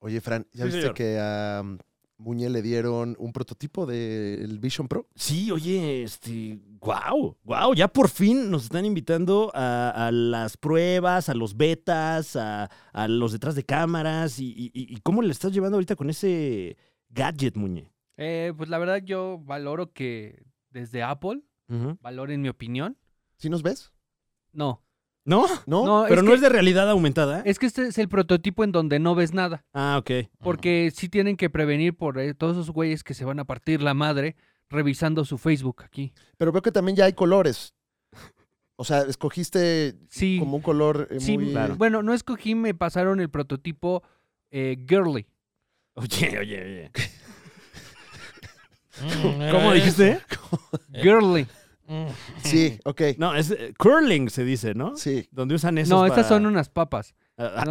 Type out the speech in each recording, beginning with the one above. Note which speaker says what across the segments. Speaker 1: Oye, Fran, ¿ya
Speaker 2: Sí,
Speaker 1: viste
Speaker 2: señor.
Speaker 1: que a um, Muñe le dieron un prototipo del Vision Pro?
Speaker 2: Sí, oye, este, wow, wow, ya por fin nos están invitando a, a las pruebas, a los betas, a, a los detrás de cámaras. Y, y- y- y cómo le estás llevando ahorita con ese gadget, Muñe?
Speaker 3: Eh, pues la verdad yo valoro que desde Apple valoren mi opinión.
Speaker 1: ¿Sí nos ves?
Speaker 3: No,
Speaker 2: ¿No?
Speaker 1: No.
Speaker 3: No,
Speaker 2: Pero
Speaker 3: es
Speaker 2: no
Speaker 3: que-
Speaker 2: es de realidad aumentada. ¿eh?
Speaker 3: es que este es el prototipo en donde no ves nada.
Speaker 2: Ah, ok.
Speaker 3: Porque sí tienen que prevenir por eh, todos esos güeyes que se van a partir la madre revisando su Facebook aquí.
Speaker 1: Pero veo que también ya hay colores. O sea, escogiste
Speaker 3: Sí,
Speaker 1: como un color eh,
Speaker 3: sí,
Speaker 1: muy...
Speaker 3: bueno, no escogí, me pasaron el prototipo eh, girly.
Speaker 2: Oye, oye, oye.
Speaker 4: Mm, era
Speaker 2: ¿Cómo
Speaker 4: eso.
Speaker 2: dijiste?
Speaker 4: Eh.
Speaker 3: Girly.
Speaker 4: Mm.
Speaker 1: Sí, ok.
Speaker 2: No, es eh, curling, se dice, ¿no?
Speaker 1: Sí.
Speaker 2: Donde usan esos
Speaker 3: No, estas
Speaker 2: para-
Speaker 3: son unas papas.
Speaker 2: Ah, ah,
Speaker 3: No,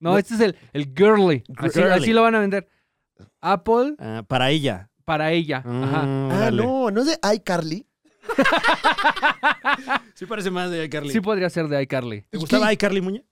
Speaker 3: No,
Speaker 2: No.
Speaker 3: este es el, el girly.
Speaker 2: Ah,
Speaker 3: Así,
Speaker 2: girly.
Speaker 3: así lo van a vender. Apple
Speaker 2: ah, para ella.
Speaker 3: para ella. Ajá.
Speaker 2: Ah,
Speaker 1: Ah,
Speaker 2: órale.
Speaker 1: no, no es de iCarly.
Speaker 2: Sí parece más de iCarly.
Speaker 3: Sí podría ser de iCarly.
Speaker 2: ¿Te gustaba iCarly, Muñe?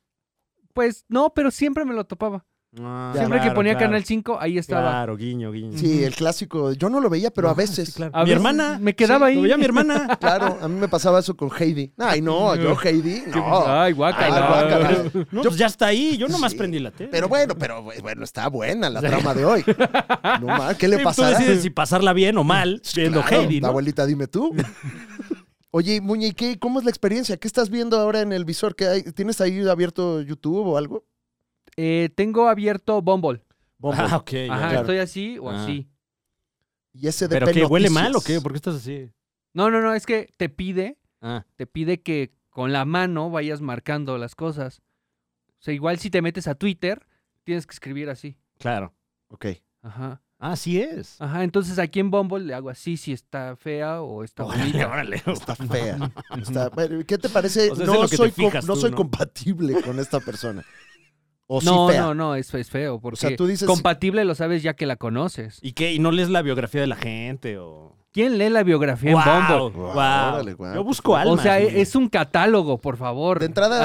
Speaker 3: Pues no, pero siempre me lo topaba.
Speaker 2: Ah,
Speaker 3: siempre que
Speaker 2: claro,
Speaker 3: ponía
Speaker 2: claro.
Speaker 3: Canal 5, ahí estaba.
Speaker 2: Claro, guiño, guiño.
Speaker 1: Sí,
Speaker 3: Ujú.
Speaker 1: el clásico. Yo no lo veía, pero a
Speaker 2: No,
Speaker 1: veces.
Speaker 2: sí, claro. mi
Speaker 3: A veces
Speaker 2: hermana.
Speaker 3: me quedaba ahí.
Speaker 2: Lo veía mi hermana.
Speaker 1: Claro, a mí me pasaba eso con Heidi. Ay, no, yo Heidi, no.
Speaker 3: Ay,
Speaker 1: Ay,
Speaker 3: guácala.
Speaker 1: guácala.
Speaker 2: No, pues ya está ahí. Yo nomás
Speaker 1: Sí,
Speaker 2: prendí la tele.
Speaker 1: Pero bueno, pero pues, bueno, está buena la trama de hoy. No mal, ¿qué le
Speaker 2: Sí,
Speaker 1: pasará?
Speaker 2: Tú decides si pasarla bien o mal viendo
Speaker 1: Claro,
Speaker 2: Heidi,
Speaker 1: La
Speaker 2: ¿no?
Speaker 1: abuelita, dime tú. Oye, Muñe, ¿y qué? ¿Cómo es la experiencia? ¿Qué estás viendo ahora en el visor? ¿Qué hay? ¿Tienes ahí abierto YouTube o algo?
Speaker 3: Eh, tengo abierto Bumble.
Speaker 1: Bumble.
Speaker 2: Ah, ok. ya.
Speaker 3: Ajá,
Speaker 1: claro.
Speaker 3: estoy así o
Speaker 2: Ah.
Speaker 3: así.
Speaker 1: ¿Y ese de
Speaker 2: ¿Pero
Speaker 1: P
Speaker 2: qué? ¿Huele
Speaker 1: Noticias?
Speaker 2: mal o qué? ¿Por qué estás así?
Speaker 3: No, no, no, es que te pide,
Speaker 2: Ah,
Speaker 3: te pide que con la mano vayas marcando las cosas. O sea, igual si te metes a Twitter, tienes que escribir así.
Speaker 2: claro. Ah,
Speaker 1: Ok.
Speaker 3: Ajá.
Speaker 2: Así es.
Speaker 3: Ajá, entonces aquí en Bumble le hago así si está fea o está
Speaker 2: Órale,
Speaker 3: bonita.
Speaker 2: órale.
Speaker 1: Está fea. Está- bueno, ¿Qué te parece?
Speaker 2: O sea, es en
Speaker 1: no
Speaker 2: lo que te
Speaker 1: soy, co-
Speaker 2: fijas
Speaker 1: no
Speaker 2: tú,
Speaker 1: soy
Speaker 2: ¿no?
Speaker 1: compatible con esta persona. O sí
Speaker 3: no,
Speaker 1: fea.
Speaker 3: no, no, es, es feo. Porque
Speaker 1: sea, tú dices-
Speaker 3: compatible lo sabes ya que la conoces.
Speaker 2: ¿Y qué? ¿Y no lees la biografía de la gente o...?
Speaker 3: ¿Quién lee la biografía en Bumble?
Speaker 1: Wow,
Speaker 2: Wow.
Speaker 1: órale, wow.
Speaker 2: Yo busco almas.
Speaker 3: O sea,
Speaker 2: Muñe.
Speaker 3: es un catálogo, por favor.
Speaker 1: De entrada,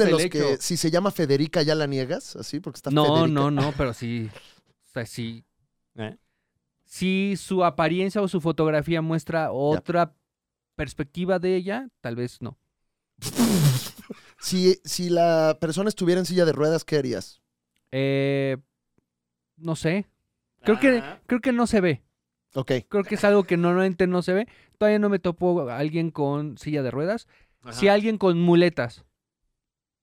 Speaker 1: eres de
Speaker 3: el
Speaker 1: los
Speaker 3: hecho.
Speaker 1: que si se llama Federica ya la niegas, así, porque está
Speaker 3: No,
Speaker 1: Federica.
Speaker 3: no, no, pero sí. O sea, sí.
Speaker 2: ¿Eh?
Speaker 3: Si su apariencia o su fotografía muestra otra perspectiva de ella, tal vez no.
Speaker 1: Si, si la persona estuviera en silla de ruedas, ¿qué harías?
Speaker 3: Eh, no sé. Creo que,
Speaker 2: Ah.
Speaker 3: creo que no se ve.
Speaker 1: Ok.
Speaker 3: Creo que es algo que normalmente no se ve. Todavía no me topo a alguien con silla de ruedas.
Speaker 2: Ajá.
Speaker 3: Sí, alguien con muletas.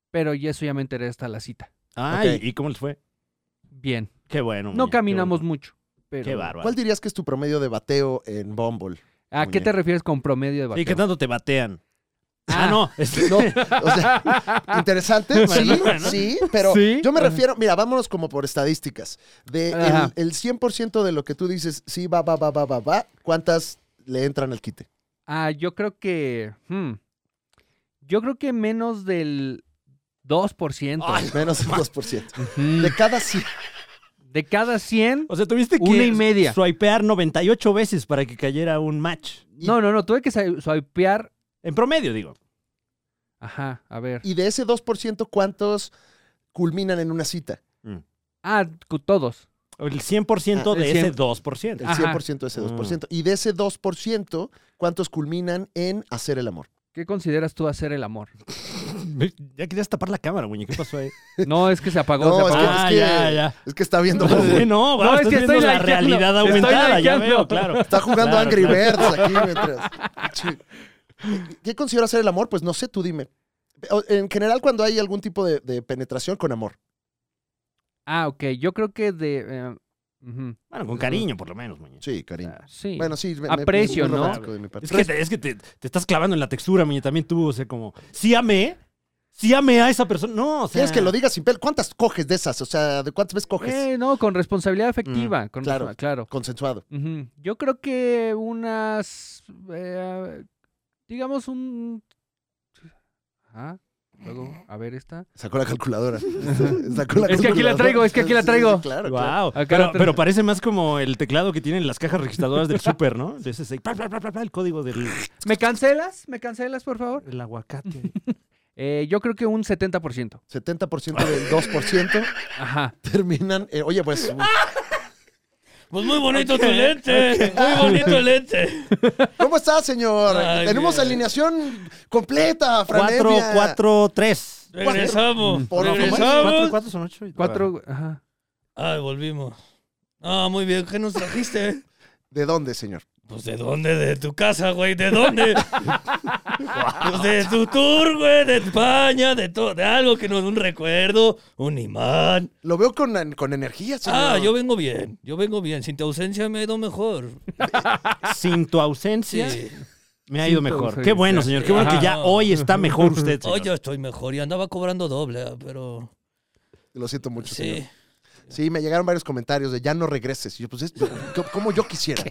Speaker 3: Pero ya eso ya me enteré hasta la cita.
Speaker 2: Ah,
Speaker 1: Ok.
Speaker 2: ¿y- ¿y cómo les fue?
Speaker 3: Bien.
Speaker 2: Qué bueno.
Speaker 3: No
Speaker 2: Muñe, qué
Speaker 3: caminamos
Speaker 2: bueno.
Speaker 3: mucho. Pero...
Speaker 2: Qué bárbaro.
Speaker 1: ¿Cuál dirías que es tu promedio de bateo en Bumble?
Speaker 3: ¿A qué te refieres con promedio de
Speaker 2: ¿Y qué
Speaker 3: bateo?
Speaker 2: tanto te batean? Ah, no. este-
Speaker 1: No, o sea, interesante, sí,
Speaker 2: bueno.
Speaker 1: sí, pero
Speaker 3: Ah. Sí.
Speaker 1: yo me refiero, mira, vámonos como por estadísticas. De el,
Speaker 3: Ajá.
Speaker 1: el 100% de lo que tú dices, sí, va, va, va, va, va, va, ¿cuántas le entran al quite?
Speaker 3: Ah, yo creo que. hmm, yo creo que menos del 2%.
Speaker 2: Ay,
Speaker 1: Menos del 2%.
Speaker 3: Ujú.
Speaker 1: De cada 100.
Speaker 3: De cada 100.
Speaker 2: O sea, tuviste que
Speaker 3: Una y media.
Speaker 2: swipear 98 veces para que cayera un match.
Speaker 3: No, no, no. Tuve que sa- swipear.
Speaker 2: En promedio, digo.
Speaker 3: Ajá, a ver.
Speaker 1: Y de ese 2%, ¿cuántos culminan en una cita?
Speaker 3: Ah, cu- todos.
Speaker 2: El 100%
Speaker 3: Ah,
Speaker 2: de
Speaker 3: el
Speaker 2: ese
Speaker 3: 100.
Speaker 2: 2%.
Speaker 1: El
Speaker 3: Ajá. Mm.
Speaker 1: 100% de ese 2%. Y de ese 2%, ¿cuántos culminan en hacer el amor?
Speaker 3: ¿Qué consideras tú hacer el amor?
Speaker 2: Ya querías tapar la cámara, güey. ¿Qué pasó ahí?
Speaker 3: No, es que se apagó.
Speaker 1: No,
Speaker 3: se
Speaker 1: es
Speaker 3: apagó.
Speaker 1: que-
Speaker 2: ah, ya, ya.
Speaker 1: Es que está viendo
Speaker 2: Sí,
Speaker 1: Bumble.
Speaker 2: no, wow,
Speaker 3: No, es
Speaker 2: estás
Speaker 3: que
Speaker 2: viendo
Speaker 3: estoy
Speaker 2: la
Speaker 3: likeando.
Speaker 2: realidad
Speaker 3: Estoy
Speaker 2: aumentada. Ya
Speaker 3: likeando.
Speaker 2: veo, claro.
Speaker 1: Está jugando
Speaker 2: Claro,
Speaker 1: Angry
Speaker 2: claro.
Speaker 1: Birds aquí mientras. Sí. ¿Qué considero hacer el amor? Pues no sé, tú dime. O- En general, cuando hay algún tipo de, de penetración con amor.
Speaker 3: Ah, ok. Yo creo que de. eh, ujú,
Speaker 2: Bueno, con cariño, por lo menos, muñe.
Speaker 1: Sí, cariño.
Speaker 3: Ah, Sí. Eh,
Speaker 1: Bueno, sí. me- me-
Speaker 3: Aprecio,
Speaker 1: muy
Speaker 3: ¿no?
Speaker 1: romántico de mi parte.
Speaker 2: Es que, te, es que te, te estás clavando en la textura, muñe. También tú, o sea, como, sí amé, sí amé a esa persona. No, o sea.
Speaker 1: Tienes que lo digas sin pel. ¿Cuántas coges de esas? O sea, ¿de cuántas veces coges?
Speaker 3: Eh, no, con responsabilidad afectiva. con
Speaker 1: pues Mm, claro.
Speaker 3: responsa- claro.
Speaker 1: Consensuado.
Speaker 3: Ujú. Yo creo que unas. eh, digamos un. Ajá. Luego, a ver esta.
Speaker 1: Sacó la calculadora. Sacó la
Speaker 3: Es que aquí
Speaker 1: calculadora.
Speaker 3: la traigo, es que aquí la
Speaker 1: Sí,
Speaker 3: traigo.
Speaker 1: sí, claro, claro.
Speaker 2: Wow.
Speaker 4: Ah,
Speaker 3: Acá
Speaker 2: Pero,
Speaker 3: atrás.
Speaker 2: pero parece más como el teclado que tienen las cajas registradoras del súper, ¿no? De ese, ese- pa, pa, pa, pa, pa, el código del
Speaker 3: ¿Me cancelas? ¿Me cancelas, por favor?
Speaker 2: el aguacate.
Speaker 3: Eh, yo creo que un 70%.
Speaker 1: 70% del 2%
Speaker 3: Ajá.
Speaker 1: terminan. eh, oye, pues.
Speaker 4: Pues muy bonito tu lente. Muy bonito el lente.
Speaker 1: ¿Cómo está, señor?
Speaker 4: Ay,
Speaker 1: Tenemos
Speaker 4: bien.
Speaker 1: alineación completa, Fran
Speaker 2: Cuatro,
Speaker 1: Evia.
Speaker 2: cuatro, tres.
Speaker 4: Regresamos.
Speaker 1: Por
Speaker 2: No, ¿cómo es?
Speaker 4: Regresamos.
Speaker 2: Cuatro, cuatro son ocho. y-
Speaker 3: Cuatro, ajá.
Speaker 4: Ay, volvimos. Ah, muy bien. ¿Qué nos trajiste?
Speaker 1: ¿De dónde, señor?
Speaker 4: Pues de dónde, de tu casa, güey, ¿de dónde? pues de tu tour, güey, de España, de todo, de algo que nos un recuerdo, un imán.
Speaker 1: Lo veo con, con energía, señor.
Speaker 4: Ah, yo vengo bien, yo vengo bien. Sin tu ausencia me ha ido mejor.
Speaker 2: Sin tu ausencia
Speaker 4: Sí.
Speaker 2: me ha ido
Speaker 3: Sin tu
Speaker 2: mejor. Qué
Speaker 3: ausencia.
Speaker 2: bueno, señor. Qué bueno que ya
Speaker 4: Ajá.
Speaker 2: hoy está mejor usted. señor.
Speaker 4: Hoy yo estoy mejor y andaba cobrando doble, ah, pero
Speaker 1: Lo siento mucho,
Speaker 4: sí,
Speaker 1: señor. Sí, me llegaron varios comentarios de ya no regreses. Y yo, pues, es- yo- como yo quisiera.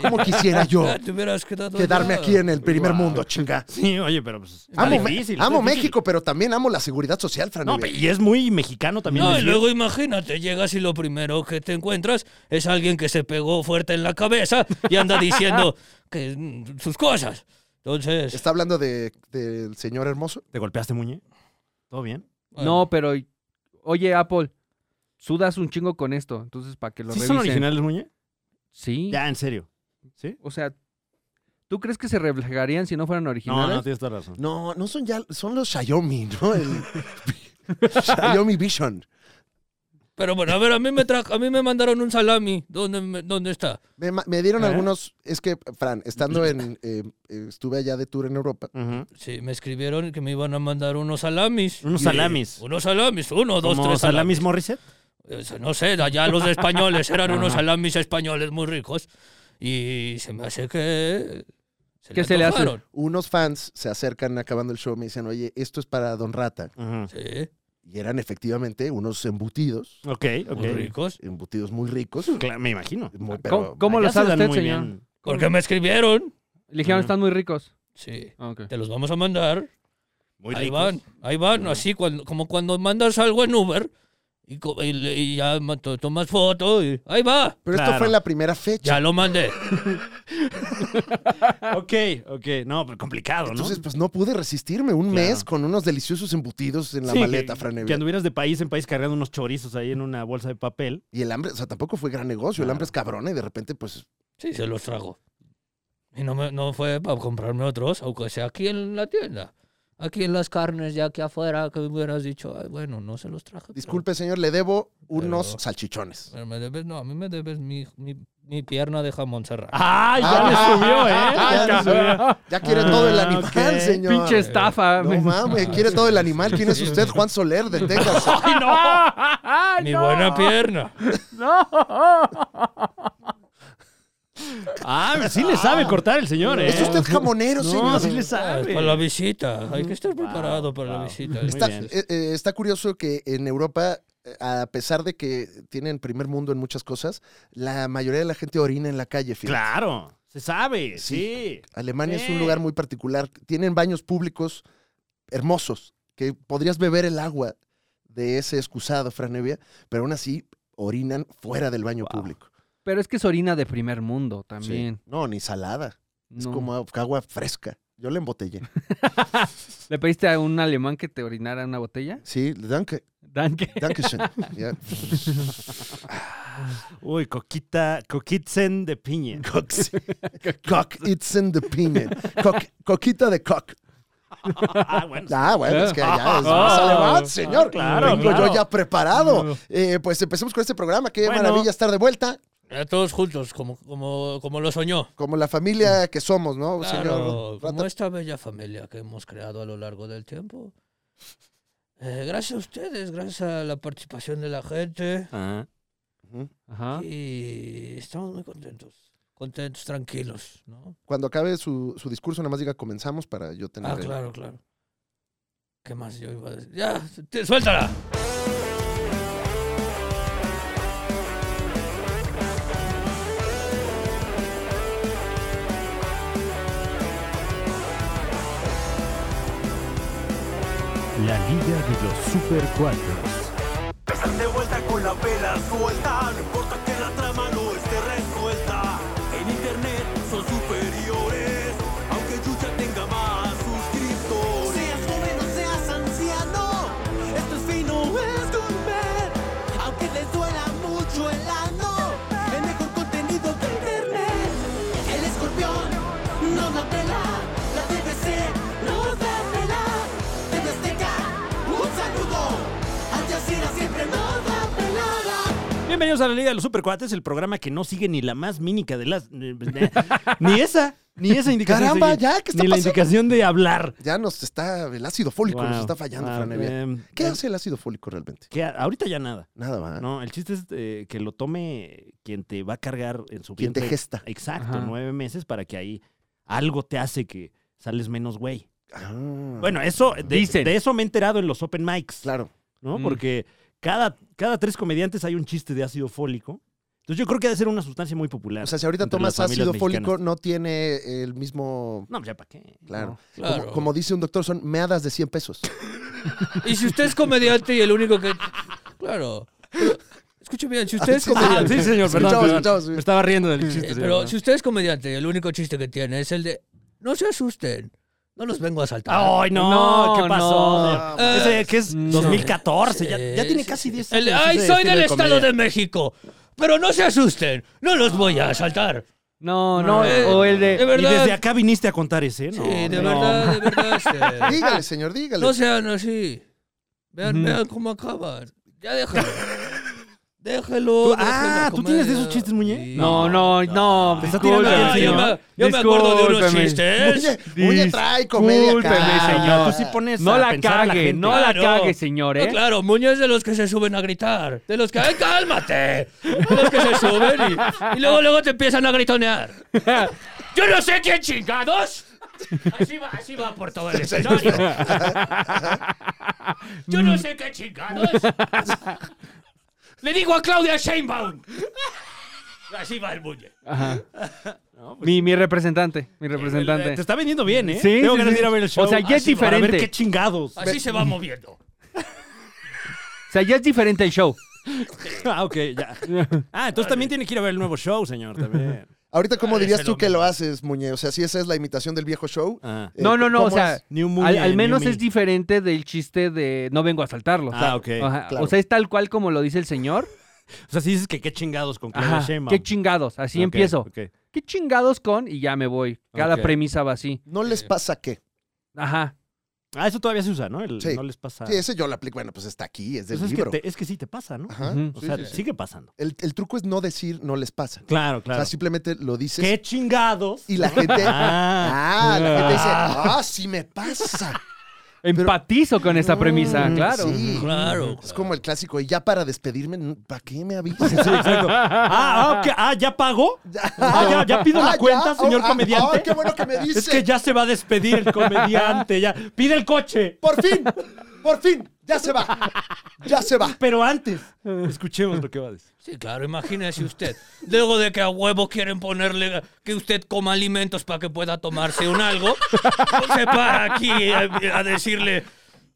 Speaker 1: Como quisiera yo
Speaker 4: Ya Ah, te hubieras quedado
Speaker 1: quedarme
Speaker 4: allá.
Speaker 1: aquí en el primer mundo, chinga.
Speaker 2: Sí, oye, pero pues. está
Speaker 1: Amo, Me-
Speaker 2: difícil, está
Speaker 1: amo
Speaker 2: difícil.
Speaker 1: México, pero también amo la seguridad social, Fran.
Speaker 2: No,
Speaker 1: Evia.
Speaker 2: pe- y es muy mexicano también.
Speaker 4: No, y
Speaker 2: decir,
Speaker 4: luego imagínate, llegas y lo primero que te encuentras es alguien que se pegó fuerte en la cabeza y anda diciendo que mm, sus cosas. Entonces,
Speaker 1: Está hablando de- del señor hermoso.
Speaker 2: ¿Te golpeaste, Muñe? ¿Todo bien?
Speaker 4: bueno,
Speaker 3: No, pero oye, Apple, sudas un chingo con esto, entonces para que lo
Speaker 2: ¿Sí
Speaker 3: revisen.
Speaker 2: son originales, Muñe?
Speaker 3: Sí.
Speaker 2: Ya, en serio. ¿Sí?
Speaker 3: O sea, ¿tú crees que se reflejarían si no fueran
Speaker 2: No,
Speaker 3: originales?
Speaker 2: no, tienes toda la razón.
Speaker 1: No, no son ya, son los Xiaomi, ¿no? El Xiaomi Vision.
Speaker 4: pero bueno, a ver, a mí me tra- a mí me mandaron un salami. ¿Dónde, me- dónde está?
Speaker 1: Me, ma- me dieron
Speaker 2: ¿Eh?
Speaker 1: algunos, es que, Fran, estando
Speaker 4: Pues
Speaker 1: en, eh, eh, estuve allá de tour en Europa.
Speaker 2: Ujú.
Speaker 4: Sí, me escribieron que me iban a mandar unos salamis.
Speaker 3: Mm.
Speaker 2: Unos
Speaker 4: Y-
Speaker 2: salamis.
Speaker 4: Unos salamis, uno, dos,
Speaker 2: ¿Como
Speaker 4: tres salamis.
Speaker 2: Salamis Morissette?
Speaker 4: Eso, no sé, de allá los españoles eran unos salamis españoles muy ricos. Y se me hace que.
Speaker 3: ¿Qué se le hace?
Speaker 4: antojaron.
Speaker 1: Unos fans se acercan acabando el show, me dicen, oye, esto es para Don Rata.
Speaker 2: Ujú.
Speaker 4: Sí,
Speaker 1: Y eran efectivamente unos embutidos,
Speaker 2: Ok, ok.
Speaker 4: muy ricos.
Speaker 1: embutidos muy ricos.
Speaker 2: Cla- me imagino.
Speaker 1: muy-
Speaker 3: ¿Cómo,
Speaker 1: pero
Speaker 3: cómo lo
Speaker 2: Allá se
Speaker 3: sabe
Speaker 2: dan
Speaker 3: usted,
Speaker 2: muy
Speaker 3: señor?
Speaker 2: bien.
Speaker 4: Porque me escribieron.
Speaker 3: Le dijeron, están muy ricos.
Speaker 4: Sí,
Speaker 3: Ah, ok.
Speaker 4: te los vamos a mandar.
Speaker 2: Muy
Speaker 4: ahí
Speaker 2: ricos.
Speaker 4: van, ahí van, así cuando, como cuando mandas algo en Uber y, co- y le- y ya ma- to- tomas foto y ahí va,
Speaker 1: pero esto
Speaker 2: Claro.
Speaker 1: fue en la primera fecha.
Speaker 4: ya lo mandé.
Speaker 2: Ok, ok. No, pero complicado, ¿no?
Speaker 1: Entonces, pues no pude resistirme un
Speaker 2: Claro.
Speaker 1: mes con unos deliciosos embutidos en la
Speaker 2: Sí,
Speaker 1: maleta,
Speaker 2: que,
Speaker 1: Fran.
Speaker 2: que
Speaker 1: Evia.
Speaker 2: anduvieras de país en país cargando unos chorizos ahí en una bolsa de papel.
Speaker 1: Y el hambre, o sea, tampoco fue gran negocio. El hambre es cabrona y de repente, pues,
Speaker 4: Sí, se los trago. Y no, me- no fue para comprarme otros, aunque sea aquí en la tienda. Aquí en las carnes, ya aquí afuera, que me hubieras dicho, "Ay, bueno, no se los traje. pero-
Speaker 1: disculpe, señor, le debo unos
Speaker 4: Pero-
Speaker 1: salchichones.
Speaker 4: pero me debes, no, a mí me debes mi, mi, mi pierna de jamón serrano.
Speaker 2: ¡Ah! Ya
Speaker 1: Ah,
Speaker 2: le subió, ¿eh?
Speaker 1: ah,
Speaker 2: Ya le subió.
Speaker 1: Ya quiere todo el
Speaker 2: Ah,
Speaker 1: animal,
Speaker 2: ok.
Speaker 1: señor.
Speaker 3: Pinche estafa.
Speaker 1: No mames, quiere todo el animal. ¿Quién es
Speaker 4: Sí.
Speaker 1: usted? Juan Soler de Texas.
Speaker 3: ¡Ay,
Speaker 4: mi
Speaker 3: no!
Speaker 4: buena pierna.
Speaker 2: Ah, sí le sabe cortar el señor, ¿eh?
Speaker 1: ¿Es usted jamonero,
Speaker 2: No,
Speaker 1: señor?
Speaker 2: sí le
Speaker 4: Ah, es
Speaker 2: sabe.
Speaker 4: para la visita, hay que estar
Speaker 2: Wow,
Speaker 4: preparado para la
Speaker 2: wow.
Speaker 4: visita.
Speaker 2: Muy
Speaker 1: Está,
Speaker 2: bien.
Speaker 1: eh, eh, está curioso que en Europa, eh, a pesar de que tienen primer mundo en muchas cosas, la mayoría de la gente orina en la calle. fíjate.
Speaker 2: Claro, se sabe, sí.
Speaker 1: Alemania es
Speaker 2: Sí.
Speaker 1: un lugar muy particular. Tienen baños públicos hermosos, que podrías beber el agua de ese excusado, Franevia, pero aún así orinan fuera del baño
Speaker 2: Wow.
Speaker 1: público.
Speaker 3: Pero es que es orina de primer mundo
Speaker 1: Sí.
Speaker 3: también.
Speaker 1: No, ni salada. Es
Speaker 3: No.
Speaker 1: como agua fresca. Yo la embotellé.
Speaker 3: ¿Le pediste a un alemán que te orinara en una botella?
Speaker 1: Sí, danke,
Speaker 3: Danke.
Speaker 1: dankeschön. Ya.
Speaker 2: Uy, coquita, coquitzen de piña.
Speaker 1: Cox. Cock, it's in the piña. Cock, coquita de cock.
Speaker 2: Ah, bueno.
Speaker 1: Ah, bueno, es que ya es
Speaker 2: Ah,
Speaker 1: más
Speaker 2: ah,
Speaker 1: alemán, señor.
Speaker 2: claro,
Speaker 1: Vengo
Speaker 2: claro. Mm.
Speaker 1: yo ya preparado. Eh, pues empecemos con este programa. Qué
Speaker 2: Bueno.
Speaker 1: maravilla estar de vuelta.
Speaker 4: Ya Eh, todos juntos, como, como, como lo soñó.
Speaker 1: Como la familia
Speaker 2: Mm.
Speaker 1: que somos, ¿no,
Speaker 4: Claro,
Speaker 1: señor?
Speaker 4: como
Speaker 1: Rata?
Speaker 4: esta bella familia que hemos creado a lo largo del tiempo. Eh, gracias a ustedes, gracias a la participación de la gente.
Speaker 2: Ajá.
Speaker 3: Ajá.
Speaker 4: Y estamos muy contentos. Contentos, tranquilos, ¿no?
Speaker 1: Cuando acabe su, su discurso, nada más diga comenzamos para yo tener.
Speaker 4: Ah,
Speaker 1: el-
Speaker 4: claro, claro. ¿Qué más yo iba a decir? ¡Ya! te- ¡Suéltala!
Speaker 2: La Liga de los Super Cuatros.
Speaker 5: Están de vuelta con la vela suelta, no importa que la trama no esté resuelta. En internet son superiores, aunque Yuya tenga más suscriptores.
Speaker 6: Seas joven o seas
Speaker 2: Bienvenidos a la Liga de los Supercuates, el programa que no sigue ni la más mínica de las. eh, pues, Ni esa, ni esa indicación.
Speaker 1: Caramba,
Speaker 2: sigue.
Speaker 1: ya, ¿qué está
Speaker 2: Ni la
Speaker 1: pasando?
Speaker 2: indicación de hablar.
Speaker 1: Ya nos está, el ácido fólico nos
Speaker 2: Wow,
Speaker 1: está fallando,
Speaker 2: wow,
Speaker 1: Fran Evia.
Speaker 2: em,
Speaker 1: ¿Qué
Speaker 2: em,
Speaker 1: hace Ah. el ácido fólico realmente?
Speaker 2: que a- ahorita ya nada.
Speaker 1: Nada, va.
Speaker 2: No, el chiste es eh, que lo tome quien te va a cargar en su
Speaker 1: Quien te
Speaker 2: vientre.
Speaker 1: gesta.
Speaker 2: Exacto,
Speaker 3: Ajá.
Speaker 2: nueve meses para que ahí algo te hace que sales menos güey.
Speaker 1: Ah,
Speaker 2: Bueno, eso de,
Speaker 3: Dicen.
Speaker 2: de eso me he enterado en los open mics,
Speaker 1: claro.
Speaker 2: ¿no?
Speaker 3: Mm.
Speaker 2: Porque cada, cada tres comediantes hay un chiste de ácido fólico. Entonces yo creo que ha de ser una sustancia muy popular.
Speaker 1: O sea, si ahorita
Speaker 2: entre
Speaker 1: tomas
Speaker 2: las familias
Speaker 1: ácido fólico,
Speaker 2: mexicanas.
Speaker 1: no tiene el mismo.
Speaker 2: no, ya para qué.
Speaker 1: Claro.
Speaker 4: Claro.
Speaker 1: Como, como dice un doctor, son meadas de 100 pesos.
Speaker 4: Y si usted es comediante y el único que. Claro. Escúcheme bien, si usted
Speaker 1: Ah, sí,
Speaker 4: es
Speaker 1: señor.
Speaker 4: comediante.
Speaker 1: sí, señor, perdón, Escuchamos, perdón. escuchamos, sí. Me
Speaker 3: estaba riendo del chiste.
Speaker 4: Eh, Pero si usted es comediante y el único chiste que tiene es el de. No se asusten. No los vengo a asaltar.
Speaker 2: ¡Ay, no!
Speaker 3: No,
Speaker 2: ¿Qué pasó?
Speaker 3: no.
Speaker 1: Ah,
Speaker 2: Ese que es
Speaker 3: Mm.
Speaker 2: 2014, ya,
Speaker 4: Sí,
Speaker 2: ya tiene
Speaker 4: sí,
Speaker 2: casi
Speaker 4: sí.
Speaker 2: 10
Speaker 4: El de,
Speaker 2: años.
Speaker 4: ¡Ay,
Speaker 2: ese
Speaker 4: soy
Speaker 2: estilo
Speaker 4: del Estado
Speaker 2: comedia.
Speaker 4: de México! Pero no se asusten. No los voy a asaltar.
Speaker 3: No, no,
Speaker 4: Eh,
Speaker 3: o el de...
Speaker 4: de ver-
Speaker 2: Y
Speaker 4: ¿Verdad?
Speaker 2: desde acá viniste a contar ese,
Speaker 4: Sí,
Speaker 2: ¿no?
Speaker 4: de
Speaker 2: hombre.
Speaker 4: verdad, de verdad. este,
Speaker 1: Dígale, señor, dígale.
Speaker 4: no sean así. Vean,
Speaker 3: Ujú.
Speaker 4: vean cómo acaban. Ya déjalo. déjelo.
Speaker 2: Tú-
Speaker 4: déjelo
Speaker 2: ah, ¿tú tienes de esos chistes, Muñe?
Speaker 4: Sí.
Speaker 3: No, no, no,
Speaker 2: Te está tirando
Speaker 4: No,
Speaker 2: Sí,
Speaker 4: yo,
Speaker 2: ¿no?
Speaker 4: me, yo me acuerdo de unos
Speaker 3: Discúlpeme.
Speaker 4: chistes.
Speaker 1: Oye, oye, trae comedia
Speaker 3: Discúlpeme,
Speaker 1: acá.
Speaker 3: señor.
Speaker 2: Tú sí pones
Speaker 3: No
Speaker 2: a
Speaker 3: la
Speaker 2: pensar a la
Speaker 3: cague,
Speaker 2: gente.
Speaker 3: no la
Speaker 4: Claro.
Speaker 3: cague, señor,
Speaker 4: No,
Speaker 3: ¿eh?
Speaker 4: claro, Muñe es de los que se suben a gritar. De los que, ¡ay, cálmate! De los que se suben y, y luego, luego te empiezan a gritonear. Yo no sé quién chingados. Así va, así va por todo el escenario. Yo no sé qué chingados. Le digo a Claudia Sheinbaum. Así va el Muñe.
Speaker 3: Ajá. mi, mi representante, mi representante.
Speaker 2: pues Eh, Te está vendiendo bien, ¿eh?
Speaker 3: Sí,
Speaker 2: Tengo
Speaker 3: sí,
Speaker 2: ganas de
Speaker 3: sí.
Speaker 2: ir a ver el show.
Speaker 3: O sea, ya es
Speaker 2: así, Para ver
Speaker 3: diferente.
Speaker 2: qué chingados.
Speaker 4: Así se va moviendo.
Speaker 3: O sea, ya es diferente el show.
Speaker 2: Ah, ok, ya. Ah, entonces también tiene que ir a ver el nuevo show, señor, también.
Speaker 1: Ahorita, ¿cómo
Speaker 4: Ah,
Speaker 1: dirías
Speaker 4: ese
Speaker 1: tú
Speaker 4: no
Speaker 1: que
Speaker 4: me-
Speaker 1: lo haces, Muñe? O sea, si esa es la imitación del viejo show.
Speaker 2: Ah,
Speaker 1: eh,
Speaker 3: No, no, no,
Speaker 1: ¿cómo
Speaker 3: o sea,
Speaker 1: es?
Speaker 2: New
Speaker 3: al,
Speaker 2: Muñe,
Speaker 3: al
Speaker 2: New
Speaker 3: menos
Speaker 2: Me.
Speaker 3: es diferente del chiste de no vengo a asaltarlo.
Speaker 2: Ah, ok.
Speaker 3: Ajá,
Speaker 1: claro.
Speaker 3: O sea, es tal cual como lo dice el señor.
Speaker 2: O sea, si dices que qué chingados con Claudia
Speaker 3: Ajá,
Speaker 2: Sheinbaum.
Speaker 3: qué chingados, así
Speaker 2: Ok,
Speaker 3: empiezo.
Speaker 2: ok.
Speaker 3: ¿Qué chingados con? Y ya me voy. Cada
Speaker 2: Ok.
Speaker 3: premisa va así.
Speaker 1: ¿No
Speaker 2: eh,
Speaker 1: les pasa qué?
Speaker 3: Ajá.
Speaker 2: Ah, eso todavía se usa, ¿no? El,
Speaker 1: Sí.
Speaker 2: No les pasa.
Speaker 1: Sí, ese yo lo aplico. Bueno, pues está aquí, es del
Speaker 2: ah. Pues es, que
Speaker 1: libro.
Speaker 2: te- es que sí te pasa, ¿no?
Speaker 1: Ajá.
Speaker 3: Ujú.
Speaker 2: O
Speaker 4: Sí,
Speaker 2: sea,
Speaker 4: sí, sí.
Speaker 2: sigue pasando.
Speaker 1: El, el truco es no decir no les pasa.
Speaker 2: Claro, claro.
Speaker 1: O sea, simplemente lo dices
Speaker 2: ¡Qué chingados!
Speaker 1: y la gente.
Speaker 2: Ah,
Speaker 1: Ah, la gente dice, ah, sí me pasa.
Speaker 3: Empatizo con esa premisa,
Speaker 2: Mm,
Speaker 3: claro.
Speaker 1: Sí.
Speaker 4: Claro.
Speaker 1: Es como el clásico, y ya para despedirme, ¿para qué me avisas?
Speaker 2: sí, exacto. Ah, ah, ok. Ah, ¿ya pagó? Ah, ¿ya, ya pido
Speaker 1: Ah,
Speaker 2: la
Speaker 1: ya.
Speaker 2: cuenta, señor
Speaker 1: Ah, ah,
Speaker 2: comediante?
Speaker 1: ah, qué bueno que me dice.
Speaker 2: Es que ya se va a despedir el comediante, ya. Pide el coche,
Speaker 1: Por fin, por fin, ya se va. Ya se va.
Speaker 2: pero antes. Escuchemos lo que va a decir.
Speaker 4: Sí, claro, imagínese usted. Luego de que a huevo quieren ponerle que usted coma alimentos para que pueda tomarse un algo, pues se para aquí a, a decirle: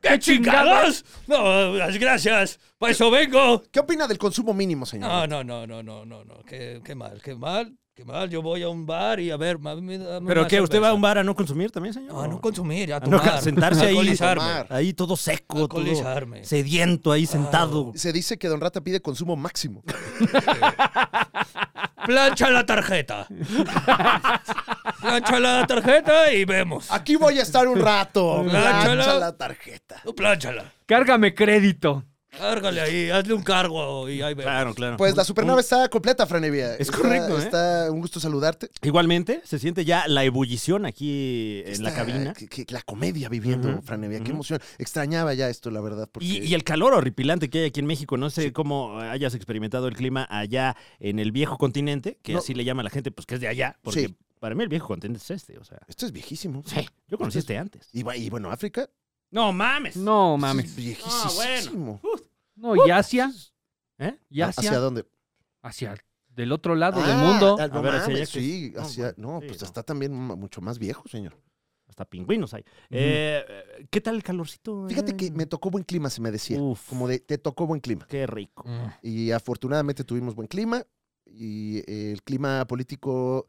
Speaker 4: ¡Qué chingados! No, las gracias, para eso vengo.
Speaker 1: ¿Qué opina del consumo mínimo, señor?
Speaker 2: Ah,
Speaker 4: No, no, no, no, no, no, no, qué, qué mal, qué mal, qué mal. Yo voy a un bar y a ver, ma- me- dame
Speaker 2: ¿Pero
Speaker 4: una
Speaker 2: qué? ¿Usted va a un
Speaker 4: cerveza.
Speaker 2: bar a no consumir también, señor?
Speaker 4: No, a no consumir, a
Speaker 2: A no
Speaker 4: tomar.
Speaker 2: ca- sentarse ahí.
Speaker 4: alcoholizarme.
Speaker 1: Tomar.
Speaker 2: Ahí todo seco, todo
Speaker 4: Alcoholizarme.
Speaker 2: sediento, ahí sentado.
Speaker 1: Se dice que Don Rata pide consumo máximo.
Speaker 4: Plancha la tarjeta. Plancha la tarjeta y vemos.
Speaker 2: Ah,
Speaker 1: Aquí voy a estar un rato.
Speaker 4: Lánzala.
Speaker 1: Plancha la tarjeta.
Speaker 4: Tú plánchala.
Speaker 3: Cárgame crédito.
Speaker 4: Cárgale ahí, hazle un cargo y ahí vemos.
Speaker 2: Claro, claro.
Speaker 1: Pues la supernave está completa, Franevia.
Speaker 2: Oh. Es correcto, ¿eh?
Speaker 1: Está un gusto saludarte.
Speaker 2: Igualmente, se siente ya la ebullición aquí en la
Speaker 1: Está-
Speaker 2: cabina.
Speaker 1: que- que la comedia viviendo,
Speaker 2: Ujú,
Speaker 1: Franevia. Qué
Speaker 2: ujú.
Speaker 1: emoción. Extrañaba ya esto, la verdad. Porque...
Speaker 2: Y, y el calor horripilante que hay aquí en México. No sé cómo hayas experimentado el clima allá en el viejo continente, que
Speaker 1: No.
Speaker 2: así le llama la gente, pues que es de allá. Porque
Speaker 1: Sí.
Speaker 2: para mí el viejo continente es este, o sea.
Speaker 1: Esto es viejísimo.
Speaker 2: Sí, yo conocí este antes.
Speaker 1: Y, bu- y bueno, África.
Speaker 2: No mames.
Speaker 3: No
Speaker 1: esto
Speaker 3: mames.
Speaker 1: es
Speaker 2: Ah,
Speaker 1: viejísimo.
Speaker 3: No, y Asia.
Speaker 2: ¿Eh?
Speaker 3: Y Asia.
Speaker 1: Ah, ¿Hacia dónde?
Speaker 3: Hacia del otro lado
Speaker 1: Ah,
Speaker 3: del mundo.
Speaker 1: ah, no
Speaker 2: A ver, hacia
Speaker 1: mames,
Speaker 2: allá que-
Speaker 1: sí,
Speaker 2: no,
Speaker 1: hacia-
Speaker 2: bueno,
Speaker 1: no,
Speaker 2: sí,
Speaker 1: pues
Speaker 2: no.
Speaker 1: está también ma- mucho más viejo, señor.
Speaker 2: Hasta pingüinos hay. Eh, ¿Qué tal el calorcito?
Speaker 1: Fíjate
Speaker 2: allá
Speaker 1: que
Speaker 2: en-
Speaker 1: me tocó buen clima, se me decía.
Speaker 2: Mm. Uf.
Speaker 1: Como de, te tocó buen clima.
Speaker 2: Qué rico.
Speaker 4: Mm.
Speaker 1: Y afortunadamente tuvimos buen clima. Y eh, el clima político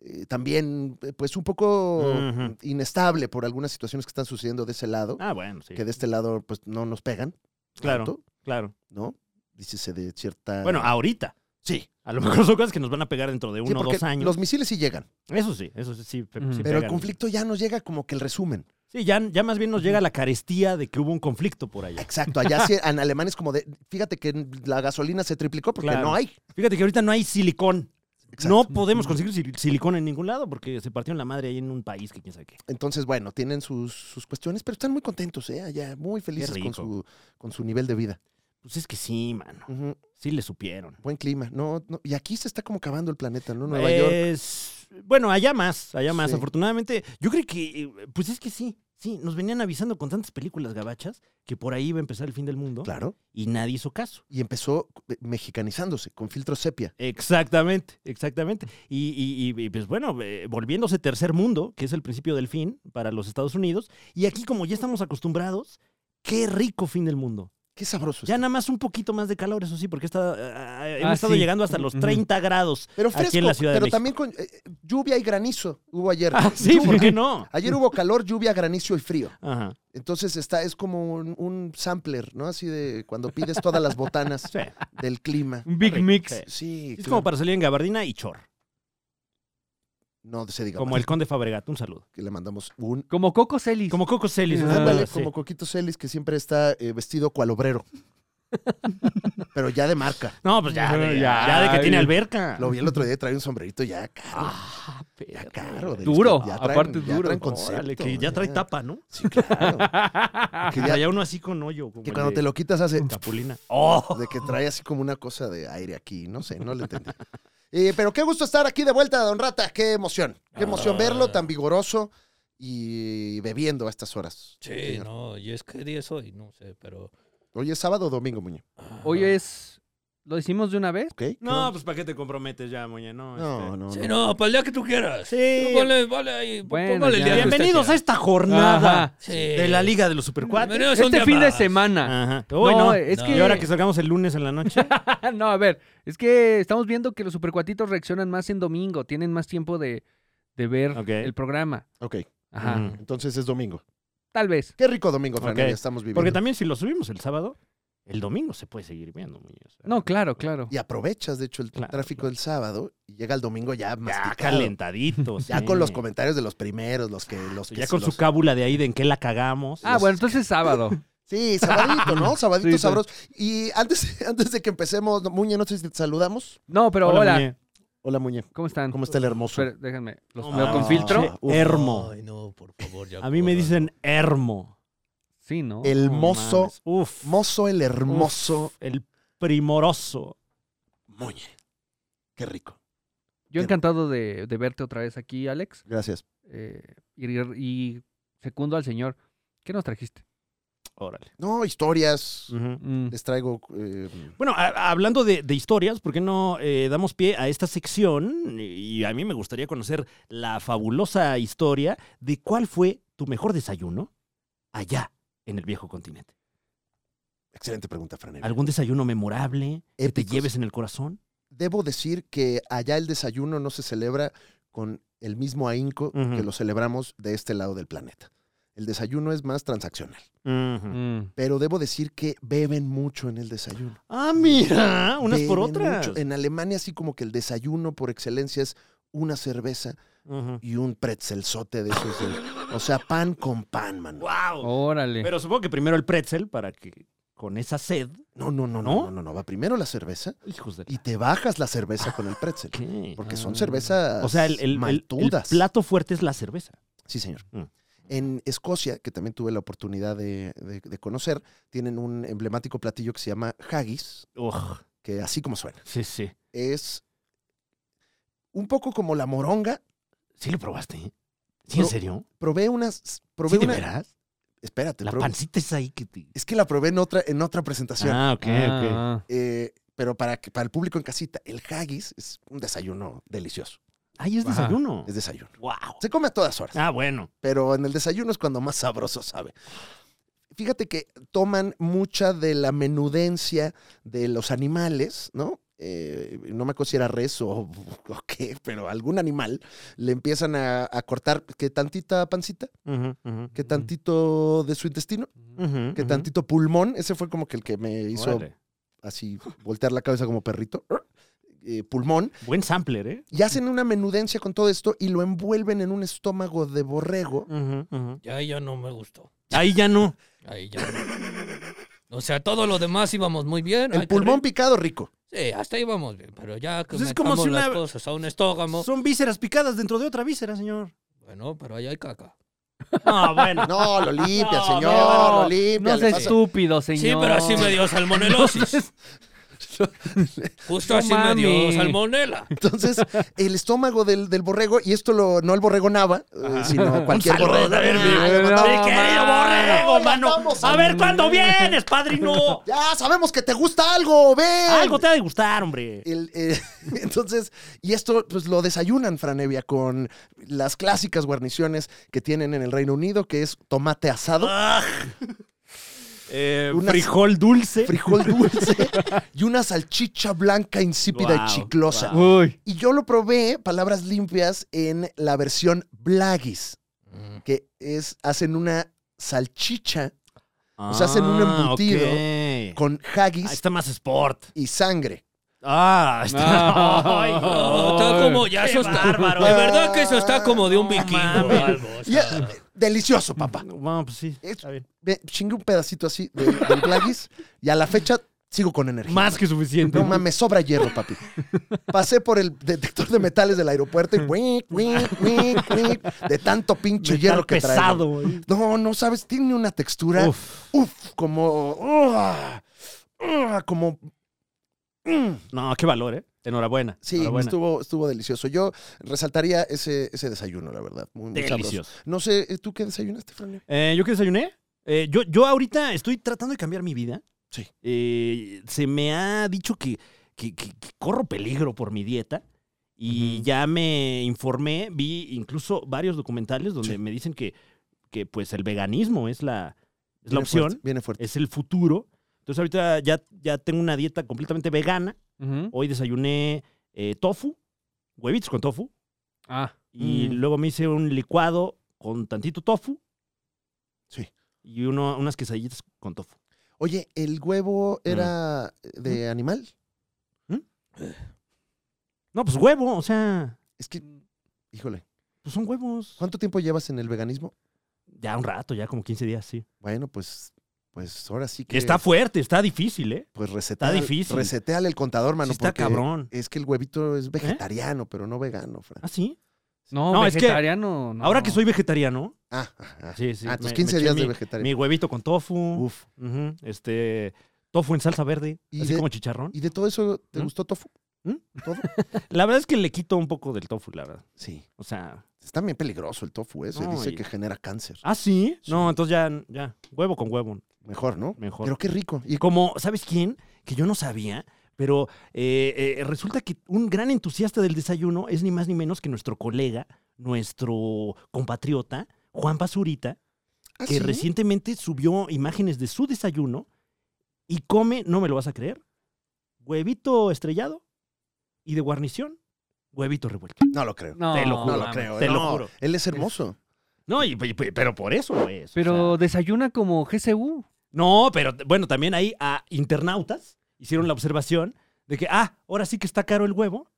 Speaker 1: eh, también, eh, pues un poco
Speaker 2: Ujú.
Speaker 1: inestable por algunas situaciones que están sucediendo de ese lado,
Speaker 2: Ah, bueno, sí.
Speaker 1: que de este lado, pues no nos pegan.
Speaker 2: Claro.
Speaker 1: tanto,
Speaker 2: Claro.
Speaker 1: ¿No? Dícese de cierta.
Speaker 2: Bueno, ahorita.
Speaker 1: sí.
Speaker 2: A lo mejor son cosas que nos van a pegar dentro de
Speaker 1: Sí,
Speaker 2: uno o
Speaker 1: porque
Speaker 2: dos años.
Speaker 1: Los misiles sí llegan,
Speaker 2: Eso sí, eso sí. sí, pe-
Speaker 3: Ujú.
Speaker 2: sí
Speaker 1: pero el
Speaker 2: pegan.
Speaker 1: conflicto ya nos llega como que el resumen.
Speaker 2: Sí, ya, ya más bien nos llega la carestía de que hubo un conflicto por allá.
Speaker 1: Exacto, allá sí, en Alemania es como de, fíjate que la gasolina se triplicó porque
Speaker 2: Claro.
Speaker 1: no hay.
Speaker 2: Fíjate que ahorita no hay silicón.
Speaker 1: Exacto.
Speaker 2: No podemos conseguir sil- silicón en ningún lado porque se partieron la madre ahí en un país que quién sabe qué.
Speaker 1: Entonces, bueno, tienen sus, sus cuestiones, pero están muy contentos, ¿eh? Allá, muy felices con
Speaker 2: rico.
Speaker 1: su, con su nivel de vida.
Speaker 2: Pues es que sí, mano.
Speaker 1: Ujú,
Speaker 2: Sí le supieron.
Speaker 1: Buen clima. No, no, y aquí se está como acabando el planeta, ¿no? Nueva
Speaker 2: Eh,
Speaker 1: York.
Speaker 2: Es- Bueno, allá más, allá más.
Speaker 1: Sí.
Speaker 2: Afortunadamente, yo creo que, eh, pues es que sí, sí, nos venían avisando con tantas películas gabachas que por ahí iba a empezar el fin del mundo
Speaker 1: Claro.
Speaker 2: y nadie hizo caso.
Speaker 1: Y empezó eh, mexicanizándose con filtro sepia.
Speaker 2: Exactamente, exactamente. Y, y- y- y, pues bueno, eh, volviéndose tercer mundo, que es el principio del fin para los Estados Unidos, y aquí como ya estamos acostumbrados, qué rico fin del mundo.
Speaker 1: Qué sabroso.
Speaker 2: Ya nada más un poquito más de calor, eso sí, porque está, ah, hemos
Speaker 3: Ah,
Speaker 2: estado
Speaker 3: sí.
Speaker 2: llegando hasta los
Speaker 3: Ujú.
Speaker 2: 30 grados
Speaker 1: Pero
Speaker 2: aquí en
Speaker 1: fresco,
Speaker 2: la Ciudad de
Speaker 1: pero
Speaker 2: México.
Speaker 1: también con eh, eh, lluvia y granizo hubo ayer.
Speaker 2: Ah, sí,
Speaker 1: Lluvia.
Speaker 2: ¿por qué no?
Speaker 1: Ayer hubo calor, lluvia, granizo y frío.
Speaker 2: Ajá.
Speaker 1: Entonces está, es como un, un sampler, ¿no? Así de cuando pides todas las botanas
Speaker 2: Sí.
Speaker 1: del clima.
Speaker 3: Un big
Speaker 2: Rico,
Speaker 3: mix.
Speaker 2: sí.
Speaker 1: Sí,
Speaker 2: Es
Speaker 1: claro.
Speaker 2: como para salir en gabardina y chor,
Speaker 1: No se diga
Speaker 2: como
Speaker 1: más,
Speaker 2: el conde Fabregat, un saludo.
Speaker 1: que le mandamos un
Speaker 3: Como Coco Celis.
Speaker 2: Como Coco Celis. un
Speaker 3: Ah,
Speaker 2: saludo,
Speaker 1: Ándale,
Speaker 2: sí.
Speaker 1: como Coquito Celis, que siempre está eh, vestido cual obrero. Pero ya de marca.
Speaker 2: No, pues ya, de-
Speaker 3: Ya,
Speaker 2: ya de que tiene
Speaker 3: ya.
Speaker 2: alberca.
Speaker 1: Lo vi el otro día, trae un sombrerito ya caro. ya caro. de los
Speaker 3: Duro,
Speaker 1: que
Speaker 3: aparte
Speaker 1: ya
Speaker 3: duro.
Speaker 1: traen concepto,
Speaker 2: Órale, que ya trae tapa, ¿no?
Speaker 1: Sí, claro. que,
Speaker 2: Que
Speaker 1: ya-
Speaker 2: traía uno así con hoyo. Como
Speaker 1: que
Speaker 2: el
Speaker 1: cuando
Speaker 2: de
Speaker 1: te lo quitas hace...
Speaker 2: Capulina. ¡Oh!
Speaker 1: De que trae así como una cosa de aire aquí. No sé, no le entendí. Eh, pero qué gusto estar aquí de vuelta, Don Rata. Qué emoción. Qué emoción
Speaker 4: Ah.
Speaker 1: verlo tan vigoroso y bebiendo a estas horas.
Speaker 4: Sí, no, y es que día es hoy, no sé, pero.
Speaker 1: Hoy es sábado o domingo, Muñoz.
Speaker 3: Hoy es. ¿Lo hicimos de una vez?
Speaker 1: ¿Ok?
Speaker 2: No, pues ¿para qué te comprometes ya, moña? No,
Speaker 1: no,
Speaker 2: este.
Speaker 1: no.
Speaker 4: Sí,
Speaker 1: no.
Speaker 4: no, para el día que tú quieras.
Speaker 2: Sí.
Speaker 4: Ponle, ponle ahí,
Speaker 3: Bueno,
Speaker 4: póngale el
Speaker 3: ya.
Speaker 4: día que usted
Speaker 2: Bienvenidos a
Speaker 4: quiera.
Speaker 2: esta jornada
Speaker 3: Ajá.
Speaker 4: Sí.
Speaker 2: de la Liga de los Supercuatros.
Speaker 4: Bienvenidos a un
Speaker 3: Este
Speaker 4: día
Speaker 3: fin de
Speaker 4: más.
Speaker 3: semana.
Speaker 2: Ajá. Ah. Hoy no. Eh,
Speaker 3: No, es
Speaker 4: No.
Speaker 3: que.
Speaker 2: Y ahora que salgamos el lunes en la noche.
Speaker 3: no, a ver. Es que estamos viendo que los supercuatitos reaccionan más en domingo. Tienen más tiempo de, de ver
Speaker 2: Ok. Mm.
Speaker 3: el programa.
Speaker 1: Ok,
Speaker 3: Ajá.
Speaker 2: Ujú.
Speaker 1: entonces es domingo.
Speaker 3: Tal vez.
Speaker 1: Qué rico domingo, Fran,
Speaker 2: Ok.
Speaker 1: ya estamos viviendo.
Speaker 2: Porque también si lo subimos el sábado, el domingo se puede seguir viendo, Muñoz.
Speaker 3: No, claro, claro.
Speaker 1: Y aprovechas, de hecho, el
Speaker 2: Claro,
Speaker 1: tráfico
Speaker 2: claro.
Speaker 1: del sábado y llega el domingo ya
Speaker 2: Ya
Speaker 1: masticado.
Speaker 2: calentadito.
Speaker 1: Ya
Speaker 2: sí.
Speaker 1: con los comentarios de los primeros, los que... Los que
Speaker 2: Ya con
Speaker 1: los-
Speaker 2: su cábula de ahí de en qué la cagamos.
Speaker 3: Ah, bueno, entonces sábado.
Speaker 1: Sí, sabadito, ¿no? Sabadito
Speaker 3: Sí, sí.
Speaker 1: sabroso. Y antes, antes de que empecemos, Muñe, no sé si te saludamos.
Speaker 3: No, pero hola.
Speaker 2: Muñe.
Speaker 1: Hola, Muñe.
Speaker 3: ¿cómo están?
Speaker 1: ¿Cómo está el hermoso?
Speaker 3: Espera, déjenme. ¿Los
Speaker 2: No,
Speaker 3: veo con
Speaker 2: manches.
Speaker 3: filtro?
Speaker 2: Uf. Hermo.
Speaker 4: Ay, no, por favor, ya.
Speaker 2: A mí me
Speaker 4: corran.
Speaker 2: dicen Hermo.
Speaker 3: Sí, ¿no?
Speaker 1: el
Speaker 2: oh, No
Speaker 1: mozo,
Speaker 2: mames. Uf.
Speaker 1: mozo, el hermoso.
Speaker 2: Uf, el primoroso.
Speaker 1: Muñe. Qué rico.
Speaker 3: Yo encantado de, de verte otra vez aquí, Alex.
Speaker 1: Gracias.
Speaker 3: Eh, y, y secundo al señor. ¿Qué nos trajiste?
Speaker 2: Órale.
Speaker 1: No, historias.
Speaker 2: Ujú.
Speaker 3: Mm.
Speaker 1: Les traigo... eh,
Speaker 2: Bueno, a- hablando de, de historias, ¿por qué no eh, damos pie a esta sección? Y a mí me gustaría conocer la fabulosa historia de cuál fue tu mejor desayuno allá en el viejo continente.
Speaker 1: excelente pregunta, Fran.
Speaker 2: ¿Algún desayuno memorable que te
Speaker 1: Épicos.
Speaker 2: lleves en el corazón?
Speaker 1: debo decir que allá el desayuno no se celebra con el mismo ahínco
Speaker 2: Ujú.
Speaker 1: que lo celebramos de este lado del planeta. El desayuno es más transaccional.
Speaker 3: Mm.
Speaker 1: Pero debo decir que beben mucho en el desayuno.
Speaker 2: Ah, mira, unas por
Speaker 1: Beben
Speaker 2: otras.
Speaker 1: mucho. En Alemania, así como que el desayuno por excelencia es una cerveza
Speaker 2: Ujú.
Speaker 1: y un pretzelzote de esos. de- o sea, pan con pan, man.
Speaker 2: ¡Guau!
Speaker 3: Órale.
Speaker 2: Pero supongo que primero el pretzel para que con esa sed,
Speaker 1: No, no, no, no,
Speaker 2: ¿No?
Speaker 1: no, no, no. Va primero la cerveza
Speaker 2: hijos de la-
Speaker 1: y te bajas la cerveza con el pretzel.
Speaker 2: ¿Qué?
Speaker 1: Porque
Speaker 3: Ah.
Speaker 1: son cervezas
Speaker 2: O sea, el, el- el- el
Speaker 1: maltudas.
Speaker 2: plato fuerte es la cerveza.
Speaker 1: Sí, señor.
Speaker 2: Mm.
Speaker 1: En Escocia, que también tuve la oportunidad de, de- de conocer, tienen un emblemático platillo que se llama haggis,
Speaker 2: Uj,
Speaker 1: que así como suena,
Speaker 2: sí, sí.
Speaker 1: es un poco como la moronga.
Speaker 2: ¿Sí lo probaste? ¿Sí, en
Speaker 1: Pro-
Speaker 2: serio?
Speaker 1: Probé unas, probé
Speaker 2: ¿Sí, de
Speaker 1: una,
Speaker 2: veras?
Speaker 1: espérate,
Speaker 2: La
Speaker 1: probé-
Speaker 2: pancita es ahí que te...
Speaker 1: es que la probé en otra, en otra presentación.
Speaker 2: Ah, ok, ok.
Speaker 3: Ah, ah.
Speaker 1: Eh, pero para, que- para el público en casita, el haggis es un desayuno delicioso.
Speaker 2: Ahí es
Speaker 3: Ajá.
Speaker 2: desayuno.
Speaker 1: Es desayuno.
Speaker 2: Wow.
Speaker 1: Se come a todas horas.
Speaker 2: Ah, bueno.
Speaker 1: pero en el desayuno es cuando más sabroso sabe. Fíjate que toman mucha de la menudencia de los animales, ¿no? Eh, no me acuerdo si era res o, o qué, pero algún animal le empiezan a, a cortar que tantita pancita,
Speaker 2: Ujú, ujú,
Speaker 1: que tantito de su intestino,
Speaker 2: ujú,
Speaker 1: que
Speaker 2: ujú.
Speaker 1: tantito pulmón. Ese fue como que el que me hizo
Speaker 2: Órale.
Speaker 1: así voltear la cabeza como perrito. eh, pulmón
Speaker 2: Buen sampler, ¿eh?
Speaker 1: y hacen una menudencia con todo esto y lo envuelven en un estómago de borrego.
Speaker 4: Ya, ya no me gustó.
Speaker 2: Ahí ya no.
Speaker 4: Ahí ya no. O sea, todo lo demás íbamos muy bien. ay,
Speaker 1: El
Speaker 4: qué
Speaker 1: pulmón
Speaker 4: rico.
Speaker 1: picado rico.
Speaker 4: Sí, hasta íbamos bien, pero ya que
Speaker 2: Pues es como
Speaker 4: metamos
Speaker 2: si una-
Speaker 4: las cosas a un estómago.
Speaker 2: Son vísceras picadas dentro de otra víscera, señor.
Speaker 4: Bueno, pero ahí hay caca.
Speaker 2: No, Ah, bueno.
Speaker 1: No, lo limpia,
Speaker 2: No,
Speaker 1: señor,
Speaker 2: no,
Speaker 1: lo limpia.
Speaker 3: No
Speaker 1: le
Speaker 3: seas
Speaker 1: pasa-
Speaker 3: estúpido, señor.
Speaker 4: Sí, pero así me dio salmonelosis. Justo
Speaker 3: No
Speaker 4: así me dio
Speaker 3: mames.
Speaker 4: salmonela.
Speaker 1: Entonces, el estómago del, del borrego, y esto lo, no el borrego nava, eh, sino cualquier
Speaker 2: saludo,
Speaker 1: borrego.
Speaker 2: a ver,
Speaker 1: Ah,
Speaker 2: mi-
Speaker 1: ya
Speaker 3: no,
Speaker 1: mandamos-
Speaker 2: Mi querido borrego,
Speaker 1: Ya
Speaker 2: mano.
Speaker 1: estamos
Speaker 2: A
Speaker 1: en-
Speaker 2: ver, ¿cuándo vienes, padrino?
Speaker 1: Ya sabemos que te gusta algo, ven.
Speaker 2: Algo te ha de gustar, hombre.
Speaker 1: El, eh, entonces, y esto pues lo desayunan, Franevia, con las clásicas guarniciones que tienen en el Reino Unido, que es tomate asado,
Speaker 2: Ah.
Speaker 1: Unas-
Speaker 2: Eh, frijol dulce.
Speaker 1: frijol dulce y una salchicha blanca insípida
Speaker 2: Guau,
Speaker 1: y chiclosa.
Speaker 2: guau.
Speaker 3: Uy.
Speaker 1: Y yo lo probé, palabras limpias, en la versión Blagis,
Speaker 4: Mm.
Speaker 1: que es, hacen una salchicha O sea, hacen un embutido
Speaker 2: Ah, ok.
Speaker 1: con
Speaker 2: Ah,
Speaker 1: haggis
Speaker 2: está más sport.
Speaker 1: y sangre.
Speaker 2: Ah, está.
Speaker 3: No.
Speaker 2: Ay,
Speaker 4: No,
Speaker 2: no.
Speaker 4: está como, ya
Speaker 2: Qué
Speaker 4: eso está.
Speaker 2: bárbaro.
Speaker 4: De verdad que eso está como de un vikingo.
Speaker 2: mames.
Speaker 4: o algo, o
Speaker 1: Y, eh,
Speaker 4: sea.
Speaker 1: delicioso, papá.
Speaker 2: Bueno, pues sí. Está bien.
Speaker 1: Ve, Chingué un pedacito así de- del Blagis y a la fecha sigo con energía.
Speaker 2: Más que suficiente.
Speaker 1: No mames, sobra hierro, papi. Pasé por el detector de metales del aeropuerto y wink, wink, wink, wink, de tanto pinche
Speaker 2: Metal
Speaker 1: hierro que trae.
Speaker 2: pesado, güey.
Speaker 1: No, no sabes, tiene una textura. Uf,
Speaker 2: Uf.
Speaker 1: como. uah, uah, como. mm.
Speaker 2: No, qué valor, ¿eh? Enhorabuena.
Speaker 1: Sí,
Speaker 2: enhorabuena.
Speaker 1: estuvo, estuvo delicioso. Yo resaltaría ese, ese desayuno, la verdad. Muy, muy sabroso.
Speaker 2: Delicioso.
Speaker 1: No sé, eh, ¿tú qué desayunaste, Fran?
Speaker 2: Eh, ¿Yo qué desayuné? Eh, yo, yo ahorita estoy tratando de cambiar mi vida.
Speaker 1: Sí.
Speaker 2: Eh, se me ha dicho que, que- que- que corro peligro por mi dieta. Y ya me informé, vi incluso varios documentales donde me dicen que, que pues el veganismo es la, es la opción,
Speaker 1: viene fuerte.
Speaker 2: es el futuro. Entonces ahorita ya, ya tengo una dieta completamente vegana.
Speaker 3: Ujú.
Speaker 2: Hoy desayuné eh, tofu, huevitos con tofu,
Speaker 3: Ah.
Speaker 2: y
Speaker 1: Mm.
Speaker 2: luego me hice un licuado con tantito tofu.
Speaker 1: Sí.
Speaker 2: Y uno, unas quesadillitas con tofu.
Speaker 1: Oye, ¿el huevo
Speaker 2: Mm.
Speaker 1: era de animal?
Speaker 2: No, pues huevo, o sea,
Speaker 1: Es que, híjole,
Speaker 2: pues son huevos.
Speaker 1: ¿cuánto tiempo llevas en el veganismo?
Speaker 2: Ya un rato, ya como 15 días, sí.
Speaker 1: Bueno, pues, pues ahora sí que.
Speaker 2: Que está fuerte, está difícil, ¿eh?
Speaker 1: Pues resetear,
Speaker 2: difícil.
Speaker 1: Reseteale el contador, mano.
Speaker 2: Sí está
Speaker 1: porque
Speaker 2: cabrón. ¿Eh?
Speaker 1: Es que el huevito es vegetariano, pero no vegano, Fran.
Speaker 2: ¿Ah, sí?
Speaker 3: No,
Speaker 2: No, es que-
Speaker 3: vegetariano. no.
Speaker 2: Ahora que soy vegetariano.
Speaker 1: Ah, ah,
Speaker 2: Sí, sí.
Speaker 1: ah, tus
Speaker 2: me-
Speaker 1: 15
Speaker 2: me eché
Speaker 1: días
Speaker 2: mi,
Speaker 1: de vegetariano.
Speaker 2: Mi huevito con tofu.
Speaker 1: Uf.
Speaker 2: ujú, este. Tofu en salsa verde,
Speaker 1: ¿Y
Speaker 2: así
Speaker 1: de-
Speaker 2: como chicharrón.
Speaker 1: ¿Y de todo eso te
Speaker 2: ¿Mm?
Speaker 1: gustó tofu?
Speaker 2: ¿Mm?
Speaker 1: ¿Todo?
Speaker 2: La verdad es que le quito un poco del tofu, la verdad.
Speaker 1: Sí.
Speaker 2: O sea.
Speaker 1: Está bien peligroso el tofu, ¿eh? Se
Speaker 2: No,
Speaker 1: dice
Speaker 2: y-
Speaker 1: que genera cáncer.
Speaker 2: ¿Ah, sí?
Speaker 1: Sí.
Speaker 2: No, entonces ya, ya. Huevo con huevo.
Speaker 1: Mejor, ¿no?
Speaker 2: Mejor.
Speaker 1: Pero qué rico. Y
Speaker 2: Como, ¿sabes quién? Que yo no sabía, pero eh, eh, resulta que un gran entusiasta del desayuno es ni más ni menos que nuestro colega, nuestro compatriota, Juan Pasurita,
Speaker 1: ¿Ah,
Speaker 2: que
Speaker 1: sí?
Speaker 2: recientemente subió imágenes de su desayuno y come, no me lo vas a creer, huevito estrellado y de guarnición, huevito revuelto.
Speaker 1: No lo creo.
Speaker 3: No,
Speaker 2: Te lo
Speaker 1: No,
Speaker 2: juro,
Speaker 1: lo
Speaker 3: mames.
Speaker 1: creo. ¿eh?
Speaker 2: te lo
Speaker 1: no.
Speaker 2: juro.
Speaker 1: Él es hermoso.
Speaker 2: No, y- y- pero por eso lo es. o sea.
Speaker 3: Pero desayuna como GCU.
Speaker 2: No, pero t- bueno, también ahí a internautas hicieron la observación de que, ah, ahora sí que está caro el huevo.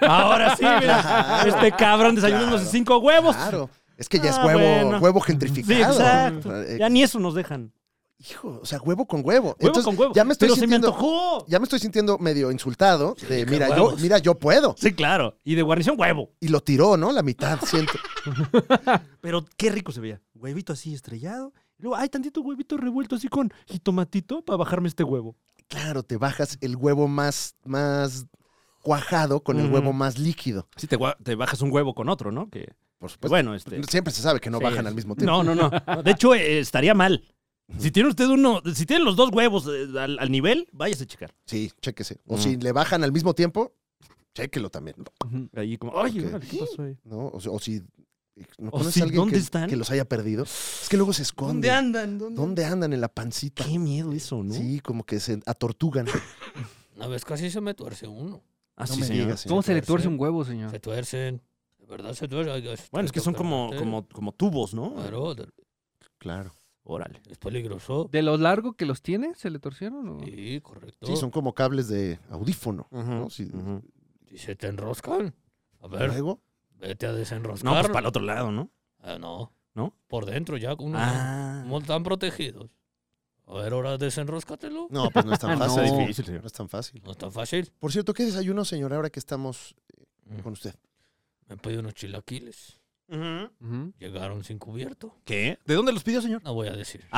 Speaker 2: Ahora sí, mira,
Speaker 1: Claro.
Speaker 2: este cabrón desayunándose
Speaker 1: Claro.
Speaker 2: cinco huevos.
Speaker 1: Claro. Es que ya es
Speaker 2: Ah,
Speaker 1: huevo,
Speaker 2: bueno.
Speaker 1: huevo gentrificado.
Speaker 2: Sí, exacto.
Speaker 1: Eh,
Speaker 2: Ya ni eso nos dejan.
Speaker 1: Hijo, o sea, huevo con huevo.
Speaker 2: Huevo
Speaker 1: Entonces,
Speaker 2: con huevo.
Speaker 1: Ya me estoy
Speaker 2: pero se
Speaker 1: sintiendo.
Speaker 2: me antojó.
Speaker 1: Ya me estoy sintiendo medio insultado de mira, yo,
Speaker 4: huevos.
Speaker 1: mira, yo puedo.
Speaker 2: Sí, claro. Y de guarnición, huevo.
Speaker 1: Y lo tiró, ¿no? La mitad, siento.
Speaker 2: Pero qué rico se veía. Huevito así estrellado. Y luego, ay, tantito huevito revuelto así con jitomatito para bajarme este huevo.
Speaker 1: Claro, te bajas el huevo más, más cuajado con el
Speaker 2: Ujú.
Speaker 1: huevo más líquido.
Speaker 2: Sí, te, gua- te bajas un huevo con otro, ¿no? Que,
Speaker 1: Por
Speaker 2: que
Speaker 1: supuesto.
Speaker 2: bueno, este...
Speaker 1: Siempre se sabe que no
Speaker 2: Sí.
Speaker 1: bajan al mismo tiempo.
Speaker 2: No, no, no. De hecho, eh, estaría mal. Si tiene usted uno, si tiene los dos huevos eh, al, al nivel, váyase a checar.
Speaker 1: Sí, chéquese. O
Speaker 2: Mm.
Speaker 1: si le bajan al mismo tiempo, chéquelo también.
Speaker 2: Ahí como, ay,
Speaker 1: Ok.
Speaker 2: órale, ¿qué pasó ahí?
Speaker 1: ¿no? O, si- o si no
Speaker 2: O
Speaker 1: conoces
Speaker 2: si,
Speaker 1: a alguien
Speaker 2: ¿dónde
Speaker 1: que,
Speaker 2: están?
Speaker 1: que los haya perdido. Es que luego se esconden. ¿Dónde andan? ¿Dónde, andan? En la pancita.
Speaker 2: Qué miedo eso, ¿no?
Speaker 1: Sí, como que se atortugan.
Speaker 4: Una vez casi se me tuerce uno.
Speaker 2: Ah,
Speaker 1: no
Speaker 2: sí,
Speaker 1: me
Speaker 2: señor.
Speaker 1: digas. señor.
Speaker 3: ¿Cómo se le
Speaker 4: puede
Speaker 3: tuerce
Speaker 4: ser.
Speaker 3: un huevo, señor?
Speaker 4: Se tuercen. De verdad se tuercen. Ay, Dios,
Speaker 2: Bueno, es que son como,
Speaker 4: totalmente.
Speaker 2: como, como tubos, ¿no?
Speaker 4: Claro, de-
Speaker 1: Claro.
Speaker 2: Órale.
Speaker 4: Es peligroso.
Speaker 3: ¿De lo largo que los tiene? ¿Se le torcieron? o?
Speaker 4: Sí, correcto.
Speaker 1: Sí, son como cables de audífono. ¿no? Sí.
Speaker 4: Y se te enroscan. A ver,
Speaker 1: Luego,
Speaker 4: vete a desenroscar.
Speaker 2: No, pues para el otro lado, ¿no?
Speaker 4: Ah, no.
Speaker 2: ¿No?
Speaker 4: Por dentro ya, uno
Speaker 2: Ah.
Speaker 4: no están protegidos. A ver, ahora desenroscatelo.
Speaker 1: no, pues no es tan
Speaker 3: No.
Speaker 1: fácil.
Speaker 2: Está
Speaker 1: no.
Speaker 2: difícil, señor.
Speaker 1: es tan fácil.
Speaker 4: No es tan fácil.
Speaker 1: Por cierto, ¿qué desayuno, señor, ahora que estamos eh, con usted?
Speaker 4: Me pedí unos chilaquiles.
Speaker 3: Ujú.
Speaker 4: Llegaron sin cubierto.
Speaker 2: ¿Qué? ¿De dónde los pidió, señor?
Speaker 4: No voy a decir.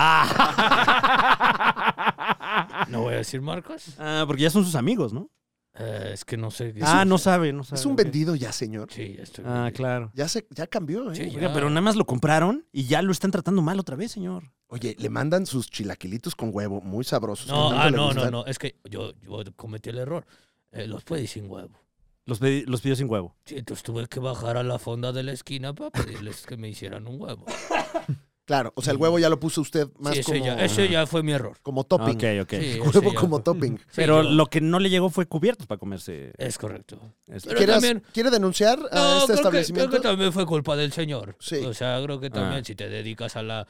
Speaker 2: Ah.
Speaker 4: No voy a decir marcas.
Speaker 2: Ah, porque ya son sus amigos, ¿no?
Speaker 4: Eh, es que no sé. qué-
Speaker 2: ah, no sabe, no sabe.
Speaker 1: Es un
Speaker 2: ok.
Speaker 1: vendido ya, señor.
Speaker 4: Sí, estoy.
Speaker 2: Ah, claro.
Speaker 1: Ya se, ya cambió, ¿eh?
Speaker 4: Sí, ya.
Speaker 2: Oiga, pero nada más lo compraron y ya lo están tratando mal otra vez, señor.
Speaker 1: Oye, le mandan sus chilaquilitos con huevo, muy sabrosos.
Speaker 4: No,
Speaker 1: que tanto
Speaker 4: ah,
Speaker 1: le
Speaker 4: no, no,
Speaker 1: gustan.
Speaker 4: no. Es que yo, yo cometí el error. Eh, los pedí sin huevo.
Speaker 2: Los, pedi- los pidió sin huevo.
Speaker 4: Sí, entonces tuve que bajar a la fonda de la esquina para pedirles que me hicieran un huevo.
Speaker 1: Claro, o sea, el huevo ya lo puso usted más
Speaker 4: Sí, ese,
Speaker 1: como,
Speaker 4: ya, ese ya fue mi error.
Speaker 1: como topping.
Speaker 2: Ah, Ok, ok.
Speaker 4: Sí, ese
Speaker 1: Huevo
Speaker 4: ya
Speaker 1: como
Speaker 4: fue-
Speaker 1: topping.
Speaker 4: sí,
Speaker 2: Pero
Speaker 4: yo-
Speaker 2: lo que no le llegó fue cubiertos para comerse.
Speaker 4: Es correcto.
Speaker 2: esto.
Speaker 4: Pero
Speaker 1: ¿Quieres-
Speaker 4: también-
Speaker 1: ¿Quiere denunciar
Speaker 2: Ah,
Speaker 1: a
Speaker 4: No,
Speaker 1: este
Speaker 4: creo, que- creo que,
Speaker 1: establecimiento?
Speaker 4: también fue culpa del señor.
Speaker 1: Sí.
Speaker 4: O sea, creo que también
Speaker 2: Ah.
Speaker 4: si te dedicas a la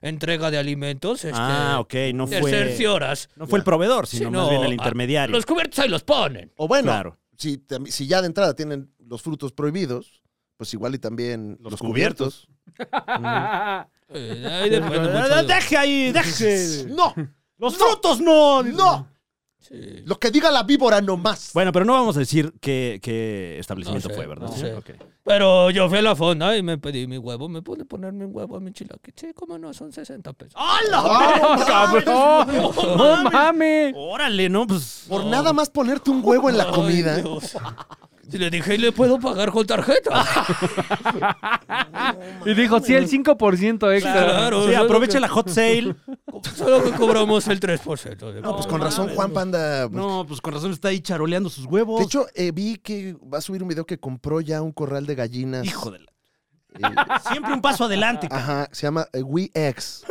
Speaker 4: entrega de alimentos, este,
Speaker 2: ah, ok, no fue.
Speaker 4: tercioras.
Speaker 2: No fue el proveedor, sino
Speaker 4: Sí,
Speaker 2: más
Speaker 4: no,
Speaker 2: bien el
Speaker 4: ah,
Speaker 2: intermediario.
Speaker 4: Los cubiertos ahí los ponen.
Speaker 1: O bueno,
Speaker 2: Claro.
Speaker 1: si, tam- si ya de entrada tienen los frutos prohibidos, pues igual y también los,
Speaker 2: Los
Speaker 1: cubiertos.
Speaker 4: Eh, ahí depende mucho
Speaker 2: Ah,
Speaker 4: de-
Speaker 2: Deje ahí, deje.
Speaker 1: No,
Speaker 2: Los frutos no.
Speaker 1: no,
Speaker 4: Sí.
Speaker 1: lo que diga la víbora no más.
Speaker 2: Bueno, pero no vamos a decir qué, qué establecimiento
Speaker 4: No sé,
Speaker 2: fue, ¿verdad?
Speaker 4: no
Speaker 2: señor?
Speaker 4: sé. Pero yo fui a la fonda y me pedí mi huevo. ¿Me pude ponerme un huevo a mi chilaquil? Sí, cómo no, son 60 pesos.
Speaker 1: ¡Ah, no mames!
Speaker 3: ¡Cabrón! ¡No mames!
Speaker 2: Órale, no, pues.
Speaker 1: Por nada más ponerte un huevo en pues la
Speaker 4: Ay,
Speaker 1: comida. ¿eh?
Speaker 4: Dios. Y le dije, ¿y le puedo pagar con
Speaker 1: Ah.
Speaker 4: tarjeta?
Speaker 3: Y dijo, sí, el 5% extra.
Speaker 4: Claro,
Speaker 2: Sí,
Speaker 4: solo
Speaker 2: aprovecha la hot sale.
Speaker 4: que- Solo que cobramos el 3%. de-
Speaker 1: No, pues con razón Juan Panda.
Speaker 2: No, pues con razón está ahí charoleando sus huevos.
Speaker 1: De hecho, eh, vi que va a subir un video que compró ya un corral de gallinas.
Speaker 2: hijo de la...
Speaker 1: eh,
Speaker 2: Siempre un paso adelante.
Speaker 1: Ajá, se llama eh, WeX.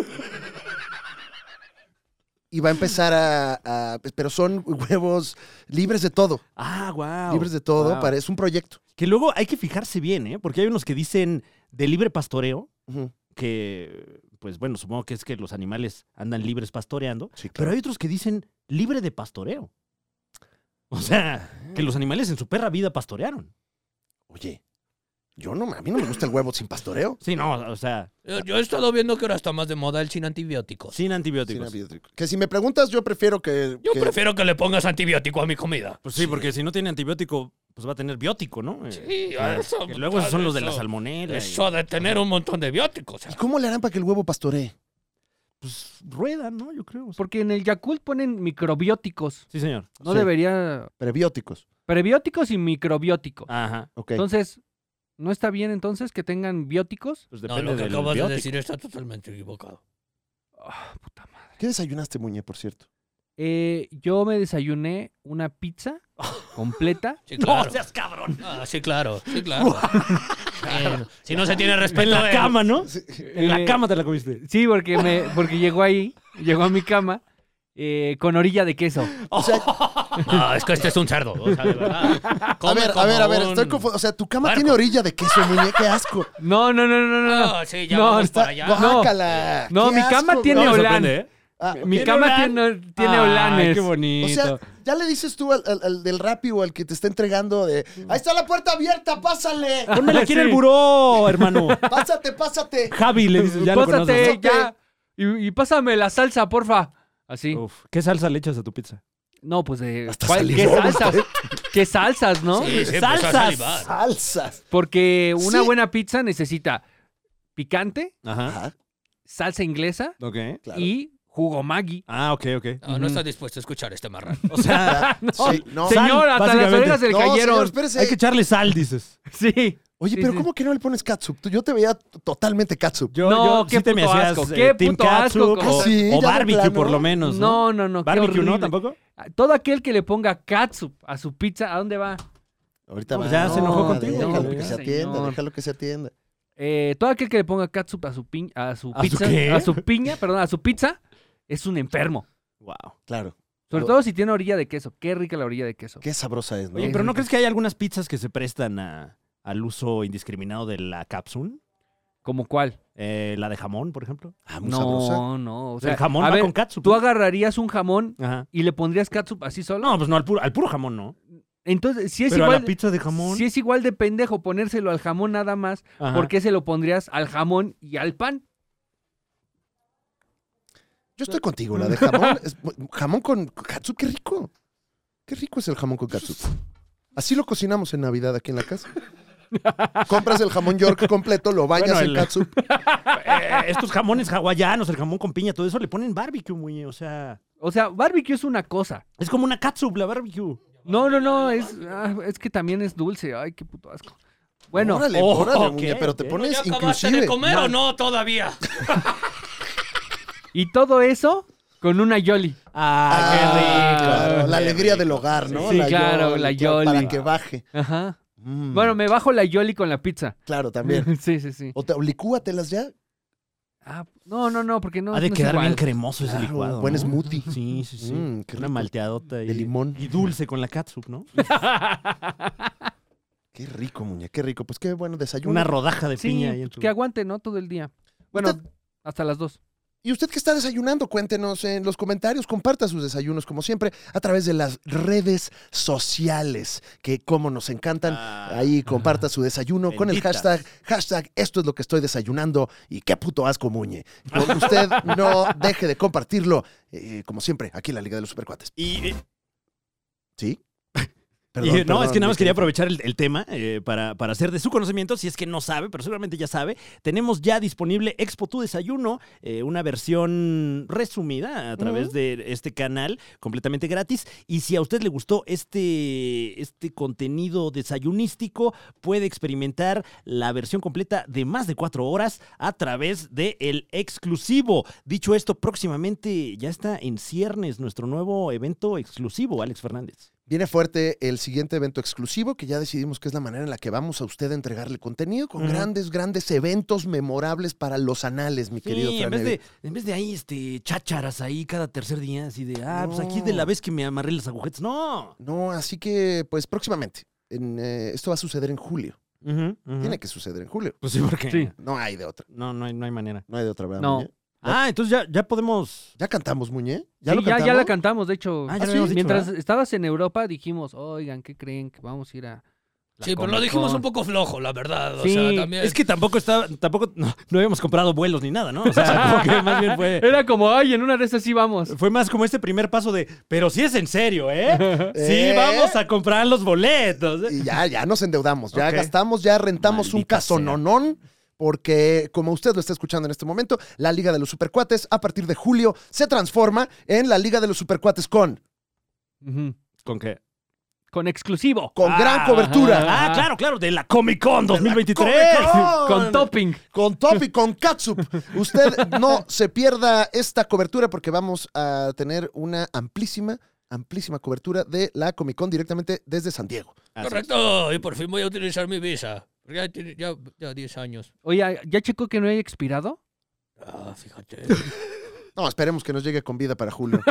Speaker 1: Y va a empezar a, a- pues, Pero son huevos libres de todo.
Speaker 2: Ah, wow.
Speaker 1: libres de todo.
Speaker 2: Wow.
Speaker 1: para- es un proyecto.
Speaker 2: Que luego hay que fijarse bien, ¿eh? Porque hay unos que dicen de libre pastoreo,
Speaker 1: Ujú,
Speaker 2: que, pues bueno, supongo que es que los animales andan libres pastoreando,
Speaker 1: sí,
Speaker 2: pero
Speaker 1: claro.
Speaker 2: hay otros que dicen libre de pastoreo. O sea, que los animales en su perra vida pastorearon.
Speaker 1: Oye, yo no, a mí no me gusta el huevo sin pastoreo.
Speaker 2: Sí, no, o sea,
Speaker 4: Yo, yo he estado viendo que ahora está más de moda el sin antibióticos.
Speaker 2: sin
Speaker 1: Sin
Speaker 2: antibióticos.
Speaker 1: antibiótico. que si me preguntas, yo prefiero que.
Speaker 4: Yo
Speaker 1: que-
Speaker 4: prefiero que le pongas antibiótico a mi comida.
Speaker 2: Pues sí, porque si no tiene antibiótico, pues va a tener biótico, ¿no? Eh,
Speaker 4: Sí,
Speaker 2: claro.
Speaker 4: eso-
Speaker 2: Que luego esos son los de la
Speaker 4: eso-
Speaker 2: salmonela. y-
Speaker 4: Eso de tener un montón de bióticos.
Speaker 1: ¿Y cómo le harán para que el huevo pastoree?
Speaker 2: Pues ruedan, ¿no? Yo creo.
Speaker 3: Porque en el Yakult ponen microbióticos.
Speaker 2: Sí, señor.
Speaker 3: No
Speaker 1: Sí.
Speaker 3: debería...
Speaker 1: Prebióticos.
Speaker 3: Prebióticos y microbióticos.
Speaker 2: Ajá.
Speaker 1: Ok.
Speaker 3: Entonces, ¿no está bien entonces que tengan bióticos?
Speaker 2: Pues
Speaker 4: No,
Speaker 2: depende
Speaker 4: lo que
Speaker 2: del
Speaker 4: acabas
Speaker 2: biótico.
Speaker 4: de decir está totalmente equivocado.
Speaker 3: Ah, puta madre.
Speaker 1: ¿Qué desayunaste, Muñe, por cierto?
Speaker 3: Eh, yo me desayuné una pizza completa.
Speaker 4: Sí, claro.
Speaker 2: No seas cabrón.
Speaker 4: Ah, sí, claro, sí, claro. Eh, si no se tiene respeto
Speaker 2: En la
Speaker 4: eh,
Speaker 2: cama, ¿no? En la
Speaker 3: Eh,
Speaker 2: cama te la comiste.
Speaker 3: Sí, porque, me, porque llegó ahí, llegó a mi cama, eh, con orilla de queso.
Speaker 4: No, es que este es un cerdo. o sea, de verdad.
Speaker 1: A
Speaker 4: Come
Speaker 1: ver, a
Speaker 4: como
Speaker 1: ver, a ver,
Speaker 4: un-
Speaker 1: estoy confundido. O sea, tu cama
Speaker 4: barco.
Speaker 1: tiene orilla de queso, Muñe, qué asco.
Speaker 3: No, no, no, no, no. no.
Speaker 4: Ah, sí, ya
Speaker 3: No,
Speaker 4: vamos
Speaker 3: está-
Speaker 4: para allá.
Speaker 3: no,
Speaker 2: Ah,
Speaker 1: ¡Guácala!
Speaker 3: No,
Speaker 1: ¡Qué
Speaker 3: mi cama
Speaker 1: asco,
Speaker 3: tiene
Speaker 1: güey!
Speaker 2: me
Speaker 3: olán.
Speaker 2: sorprende, ¿eh?
Speaker 1: Ah,
Speaker 3: Mi
Speaker 2: ¿Tiene
Speaker 3: cama
Speaker 2: olán?
Speaker 3: tiene, tiene
Speaker 2: Ay,
Speaker 3: olanes.
Speaker 2: qué bonito.
Speaker 1: O sea, ya le dices tú al, al- al del Rappi o al que te está entregando de ahí está la puerta abierta, pásale,
Speaker 2: Pónmela aquí en el
Speaker 3: Sí.
Speaker 2: buró, hermano.
Speaker 1: pásate, pásate.
Speaker 2: Javi, le dices, ya lo conoces.
Speaker 3: Pásate,
Speaker 1: ¿no?
Speaker 3: ya. Y, y pásame la salsa, porfa. Así.
Speaker 2: ¿no? Uf, ¿Qué salsa le echas a tu pizza?
Speaker 3: No, pues de.
Speaker 1: Hasta
Speaker 3: ¿cuál-
Speaker 1: salivó,
Speaker 3: ¿Qué
Speaker 1: ¿no?
Speaker 3: salsas? ¿Qué salsas, no?
Speaker 4: Sí, sí, empezó a
Speaker 2: Salsas.
Speaker 4: salivar.
Speaker 1: Salsas.
Speaker 3: Porque una
Speaker 1: Sí.
Speaker 3: buena pizza necesita picante,
Speaker 2: Ajá.
Speaker 1: Ajá,
Speaker 3: salsa inglesa
Speaker 2: Ok.
Speaker 1: claro.
Speaker 3: y jugo Maggi.
Speaker 2: Ah, ok, ok.
Speaker 4: No, no está dispuesto a escuchar este marrano.
Speaker 2: O sea,
Speaker 1: Ah, sí, no.
Speaker 2: Sal,
Speaker 3: Señor, hasta las
Speaker 2: básicamente.
Speaker 3: orejas se le
Speaker 1: No, señor,
Speaker 3: cayeron.
Speaker 1: espérese.
Speaker 2: hay que echarle sal, dices.
Speaker 3: Sí.
Speaker 1: Oye,
Speaker 3: Sí,
Speaker 1: pero
Speaker 3: sí.
Speaker 1: ¿cómo que no le pones catsup? Tú- Yo te veía t- totalmente catsup.
Speaker 2: Yo,
Speaker 3: No,
Speaker 2: yo
Speaker 3: qué
Speaker 2: sí te me
Speaker 3: puto
Speaker 2: hacías
Speaker 3: asco,
Speaker 2: eh,
Speaker 3: qué
Speaker 2: Team
Speaker 3: puto asco,
Speaker 2: Catsup
Speaker 3: como-
Speaker 2: o,
Speaker 1: Ah, sí,
Speaker 2: o
Speaker 1: ya de
Speaker 2: barbecue,
Speaker 1: plano.
Speaker 2: por lo menos, ¿no?
Speaker 3: No, no, no. qué
Speaker 2: barbecue no
Speaker 3: horrible.
Speaker 2: tampoco.
Speaker 3: Todo aquel que le ponga katsup a su pizza, ¿a dónde va?
Speaker 1: Ahorita
Speaker 2: No,
Speaker 1: va.
Speaker 2: pues ya se enojó
Speaker 1: No,
Speaker 2: contigo,
Speaker 1: Déjalo
Speaker 2: güey.
Speaker 1: que se
Speaker 3: Señor.
Speaker 1: atienda, déjalo que se atienda.
Speaker 3: Eh, todo aquel que le ponga katsup a su, piñ- a su
Speaker 2: ¿A su
Speaker 3: pizza,
Speaker 2: qué?
Speaker 3: a su piña, perdón, a su pizza, es un enfermo.
Speaker 2: Wow.
Speaker 1: Claro.
Speaker 3: Sobre
Speaker 1: Lo-
Speaker 3: todo si tiene orilla de queso. Qué rica la orilla de queso.
Speaker 1: Qué sabrosa es, ¿no?
Speaker 2: Oye,
Speaker 3: Sí,
Speaker 2: pero
Speaker 3: sí,
Speaker 2: ¿no
Speaker 3: sí.
Speaker 2: crees que hay algunas pizzas que se prestan a- al uso indiscriminado de la cápsula?
Speaker 3: ¿Como cuál?
Speaker 2: Eh, la de jamón, por ejemplo.
Speaker 1: Ah, muy
Speaker 3: No,
Speaker 1: sabrosa.
Speaker 3: no. O
Speaker 2: el
Speaker 3: sea,
Speaker 2: jamón
Speaker 3: a
Speaker 2: va
Speaker 3: ver,
Speaker 2: con catsup.
Speaker 3: tú
Speaker 2: ¿no?
Speaker 3: agarrarías un jamón
Speaker 2: Ajá.
Speaker 3: y le pondrías catsup así solo.
Speaker 2: No, pues no, al puro, al puro jamón, ¿no?
Speaker 3: Entonces, si es
Speaker 2: Pero a
Speaker 3: igual.
Speaker 2: la pizza de jamón.
Speaker 3: Si es igual de pendejo ponérselo al jamón nada más,
Speaker 2: Ajá.
Speaker 3: ¿por qué se lo pondrías al jamón y al pan?
Speaker 1: Yo estoy contigo, la de jamón. es bu- jamón con katsu, qué rico. Qué rico es el jamón con katsu. Así lo cocinamos en Navidad aquí en la casa. Compras el jamón York completo, lo bañas
Speaker 2: Bueno,
Speaker 1: en
Speaker 2: el-
Speaker 1: katsu.
Speaker 2: Eh, estos jamones hawaianos, el jamón con piña, todo eso le ponen barbecue, güey. O sea,
Speaker 3: O sea, barbecue es una cosa.
Speaker 2: es como una catsup la barbecue.
Speaker 3: No, no, no, es, ah, es que también es dulce. Ay, qué puto asco. Bueno,
Speaker 1: órale,
Speaker 2: oh,
Speaker 1: órale,
Speaker 2: ok,
Speaker 1: muñe, pero te
Speaker 2: ok.
Speaker 1: pones
Speaker 4: ¿Ya acabaste
Speaker 1: inclusive.
Speaker 4: de comer o no todavía?
Speaker 3: y todo eso con una yoli.
Speaker 1: Ah, claro, la
Speaker 2: qué
Speaker 1: alegría
Speaker 2: rico.
Speaker 1: del hogar, ¿no?
Speaker 3: Sí, claro, la
Speaker 1: claro, Para
Speaker 3: Yoli.
Speaker 1: que baje.
Speaker 3: Ajá.
Speaker 1: Mm,
Speaker 3: Bueno, me bajo la yoli con la pizza.
Speaker 1: Claro, también.
Speaker 3: sí, sí, sí.
Speaker 1: O te, o licúatelas ya.
Speaker 3: Ah, no, no, no, porque no.
Speaker 2: Ha de
Speaker 3: no es
Speaker 2: quedar bien
Speaker 3: igual.
Speaker 2: cremoso ese
Speaker 1: Claro,
Speaker 2: licuado.
Speaker 1: buen
Speaker 2: ¿no?
Speaker 1: smoothie.
Speaker 2: Sí, sí, sí.
Speaker 1: Mm, qué
Speaker 2: Una
Speaker 1: rico.
Speaker 2: malteadota. Y,
Speaker 1: De limón.
Speaker 2: Y dulce con la catsup, ¿no?
Speaker 1: Qué rico, muñe, qué rico. Pues qué bueno desayuno.
Speaker 2: Una rodaja de piña. ahí
Speaker 3: Sí,
Speaker 2: en tu-
Speaker 3: que aguante, ¿no? Todo el día. Bueno, hasta las dos.
Speaker 1: ¿Y usted qué está desayunando? Cuéntenos en los comentarios, comparta sus desayunos como siempre a través de las redes sociales, que como nos encantan,
Speaker 2: Ah.
Speaker 1: ahí comparta su desayuno con el
Speaker 2: Benditas.
Speaker 1: hashtag, hashtag esto es lo que estoy desayunando y qué puto asco muñe. Porque usted no deje de compartirlo, eh, como siempre, aquí en la Liga de los Supercuates.
Speaker 2: Ah, Y, y-
Speaker 1: ¿Sí?
Speaker 2: no, es que nada más
Speaker 1: mi
Speaker 2: quería
Speaker 1: querido.
Speaker 2: aprovechar el, el tema eh, para, para hacer de su conocimiento, si es que no sabe, pero seguramente ya sabe. Tenemos ya disponible Expo Tu Desayuno, eh, una versión resumida a través de este canal, completamente gratis. Y si a usted le gustó este, este contenido desayunístico, puede experimentar la versión completa de más de cuatro horas a través de el exclusivo. Dicho esto, próximamente ya está en ciernes nuestro nuevo evento exclusivo, Alex Fernández.
Speaker 1: Viene fuerte el siguiente evento exclusivo, que ya decidimos que es la manera en la que vamos a usted a entregarle contenido, con
Speaker 2: Ujú.
Speaker 1: grandes, grandes eventos memorables para los anales, mi querido
Speaker 2: Sí, en vez,
Speaker 1: Franevia.
Speaker 2: de, en vez de ahí, este, chácharas ahí cada tercer día, así de, ah, pues aquí
Speaker 1: No.
Speaker 2: de la vez que me amarré las agujetas. No.
Speaker 1: No, así que, pues próximamente. En, eh, esto va a suceder en julio. Tiene que suceder en julio.
Speaker 2: Pues sí, porque
Speaker 3: Sí.
Speaker 1: No hay de otra.
Speaker 2: no, no, hay, no hay manera.
Speaker 1: No hay de otra, ¿verdad,
Speaker 3: No.
Speaker 1: Muñe?
Speaker 2: Ah, entonces ya, ya podemos.
Speaker 1: ¿Ya cantamos, Muñe? ¿Ya
Speaker 3: Sí,
Speaker 1: lo cantamos?
Speaker 3: ya la cantamos, de hecho.
Speaker 2: Ah, ya lo
Speaker 1: sí?
Speaker 2: habíamos dicho,
Speaker 3: Mientras
Speaker 2: ¿verdad?
Speaker 3: estabas en Europa, dijimos, oigan, ¿qué creen? Que vamos a ir a. la
Speaker 4: Sí, pero lo
Speaker 3: Comic
Speaker 4: dijimos
Speaker 3: Con".
Speaker 4: un poco flojo, la verdad. O
Speaker 3: Sí,
Speaker 4: sea, también.
Speaker 2: Es que tampoco estaba, tampoco, no, no habíamos comprado vuelos ni nada, ¿no? O sea, como que más bien fue.
Speaker 3: Era como, ay, en una de esas sí vamos.
Speaker 2: Fue más como este primer paso de, pero si es en serio, ¿eh? Sí,
Speaker 1: ¿Eh?
Speaker 2: vamos a comprar los boletos.
Speaker 1: Y ya, ya nos endeudamos, ya
Speaker 2: Ok.
Speaker 1: gastamos, ya rentamos un
Speaker 2: Maldita sea.
Speaker 1: casononón. Porque, como usted lo está escuchando en este momento, la Liga de los Supercuates, a partir de julio, se transforma en la Liga de los Supercuates con,
Speaker 3: Ujú.
Speaker 2: ¿Con qué?
Speaker 3: Con exclusivo.
Speaker 1: con
Speaker 2: Ah,
Speaker 1: gran cobertura.
Speaker 2: Ah,
Speaker 3: Ajá.
Speaker 2: claro, claro, de la Comic Con 2023.
Speaker 1: Comic
Speaker 3: Con topping.
Speaker 1: Con top y con catsup. Usted no se pierda esta cobertura porque vamos a tener una amplísima, amplísima cobertura de la Comic Con directamente desde San Diego.
Speaker 2: Así es.
Speaker 4: Correcto, y por fin voy a utilizar mi visa. Ya tiene ya, ya 10 años.
Speaker 3: Oye, ¿ya checó que no haya expirado?
Speaker 4: Ah, fíjate.
Speaker 1: No, esperemos que nos llegue con vida para julio.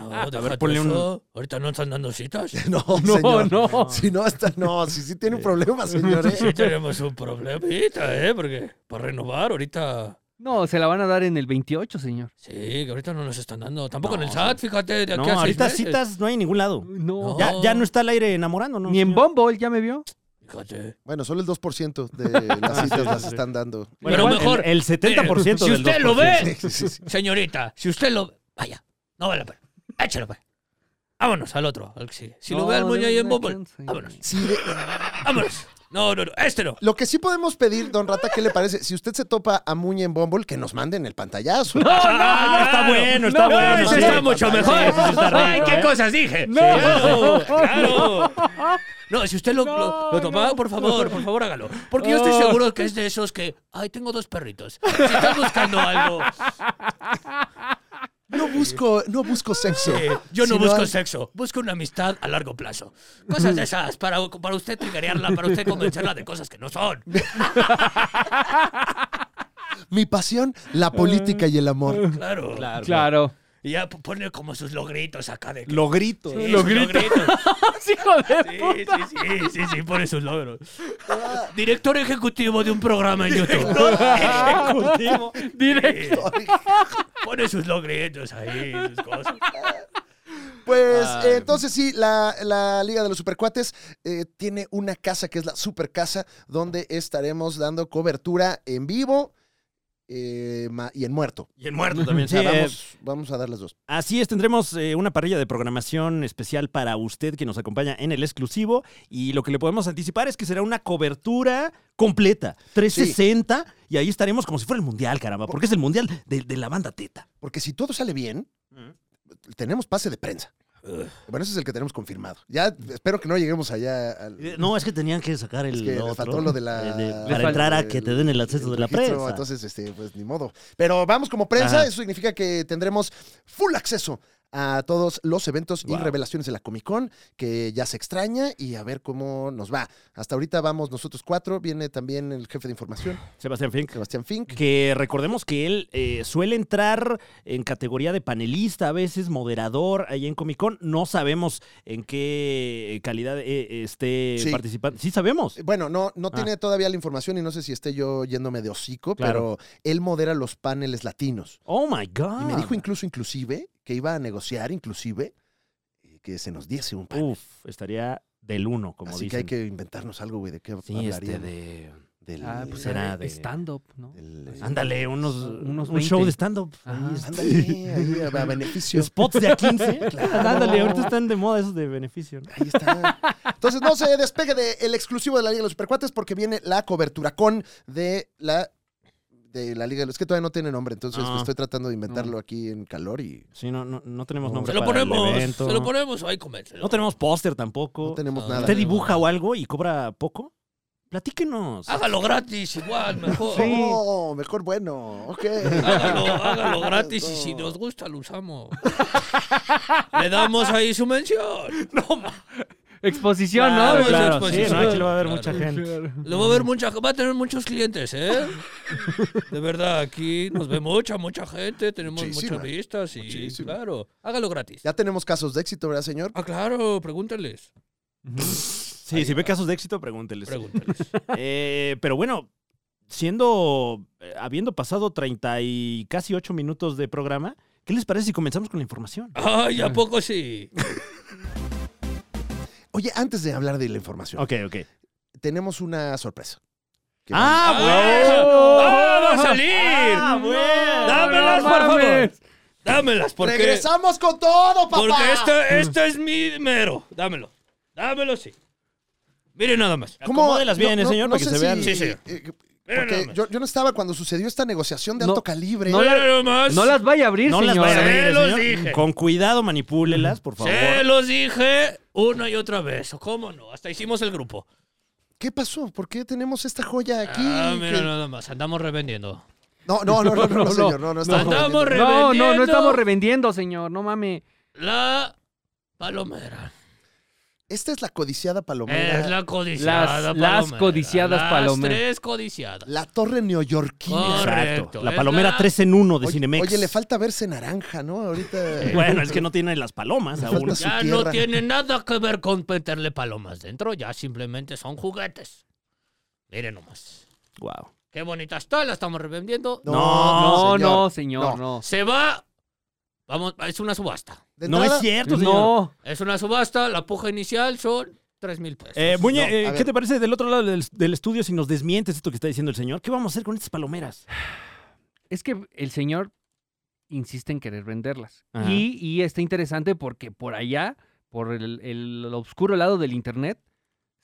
Speaker 4: No, a
Speaker 2: ver, ponle un-
Speaker 4: Ahorita no están dando citas.
Speaker 1: No,
Speaker 3: No,
Speaker 1: señor.
Speaker 3: no.
Speaker 1: Si no, hasta no. Si sí tiene un problema, señor. ¿eh?
Speaker 4: Sí tenemos un problemita, ¿eh? Porque para renovar ahorita...
Speaker 3: No, se la van a dar en el 28, señor.
Speaker 4: Sí, que ahorita no nos están dando. Tampoco
Speaker 2: No,
Speaker 4: en el SAT, fíjate. De aquí
Speaker 2: No,
Speaker 4: a seis
Speaker 2: ahorita
Speaker 4: meses.
Speaker 2: citas no hay en ningún lado.
Speaker 3: No.
Speaker 2: Ya, ya no está el aire enamorando, ¿no?
Speaker 3: Ni en
Speaker 2: señor?
Speaker 3: Bumble, ¿ya me vio?
Speaker 4: Fíjate.
Speaker 1: Bueno, solo el 2% de
Speaker 2: Ah,
Speaker 1: las citas las están dando.
Speaker 2: Bueno,
Speaker 4: Pero
Speaker 2: bueno,
Speaker 4: mejor.
Speaker 2: El, el 70%
Speaker 4: Mire, Si
Speaker 2: del
Speaker 4: usted lo
Speaker 2: 2%.
Speaker 4: ve, señorita, si usted lo ve, vaya, no vale la pena. Échalo, pues. Vámonos al otro, al que sigue. Si lo
Speaker 3: No,
Speaker 4: ve al muñe ahí
Speaker 3: denme
Speaker 4: en
Speaker 3: una
Speaker 4: Bumble,
Speaker 3: chance.
Speaker 4: vámonos.
Speaker 1: Sí, de-
Speaker 4: Vámonos. No, no, no. Este no.
Speaker 1: lo que sí podemos pedir, don Rata, ¿qué le parece? Si usted se topa a Muñe en Bumble, que nos manden el pantallazo.
Speaker 2: Ah,
Speaker 4: no,
Speaker 2: está bueno, está
Speaker 3: No,
Speaker 2: bueno.
Speaker 4: ese
Speaker 2: sí.
Speaker 4: está mucho
Speaker 2: Sí,
Speaker 4: mejor.
Speaker 2: ese está rico,
Speaker 4: Ay, qué
Speaker 2: ¿eh?
Speaker 4: cosas dije.
Speaker 3: No.
Speaker 4: Claro, claro. No, si usted lo, lo, lo
Speaker 3: No,
Speaker 4: tomaba,
Speaker 3: no.
Speaker 4: por favor, por favor hágalo. Porque yo
Speaker 3: No.
Speaker 4: estoy seguro que es de esos que, ay, tengo dos perritos. Si estás buscando algo,
Speaker 1: No busco, no busco sexo.
Speaker 4: eh, yo no
Speaker 1: sino
Speaker 4: busco
Speaker 1: al-
Speaker 4: sexo, busco una amistad a largo plazo. Cosas de esas, para, para usted trigarearla, para usted convencerla de cosas que no son.
Speaker 1: Mi pasión, la política y el amor.
Speaker 4: Claro.
Speaker 3: Claro.
Speaker 4: Y ya pone como sus logritos acá de... que-
Speaker 2: Lo grito.
Speaker 4: Sí,
Speaker 2: Lo
Speaker 4: sus
Speaker 2: grito.
Speaker 4: logritos.
Speaker 3: ¡Hijo de
Speaker 4: Sí, sí, sí, sí, sí, pone sus logros. Director ejecutivo de un programa en YouTube.
Speaker 2: Ejecutivo.
Speaker 4: Director. Pone sus logritos ahí, sus cosas.
Speaker 1: Pues
Speaker 2: Ay.
Speaker 1: eh, entonces sí, la, la Liga de los Supercuates eh, tiene una casa que es la Supercasa, donde estaremos dando cobertura en vivo eh, ma- y en muerto.
Speaker 2: Y el muerto también.
Speaker 1: O sea,
Speaker 2: Sí, eh,
Speaker 1: vamos, vamos a dar las dos.
Speaker 2: Así es, tendremos eh, una parrilla de programación especial para usted que nos acompaña en el exclusivo y lo que le podemos anticipar es que será una cobertura completa, 360, y ahí estaremos como si fuera el mundial, caramba, porque es el mundial de, de la banda Teta.
Speaker 1: Porque si todo sale bien, tenemos pase de prensa. Bueno, ese es el que tenemos confirmado. Ya espero que no lleguemos allá al...
Speaker 2: Eh, No, es que tenían que sacar el
Speaker 1: Es que
Speaker 2: otro,
Speaker 1: le faltó lo de la...
Speaker 2: el de-
Speaker 1: el-
Speaker 2: para entrar a
Speaker 1: el-
Speaker 2: que te den el acceso
Speaker 1: el
Speaker 2: de la
Speaker 1: registro,
Speaker 2: prensa.
Speaker 1: Entonces, este, pues ni modo. Pero vamos como prensa,
Speaker 2: Ajá.
Speaker 1: eso significa que tendremos full acceso a todos los eventos y
Speaker 2: Guau.
Speaker 1: revelaciones de la Comic Con, que ya se extraña, y a ver cómo nos va. Hasta ahorita vamos nosotros cuatro, viene también el jefe de información,
Speaker 2: Sebastián Fink.
Speaker 1: Sebastián Fink.
Speaker 2: Que recordemos que él eh, suele entrar en categoría de panelista, a veces moderador ahí en Comic Con. No sabemos en qué calidad eh, esté
Speaker 1: Sí.
Speaker 2: participando. Sí sabemos.
Speaker 1: Bueno, no, no
Speaker 2: Ah.
Speaker 1: tiene todavía la información y no sé si esté yo yéndome de hocico,
Speaker 2: Claro.
Speaker 1: pero él modera los paneles latinos.
Speaker 2: Oh my God.
Speaker 1: Y me dijo incluso, inclusive, que iba a negociar, inclusive, eh, que se nos diese un panel.
Speaker 2: Uf, estaría del uno, Uh, como
Speaker 1: Así
Speaker 2: dicen.
Speaker 1: que hay que inventarnos algo, güey, de qué
Speaker 2: Sí, este
Speaker 1: hablaríamos.
Speaker 2: de.
Speaker 1: Del,
Speaker 3: Ah,
Speaker 2: Será
Speaker 3: pues
Speaker 2: Pues
Speaker 3: era
Speaker 2: de-
Speaker 3: de stand-up, ¿no?
Speaker 1: del- eh,
Speaker 2: Ándale, unos,
Speaker 3: Unos
Speaker 2: un show
Speaker 3: 20.
Speaker 2: de stand-up.
Speaker 3: Ajá.
Speaker 2: Ahí está.
Speaker 1: Ándale, ahí, a, a beneficio.
Speaker 2: Spots de a 15.
Speaker 1: Claro.
Speaker 2: Ándale, ahorita están de moda esos de beneficio. ¿no?
Speaker 1: Ahí está. Entonces no se despegue del exclusivo de la Liga de los Supercuates porque viene la cobertura con de la de la Liga de los es que todavía no tiene nombre, entonces pues,
Speaker 2: Ah.
Speaker 1: estoy tratando de inventarlo aquí en calor y
Speaker 2: Sí, no, no, no tenemos
Speaker 1: No,
Speaker 2: nombre.
Speaker 4: Se lo
Speaker 2: para el
Speaker 4: ponemos,
Speaker 2: evento.
Speaker 4: se lo ponemos ahí, comételo.
Speaker 2: No tenemos póster tampoco.
Speaker 1: no tenemos
Speaker 4: Ah.
Speaker 1: nada.
Speaker 2: ¿Usted dibuja o algo y cobra poco? Platíquenos.
Speaker 1: Ah,
Speaker 4: Hágalo gratis, igual, mejor.
Speaker 1: Oh, mejor bueno. Ok.
Speaker 4: Hágalo, hágalo gratis y si
Speaker 1: No.
Speaker 4: nos gusta lo usamos. Le damos ahí su mención. No ma-
Speaker 3: Exposición,
Speaker 4: Claro,
Speaker 3: ¿no?
Speaker 4: claro,
Speaker 2: sí,
Speaker 4: exposición.
Speaker 2: no, aquí lo va a ver
Speaker 4: Claro.
Speaker 2: mucha gente.
Speaker 4: Le va a ver mucha, va a tener muchos clientes, ¿eh? De verdad, aquí nos ve mucha, mucha gente, tenemos
Speaker 1: Muchísima.
Speaker 4: muchas vistas y
Speaker 1: Muchísima.
Speaker 4: claro, hágalo gratis.
Speaker 1: Ya tenemos casos de éxito, ¿verdad, señor?
Speaker 4: Ah, claro, pregúntales.
Speaker 2: Sí, si ve casos de éxito, pregúnteles.
Speaker 4: Pregúntales.
Speaker 2: Eh, pero bueno, siendo, eh, habiendo pasado 30 y casi 8 minutos de programa, ¿qué les parece si comenzamos con la información?
Speaker 4: Ay, ¿a poco sí?
Speaker 1: Oye, antes de hablar de la información,
Speaker 2: Ok, ok.
Speaker 1: tenemos una sorpresa. Que
Speaker 2: ¡Ah,
Speaker 4: bueno! ¡Ah, va a salir!
Speaker 2: ¡Ah, bueno!
Speaker 4: ¡Dámelas, por favor! ¡Dámelas! Porque,
Speaker 1: Regresamos con todo, papá.
Speaker 4: porque
Speaker 2: este
Speaker 4: esto, esto es mi mero. Dámelo. Dámelo, sí. Mire nada más.
Speaker 2: Acomódelas bien, eh, señor, para que
Speaker 1: sé
Speaker 2: se vean.
Speaker 4: Sí, señor.
Speaker 1: eh, que-
Speaker 4: Mira nada
Speaker 1: porque
Speaker 4: más.
Speaker 1: yo, yo no estaba cuando sucedió esta negociación de
Speaker 3: No,
Speaker 1: alto calibre.
Speaker 3: no
Speaker 4: Mire
Speaker 3: la-
Speaker 4: nada más.
Speaker 3: No las vaya a abrir,
Speaker 2: No
Speaker 3: señor.
Speaker 2: las vaya a
Speaker 4: Se
Speaker 2: abrir,
Speaker 4: los
Speaker 2: señor.
Speaker 4: dije.
Speaker 2: Con cuidado, manipúlelas, por favor.
Speaker 4: Se los dije una y otra vez. ¿Cómo no? Hasta hicimos el grupo.
Speaker 1: ¿Qué pasó? ¿Por qué tenemos esta joya aquí?
Speaker 4: Ah, mira
Speaker 1: Que-
Speaker 4: nada más. Andamos revendiendo.
Speaker 1: no, no, no, no, no, no,
Speaker 3: no,
Speaker 1: señor. No, no estamos.
Speaker 4: Andamos
Speaker 1: vendiendo.
Speaker 3: No, no, no
Speaker 4: revendiendo
Speaker 3: estamos revendiendo, señor. No mames.
Speaker 4: La palomera.
Speaker 1: Esta es la codiciada palomera.
Speaker 4: Eh, Es
Speaker 1: la...
Speaker 4: la codiciada
Speaker 3: Las- las
Speaker 4: palomera.
Speaker 3: codiciadas palomeras.
Speaker 4: Las tres codiciadas.
Speaker 1: torre neoyorquina.
Speaker 4: Ah,
Speaker 2: Exacto.
Speaker 4: Correcto.
Speaker 2: La
Speaker 4: Es
Speaker 2: palomera
Speaker 4: la-
Speaker 2: 3 en 1 de
Speaker 1: Oye,
Speaker 2: Cinemex. Eh,
Speaker 1: Oye, le falta verse naranja, ¿no? Ahorita.
Speaker 2: Bueno, es que no tiene las palomas
Speaker 1: Le
Speaker 2: aún.
Speaker 1: falta su
Speaker 4: Ya no
Speaker 1: tierra.
Speaker 4: tiene nada que ver con meterle palomas dentro, ya simplemente son juguetes. Miren nomás.
Speaker 2: Wow.
Speaker 4: Qué bonita está, la estamos revendiendo.
Speaker 1: No,
Speaker 2: No,
Speaker 3: No,
Speaker 1: señor.
Speaker 3: no, señor, no.
Speaker 4: Se va. Vamos, es una subasta.
Speaker 1: De
Speaker 2: No es
Speaker 1: entrada,
Speaker 2: cierto, señor.
Speaker 3: No.
Speaker 4: Es una subasta, la puja inicial son 3 mil pesos.
Speaker 2: Eh, Muñe,
Speaker 1: No,
Speaker 2: eh,
Speaker 1: a ver.
Speaker 2: ¿qué te parece del otro lado del, del estudio si nos desmientes esto que está diciendo el señor? ¿Qué vamos a hacer con estas palomeras?
Speaker 3: Es que el señor insiste en querer venderlas.
Speaker 2: Ajá.
Speaker 3: Y, y está interesante porque por allá, por el, el oscuro lado del internet,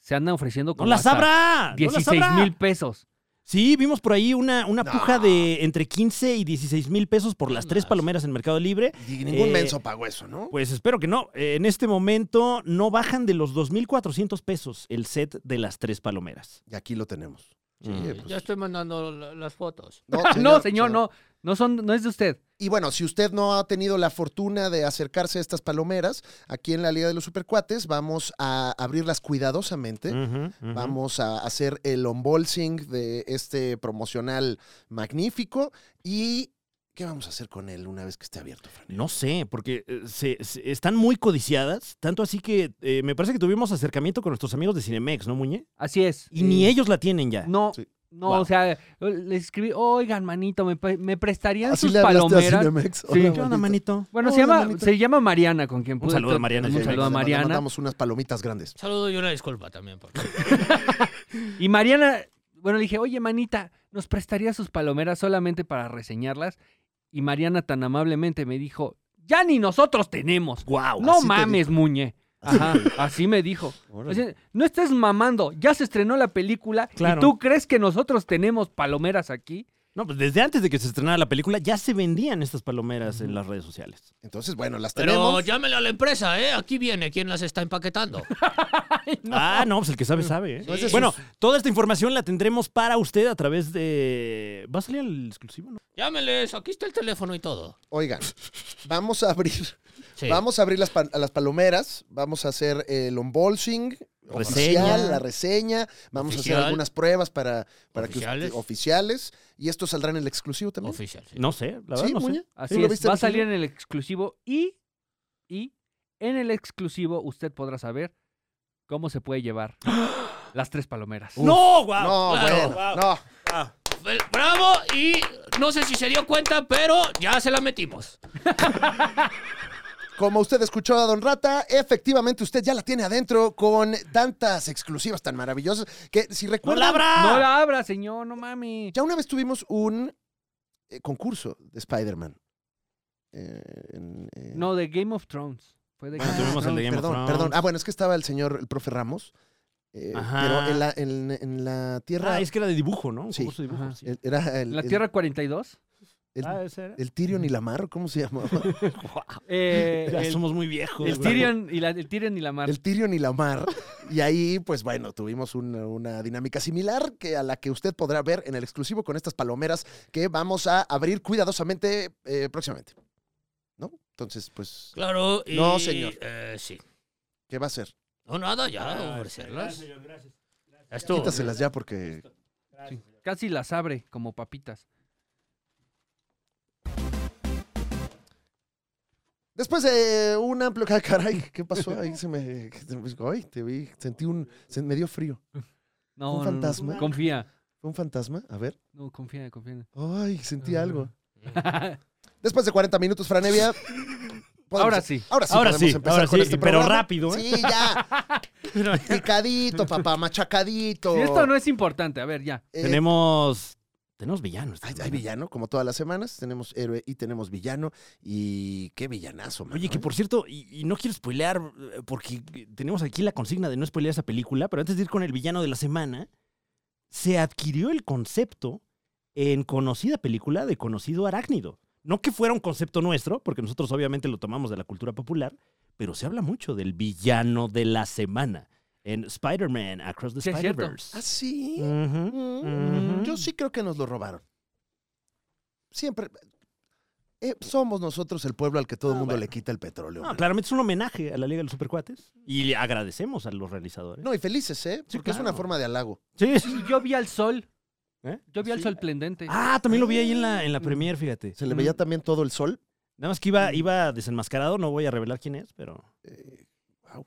Speaker 3: se andan ofreciendo
Speaker 2: Ah, ¡No
Speaker 3: como
Speaker 2: las
Speaker 3: hasta
Speaker 2: sabrá!
Speaker 3: 16 mil pesos.
Speaker 2: Sí, vimos por ahí una, una
Speaker 1: No.
Speaker 2: puja de entre 15 y 16 mil pesos por las
Speaker 4: No
Speaker 2: tres
Speaker 4: más.
Speaker 2: palomeras en Mercado Libre.
Speaker 1: y Ningún
Speaker 2: Eh,
Speaker 1: menso pagó eso, ¿no?
Speaker 2: Pues espero que no. Eh, En este momento no bajan de los 2.400 pesos el set de las tres palomeras.
Speaker 1: Y aquí lo tenemos. Sí,
Speaker 2: Mm.
Speaker 1: pues-
Speaker 4: Ya estoy mandando la- las fotos.
Speaker 3: Ah, No, señor, no. No, son, no es de usted.
Speaker 1: Y bueno, si usted no ha tenido la fortuna de acercarse a estas palomeras, aquí en la Liga de los Supercuates vamos a abrirlas cuidadosamente.
Speaker 2: Ujú, ujú.
Speaker 1: Vamos a hacer el unboxing de este promocional magnífico y ¿Qué vamos a hacer con él una vez que esté abierto, Fran?
Speaker 2: No sé, porque eh, se- se- están muy codiciadas, tanto así que eh, me parece que tuvimos acercamiento con nuestros amigos de Cinemex, ¿no, Muñe?
Speaker 3: Así es.
Speaker 2: Y ni
Speaker 3: Eh,
Speaker 2: ellos la tienen ya.
Speaker 3: No,
Speaker 1: Sí.
Speaker 3: no,
Speaker 2: Wow.
Speaker 3: o sea, les escribí, oigan, manito, me, pre- me prestarían
Speaker 1: Así
Speaker 3: sus
Speaker 1: le hablaste a
Speaker 3: palomeras.
Speaker 1: Cinemex.
Speaker 3: Sí.
Speaker 1: Hola,
Speaker 2: ¿Qué onda,
Speaker 1: manito.
Speaker 2: manito?
Speaker 3: Bueno, se
Speaker 1: Hola,
Speaker 3: llama,
Speaker 1: manito.
Speaker 3: se llllama Mariana, con quien pude.
Speaker 2: saludo
Speaker 3: tra-
Speaker 2: a Mariana,
Speaker 3: Un
Speaker 2: sí,
Speaker 3: saludo a
Speaker 1: Le
Speaker 3: Mariana.
Speaker 1: mandamos unas palomitas grandes.
Speaker 4: Saludo y una disculpa también. Por favor.
Speaker 3: Y Mariana, bueno, le dije, oye, manita, ¿nos prestaría sus palomeras solamente para reseñarlas? Y Mariana tan amablemente me dijo, ya ni nosotros tenemos.
Speaker 2: ¡Wow!
Speaker 3: No
Speaker 1: así te
Speaker 3: mames, Muñe. Ajá, así me dijo. O
Speaker 2: pues,
Speaker 3: sea, no estés mamando, ya se estrenó la película
Speaker 2: Claro.
Speaker 3: y tú crees que nosotros tenemos palomeras aquí.
Speaker 2: No, pues desde antes de que se estrenara la película ya se vendían estas palomeras en las redes sociales.
Speaker 1: Entonces, bueno, las
Speaker 4: Pero
Speaker 1: tenemos.
Speaker 4: llámele a la empresa, ¿eh? Aquí viene quien las está empaquetando.
Speaker 2: Ah, no, pues el que sabe,
Speaker 1: Mm.
Speaker 2: sabe. ¿eh?
Speaker 1: No, ese es
Speaker 2: Bueno, toda esta información la tendremos para usted a través de... ¿Va a salir el exclusivo? No?
Speaker 4: Llámeles, aquí está el teléfono y todo.
Speaker 1: Oigan, vamos a abrir,
Speaker 4: Sí.
Speaker 1: vamos a abrir las, pa- a las palomeras, vamos a hacer el unboxing
Speaker 2: Reseña.
Speaker 1: oficial, la reseña, vamos a
Speaker 4: Oficial.
Speaker 1: hacer algunas pruebas para, para
Speaker 4: Oficiales.
Speaker 1: que usted- oficiales y esto saldrá en el exclusivo también.
Speaker 4: Oficial. sí.
Speaker 2: No sé, la verdad
Speaker 1: sí,
Speaker 2: no sé.
Speaker 1: Muñe? ¿Sí
Speaker 3: Así
Speaker 1: lo
Speaker 3: es,
Speaker 1: viste
Speaker 3: va
Speaker 1: en
Speaker 3: a salir
Speaker 1: exclusivo?
Speaker 3: en el exclusivo y, y en el exclusivo usted podrá saber cómo se puede llevar las tres palomeras.
Speaker 2: ¡No, wow!
Speaker 1: No, bueno, no.
Speaker 4: Fel- Bravo y no sé si se dio cuenta, pero ya se la metimos.
Speaker 1: Como usted escuchó a Don Rata, efectivamente usted ya la tiene adentro con tantas exclusivas tan maravillosas que si recuerdan...
Speaker 3: No la abra, señor, no mami.
Speaker 1: Ya una vez tuvimos un eh, concurso de Spider-Man. Eh, en, eh,
Speaker 3: No, de Game of Thrones. Fue de
Speaker 2: Bueno,
Speaker 3: Game of
Speaker 2: tuvimos el de
Speaker 3: Thrones.
Speaker 2: Game of
Speaker 1: perdón,
Speaker 2: Thrones.
Speaker 1: perdón. Ah, bueno, es que estaba el señor, el profe Ramos. eh,
Speaker 2: Ajá.
Speaker 1: pero en la, en- en la tierra.
Speaker 2: Ah, es que era de dibujo, ¿no? Un
Speaker 1: Sí.
Speaker 2: concurso de dibujo,
Speaker 3: Ajá.
Speaker 2: sí.
Speaker 1: el- era el,
Speaker 3: ¿La
Speaker 1: el-
Speaker 3: Tierra eh. 42?
Speaker 1: el-
Speaker 2: Ah, ese era.
Speaker 1: el Tyrion y la Mar, ¿cómo se llamaba?
Speaker 3: Eh,
Speaker 2: Ya
Speaker 3: el,
Speaker 2: somos muy viejos.
Speaker 3: el
Speaker 2: güey.
Speaker 3: Tyrion y la, el Tyrion y la Mar.
Speaker 1: el Tyrion y la Mar. Y ahí, pues bueno, tuvimos una, una dinámica similar que a la que usted podrá ver en el exclusivo con estas palomeras que vamos a abrir cuidadosamente eh, próximamente. ¿No? Entonces, pues,
Speaker 4: Claro. Y,
Speaker 1: No, señor.
Speaker 4: eh, sí.
Speaker 1: ¿qué va a ser?
Speaker 4: No, nada, ya, ofrecerlas. Ya estuvo.
Speaker 1: Quítaselas ya porque
Speaker 3: Sí. Casi las abre como papitas.
Speaker 1: Después de un amplio... ca- Caray, ¿qué pasó? Ahí se me... Ay, te vi, sentí un... se- me dio frío.
Speaker 3: No,
Speaker 1: Un
Speaker 3: no, no,
Speaker 1: fantasma.
Speaker 3: no, confía.
Speaker 1: ¿Fue un fantasma? A ver.
Speaker 3: No, confía, confía.
Speaker 1: Ay, sentí algo. Después de 40 minutos, Franevia... podemos- em-,
Speaker 3: Ahora sí.
Speaker 1: Ahora sí
Speaker 2: Ahora
Speaker 1: podemos
Speaker 2: sí,
Speaker 1: empezar
Speaker 2: ahora
Speaker 1: con
Speaker 2: sí,
Speaker 1: este
Speaker 2: pero
Speaker 1: programa.
Speaker 2: rápido, ¿eh?
Speaker 1: Sí, ya. Picadito, papá, machacadito.
Speaker 3: Si esto no es importante, a ver, ya.
Speaker 1: Eh,
Speaker 2: Tenemos. Tenemos villanos.
Speaker 1: Hay,
Speaker 2: esta
Speaker 1: hay
Speaker 2: semana.
Speaker 1: villano, como todas las semanas. Tenemos héroe y tenemos villano. Y qué villanazo, ¿eh? man.
Speaker 2: Oye, que por cierto, y, y no quiero spoilear, eh, porque tenemos aquí la consigna de no spoilear esa película, pero antes de ir con el villano de la semana, se adquirió el concepto en conocida película de conocido arácnido. No que fuera un concepto nuestro, porque nosotros obviamente lo tomamos de la cultura popular, pero se habla mucho del villano de la semana en Spider-Man Across the
Speaker 3: Sí, es cierto.
Speaker 1: ¿Ah,
Speaker 2: Spider-Verse.
Speaker 1: sí?
Speaker 2: Ujú.
Speaker 1: Mm,
Speaker 2: Ujú.
Speaker 1: Yo sí creo que nos lo robaron. Siempre. eh, somos nosotros el pueblo al que todo el
Speaker 2: Ah,
Speaker 1: mundo
Speaker 2: bueno. Ah,
Speaker 1: le quita el petróleo.
Speaker 2: No,
Speaker 1: man.
Speaker 2: claramente es un homenaje a la Liga de los Supercuates y le agradecemos a los realizadores.
Speaker 1: No, y felices, ¿eh? Porque es
Speaker 2: Sí,
Speaker 1: una
Speaker 2: claro.
Speaker 1: forma de halago.
Speaker 2: Sí, sí.
Speaker 3: Sí, Yo vi al sol.
Speaker 2: ¿Eh?
Speaker 3: Yo vi al
Speaker 1: Sí.
Speaker 3: sol plendente.
Speaker 2: Ah, también lo vi ahí en la, en la premier, fíjate.
Speaker 1: Se le
Speaker 3: Mm.
Speaker 1: veía también todo el sol.
Speaker 2: Nada más que iba, iba desenmascarado, no voy a revelar quién es, pero.
Speaker 1: Eh, wow.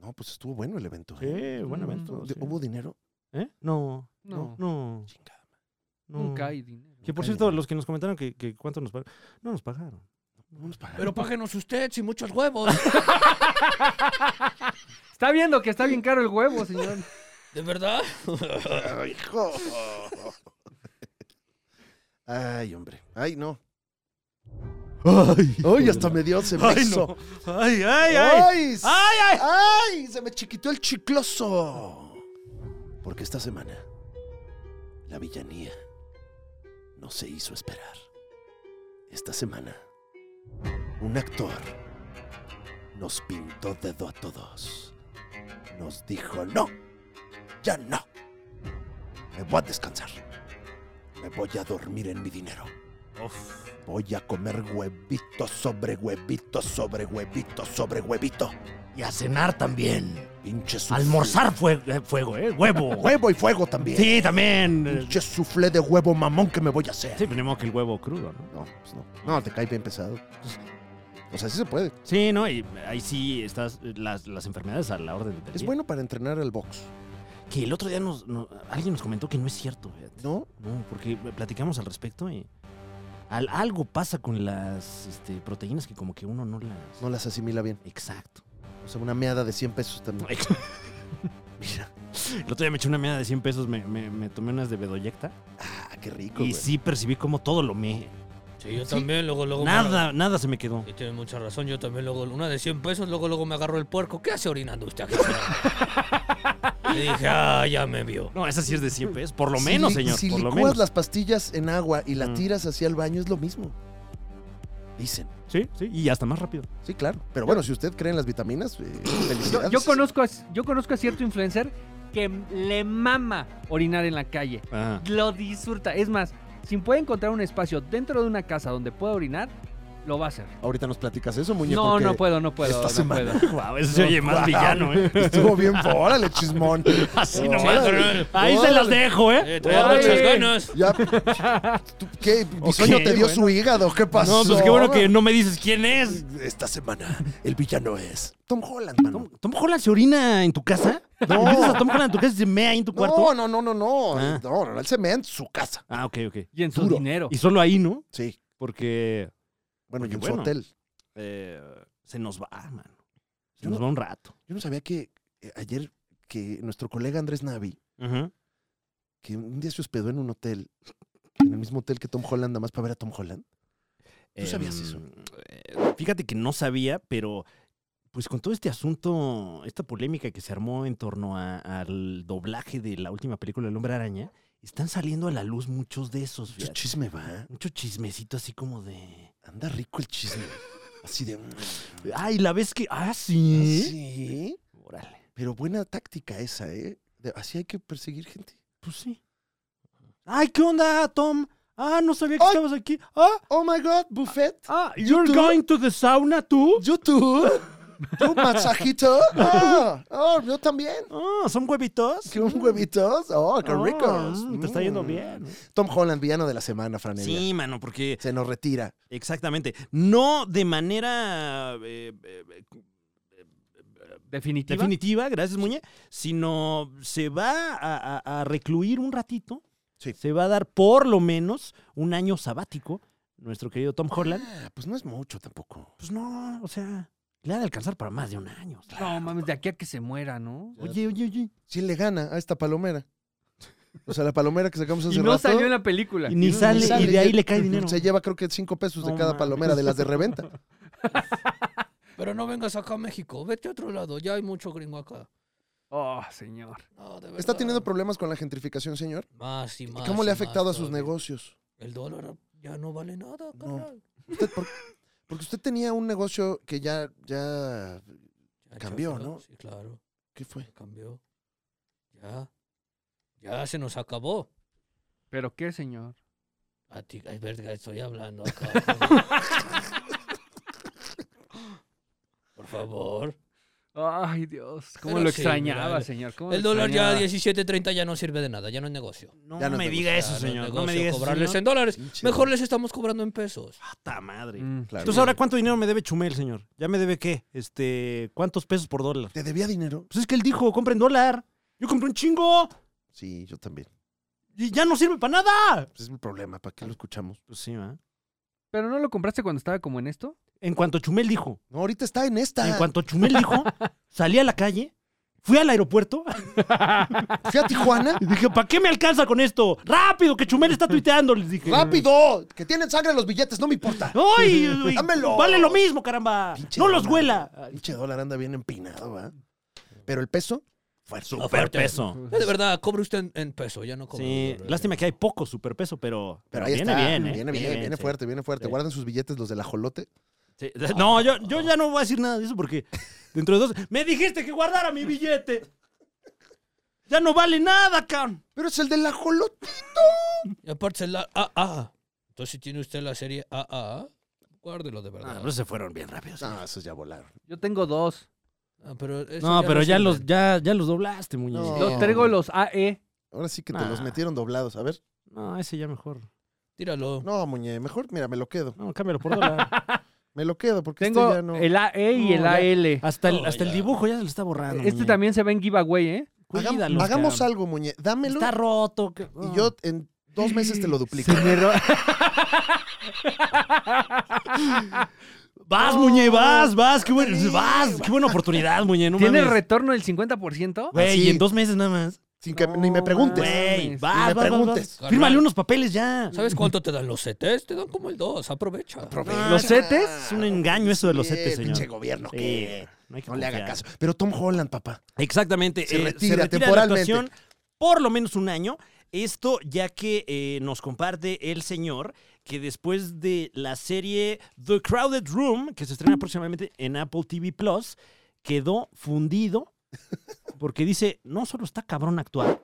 Speaker 1: No, pues estuvo bueno el evento. ¿eh?
Speaker 2: Sí, buen
Speaker 3: Mm.
Speaker 2: evento.
Speaker 1: De-
Speaker 2: sí.
Speaker 1: ¿Hubo dinero?
Speaker 2: ¿Eh? No,
Speaker 3: no,
Speaker 2: no,
Speaker 1: Chingada.
Speaker 2: no.
Speaker 3: nunca hay dinero.
Speaker 2: Que por
Speaker 1: Nunca hay
Speaker 2: cierto,
Speaker 1: dinero.
Speaker 2: los que nos comentaron que, que cuánto nos pagaron. No nos pagaron.
Speaker 1: No nos pagaron.
Speaker 4: Pero págenos usted sin muchos huevos.
Speaker 3: Está viendo que está bien caro el huevo, señor.
Speaker 4: ¿De verdad?
Speaker 1: Ay, hijo. Ay, hombre. Ay, no.
Speaker 2: ¡Ay!
Speaker 1: Ay, hasta me dio, se me
Speaker 2: ¡Ay,
Speaker 1: hizo.
Speaker 2: no! Ah, ¡Ay, ay, ay!
Speaker 1: ¡Ay!
Speaker 2: ¡Ay, ay!
Speaker 1: ¡Ay! Se me chiquitó el chicloso. Porque esta semana la villanía no se hizo esperar. Esta semana un actor nos pintó dedo a todos. Nos dijo, no, ya no. Me voy a descansar. Me voy a dormir en mi dinero. Voy a comer huevito sobre huevito sobre huevito sobre huevito.
Speaker 2: Y a cenar también.
Speaker 1: Pinche suflé.
Speaker 2: Almorzar fue- eh, fuego, ¿eh? Huevo.
Speaker 1: Huevo y fuego también.
Speaker 2: Sí, también.
Speaker 1: Pinche suflé de huevo mamón que me voy a hacer.
Speaker 2: Sí, ponemos que el huevo crudo, ¿no?
Speaker 1: No, pues no. No, te cae bien pesado. O sea, sí se puede.
Speaker 2: Sí, ¿no? Y ahí sí estás eh, las, las enfermedades a la orden del
Speaker 1: Es
Speaker 2: día.
Speaker 1: bueno para entrenar al box,
Speaker 2: Que el otro día nos, no- alguien nos comentó que no es cierto, fíjate.
Speaker 1: ¿no?
Speaker 2: No, porque platicamos al respecto y al- algo pasa con las este, proteínas que como que uno no las...
Speaker 1: No las asimila bien.
Speaker 2: Exacto.
Speaker 1: O sea, una meada de 100 pesos también.
Speaker 2: Mira. El otro día me eché una meada de 100 pesos, me, me- me tomé unas de Bedoyecta
Speaker 1: Ah, qué rico,
Speaker 2: y
Speaker 1: güey.
Speaker 2: sí percibí como todo lo me...
Speaker 4: Sí, yo también, luego, luego. me agarro-
Speaker 2: Nada, nada se me quedó.
Speaker 4: Y tienes mucha razón, yo también luego, una de 100 pesos, luego, luego me agarró el puerco. ¿Qué hace orinando usted aquí? señor? y dije, ah, ya me vio.
Speaker 2: No, esa sí es de 100 pesos, por lo
Speaker 1: Si
Speaker 2: menos,
Speaker 1: li-
Speaker 2: señor,
Speaker 1: Si
Speaker 2: por lo
Speaker 1: licúas
Speaker 2: menos.
Speaker 1: las pastillas en agua y las
Speaker 2: Mm.
Speaker 1: tiras hacia el baño, es lo mismo. Dicen.
Speaker 2: Sí, sí, y hasta más rápido.
Speaker 1: Sí, claro. Pero bueno, si usted cree en las vitaminas, eh,
Speaker 3: Yo,
Speaker 1: felicidades.
Speaker 3: yo conozco a, yo conozco a cierto influencer que le mama orinar en la calle.
Speaker 1: Ah.
Speaker 2: Ajá.
Speaker 3: Lo disfruta. Es más, si puede encontrar un espacio dentro de una casa donde pueda orinar, lo va a hacer.
Speaker 1: Ahorita nos platicas eso, muñeco.
Speaker 3: no, no puedo, no puedo.
Speaker 1: esta
Speaker 3: no
Speaker 1: semana-
Speaker 3: puedo.
Speaker 2: Guau, eso se oye más villano, ¿eh?
Speaker 1: Estuvo bien, órale, chismón.
Speaker 2: Así
Speaker 1: Órale.
Speaker 2: nomás.
Speaker 4: carnal.
Speaker 2: Ahí se las
Speaker 1: Órale.
Speaker 2: dejo, ¿eh?
Speaker 4: Eh, traía
Speaker 3: Ay.
Speaker 4: muchas ganas.
Speaker 1: Ya. ¿Tú ¿Qué? Bisoño te dio
Speaker 2: bueno.
Speaker 1: su hígado. ¿Qué pasó?
Speaker 2: No, pues qué bueno que no me dices quién es.
Speaker 1: Esta semana el villano es Tom Holland, mano.
Speaker 2: ¿Tom Holland se orina en tu casa?
Speaker 1: No.
Speaker 2: ¿Invitas a Tom Holland en tu casa y se mea ahí en tu cuarto?
Speaker 1: No, no, no, no, no.
Speaker 2: Ah.
Speaker 1: No, no, no, él se mea en su casa.
Speaker 2: Ah, ok, ok.
Speaker 3: Y en su
Speaker 1: Duro.
Speaker 3: dinero.
Speaker 2: Y solo ahí, ¿no?
Speaker 1: Sí.
Speaker 2: Porque
Speaker 1: Bueno, y
Speaker 2: Porque
Speaker 1: en su
Speaker 2: bueno.
Speaker 1: hotel.
Speaker 2: eh, se nos va, mano. Se
Speaker 1: Yo
Speaker 2: nos
Speaker 1: no-
Speaker 2: va un rato.
Speaker 1: Yo no sabía que eh, ayer que nuestro colega Andrés Navi, que un día se hospedó en un hotel, en el mismo hotel que Tom Holland, nada más para ver a Tom Holland.
Speaker 2: Eh,
Speaker 1: sabías eso?
Speaker 2: eh, Fíjate que no sabía, pero pues con todo este asunto, esta polémica que se armó en torno a- al doblaje de la última película El Hombre Araña, están saliendo a la luz muchos de esos,
Speaker 1: Mucho
Speaker 2: fíjate.
Speaker 1: chisme va.
Speaker 2: Mucho chismecito así como de...
Speaker 1: Anda rico el chisme. Así de. mm,
Speaker 2: Ay, la vez que... Ah, sí.
Speaker 1: así.
Speaker 2: Órale.
Speaker 1: Pero buena táctica esa, ¿eh? De- así hay que perseguir gente.
Speaker 2: Pues sí. Ay, ¿qué onda, Tom? Ah, no sabía que
Speaker 1: Ay.
Speaker 2: estabas aquí. Ah,
Speaker 1: Oh my god, buffet.
Speaker 2: ah, you're
Speaker 1: tú?
Speaker 2: going to the sauna tú.
Speaker 1: Yo tú. ¿Tú, masajito? Ah, oh, yo también.
Speaker 2: Ah, son huevitos.
Speaker 1: ¿Qué un huevitos? Oh, qué
Speaker 2: Ah,
Speaker 1: ricos.
Speaker 2: mm, Te está yendo
Speaker 1: Mm.
Speaker 2: bien.
Speaker 1: Tom Holland, villano de la semana, Franel.
Speaker 2: Sí, mano, porque
Speaker 1: Se nos retira.
Speaker 2: exactamente, no de manera eh, eh, eh,
Speaker 3: Definitiva.
Speaker 2: definitiva, gracias Muñe, sino se va a, a- a recluir un ratito,
Speaker 1: Sí.
Speaker 2: se va a dar por lo menos un año sabático, nuestro querido Tom Holland.
Speaker 1: Ah, pues no es mucho tampoco.
Speaker 2: Pues no, o sea, le ha de alcanzar para más de un año.
Speaker 3: no mames, de aquí a que se muera, ¿no?
Speaker 2: Oye, oye, oye.
Speaker 1: Si él le gana a esta palomera. O sea, la palomera que sacamos hace
Speaker 3: Y no
Speaker 1: rato.
Speaker 3: salió en la película.
Speaker 2: Y ni sale, y de ahí le cae dinero.
Speaker 1: Se lleva creo que cinco pesos de
Speaker 2: No
Speaker 1: cada
Speaker 2: mames.
Speaker 1: palomera de las de reventa.
Speaker 4: Pero no vengas acá a México, vete a otro lado, ya hay mucho gringo acá.
Speaker 3: Oh, señor.
Speaker 4: No, de
Speaker 1: Está
Speaker 4: verdad.
Speaker 1: teniendo problemas con la gentrificación, señor.
Speaker 4: Más y
Speaker 1: ¿Y
Speaker 4: más.
Speaker 1: cómo le ha
Speaker 4: y más
Speaker 1: afectado a sus
Speaker 4: todavía.
Speaker 1: negocios?
Speaker 4: El dólar ya no vale nada, carnal.
Speaker 1: Usted, por- porque usted tenía un negocio que ya, ya,
Speaker 4: Ya,
Speaker 1: Cambió,
Speaker 4: chócala.
Speaker 1: ¿no?
Speaker 4: Sí, claro,
Speaker 1: ¿qué fue?
Speaker 4: cambió. Ya. Ya se nos acabó.
Speaker 3: ¿Pero qué, señor?
Speaker 4: A ti, ay, verga, estoy hablando acá. joder. Por favor.
Speaker 3: Ay, Dios. ¿Cómo
Speaker 4: Pero
Speaker 3: lo
Speaker 4: sí,
Speaker 3: extrañaba,
Speaker 4: mira,
Speaker 3: señor? ¿Cómo
Speaker 4: El
Speaker 3: lo
Speaker 4: dólar ya
Speaker 3: extrañaba?
Speaker 4: 17.30 ya no sirve de nada, ya no es negocio.
Speaker 2: No
Speaker 1: Ya no
Speaker 2: me
Speaker 1: te
Speaker 2: diga
Speaker 4: Ya
Speaker 2: eso,
Speaker 4: no es
Speaker 2: señor. No
Speaker 4: negocio
Speaker 2: me diga eso.
Speaker 4: cobrarles
Speaker 2: señor.
Speaker 4: en dólares.
Speaker 1: Pinche
Speaker 4: Mejor les estamos cobrando en pesos.
Speaker 2: Puta madre.
Speaker 3: Mm.
Speaker 1: Claro.
Speaker 2: Entonces, ahora, ¿cuánto dinero me debe Chumel, señor? ¿Ya me debe qué? Este, ¿cuántos pesos por dólar?
Speaker 1: ¿Te debía dinero?
Speaker 2: Pues es que él dijo, compren dólar. Yo compré un chingo
Speaker 1: Sí, yo también.
Speaker 2: y ya no sirve para nada.
Speaker 1: Pues es mi problema, ¿para qué lo escuchamos?
Speaker 2: Pues sí, ¿verdad?
Speaker 3: ¿Pero no lo compraste cuando estaba como en esto?
Speaker 2: En cuanto Chumel dijo,
Speaker 1: No, ahorita está en esta.
Speaker 2: en cuanto Chumel dijo, salí a la calle, fui al aeropuerto
Speaker 1: Fui a Tijuana.
Speaker 2: y dije, ¿para qué me alcanza con esto? rápido, que Chumel está tuiteando, les dije.
Speaker 1: ¡Rápido! Que tienen sangre los billetes, no me importa.
Speaker 2: ¡Ay! uy,
Speaker 1: ¡Dámelo!
Speaker 2: Vale lo mismo, caramba.
Speaker 1: Pinche
Speaker 2: No los
Speaker 1: dólar.
Speaker 2: huela.
Speaker 1: Pinche dólar anda bien empinado, ¿va? Pero el peso, fuerza.
Speaker 2: Superpeso.
Speaker 4: Ya De verdad, cobre usted en, en peso, ya no cobre. en
Speaker 2: Pues Sí,
Speaker 4: dólares.
Speaker 2: lástima que hay poco superpeso, pero,
Speaker 1: Pero ahí
Speaker 2: viene
Speaker 1: está.
Speaker 2: bien, ¿eh?
Speaker 1: Viene bien, viene,
Speaker 2: sí.
Speaker 1: fuerte, viene fuerte.
Speaker 2: Sí.
Speaker 1: Guarden sus billetes los del ajolote.
Speaker 2: Sí. No, yo, yo ya no voy a decir nada de eso porque dentro de dos... ¡Me dijiste que guardara mi billete! ¡Ya no vale nada, cabrón!
Speaker 1: Pero es el del ajolote.
Speaker 4: Y aparte es la AA. Entonces, si tiene usted la serie AA, guárdelo de verdad.
Speaker 2: Ah, se fueron bien rápidos.
Speaker 1: No, esos ya volaron.
Speaker 3: Yo tengo dos.
Speaker 4: Ah, pero eso
Speaker 2: No, pero
Speaker 4: lo
Speaker 2: ya
Speaker 4: sientan.
Speaker 2: los, ya, ya los doblaste, Muñiz.
Speaker 1: No.
Speaker 3: Los traigo los E.
Speaker 2: Este
Speaker 3: AE.
Speaker 1: Ahora sí que te los
Speaker 2: Ah.
Speaker 1: metieron doblados. A ver.
Speaker 2: No, ese ya mejor.
Speaker 4: Tíralo.
Speaker 1: No, muñe, mejor mira, me lo quedo.
Speaker 2: No, cámbialo por dólar.
Speaker 1: Me lo quedo porque este
Speaker 3: Tengo
Speaker 1: ya no.
Speaker 3: el AE y
Speaker 2: No, Ah,
Speaker 3: el
Speaker 2: ya.
Speaker 3: AL.
Speaker 2: Hasta, el,
Speaker 4: No,
Speaker 2: hasta el
Speaker 4: ya.
Speaker 2: dibujo ya se lo está borrando.
Speaker 3: Este
Speaker 2: Muñe.
Speaker 3: también se va en giveaway, ¿eh?
Speaker 1: Hagam-
Speaker 2: Cuídalos,
Speaker 1: hagamos
Speaker 2: cabrón.
Speaker 1: algo, muñe. Dámelo
Speaker 2: Está roto. que-
Speaker 1: y yo en dos meses te lo duplico.
Speaker 2: Vas, Muñe, vas, vas. Qué, buen- vas, qué buena oportunidad, Muñe. No
Speaker 3: ¿Tiene
Speaker 2: mames.
Speaker 3: retorno del 50%?
Speaker 2: Güey,
Speaker 1: Así.
Speaker 2: y en dos meses nada más.
Speaker 1: Sin que
Speaker 3: No,
Speaker 1: ni me preguntes.
Speaker 3: mames.
Speaker 2: Güey,
Speaker 3: mames.
Speaker 1: Ni
Speaker 2: vas,
Speaker 1: me
Speaker 2: vas, vas,
Speaker 1: preguntes.
Speaker 2: vas. Fírmale
Speaker 4: Carnal.
Speaker 2: unos papeles ya.
Speaker 4: ¿Sabes cuánto te dan los CTs? Te dan como el 2. Aprovecha.
Speaker 1: Aprovecha.
Speaker 2: ¿Los setes? Es un engaño eso de los
Speaker 1: Ah, Sí,
Speaker 2: setes, señor.
Speaker 1: Pinche gobierno,
Speaker 2: Sí,
Speaker 1: que
Speaker 2: no hay que
Speaker 1: no le haga
Speaker 2: confiar.
Speaker 1: caso. Pero Tom Holland, papá.
Speaker 2: Exactamente.
Speaker 1: Se
Speaker 2: eh,
Speaker 1: retira
Speaker 2: de la
Speaker 1: temporalmente.
Speaker 2: actuación por lo menos un año. Esto ya que eh, nos comparte el señor que después de la serie The Crowded Room, que se estrena próximamente en Apple TV Plus, quedó fundido porque dice, no solo está cabrón actuar,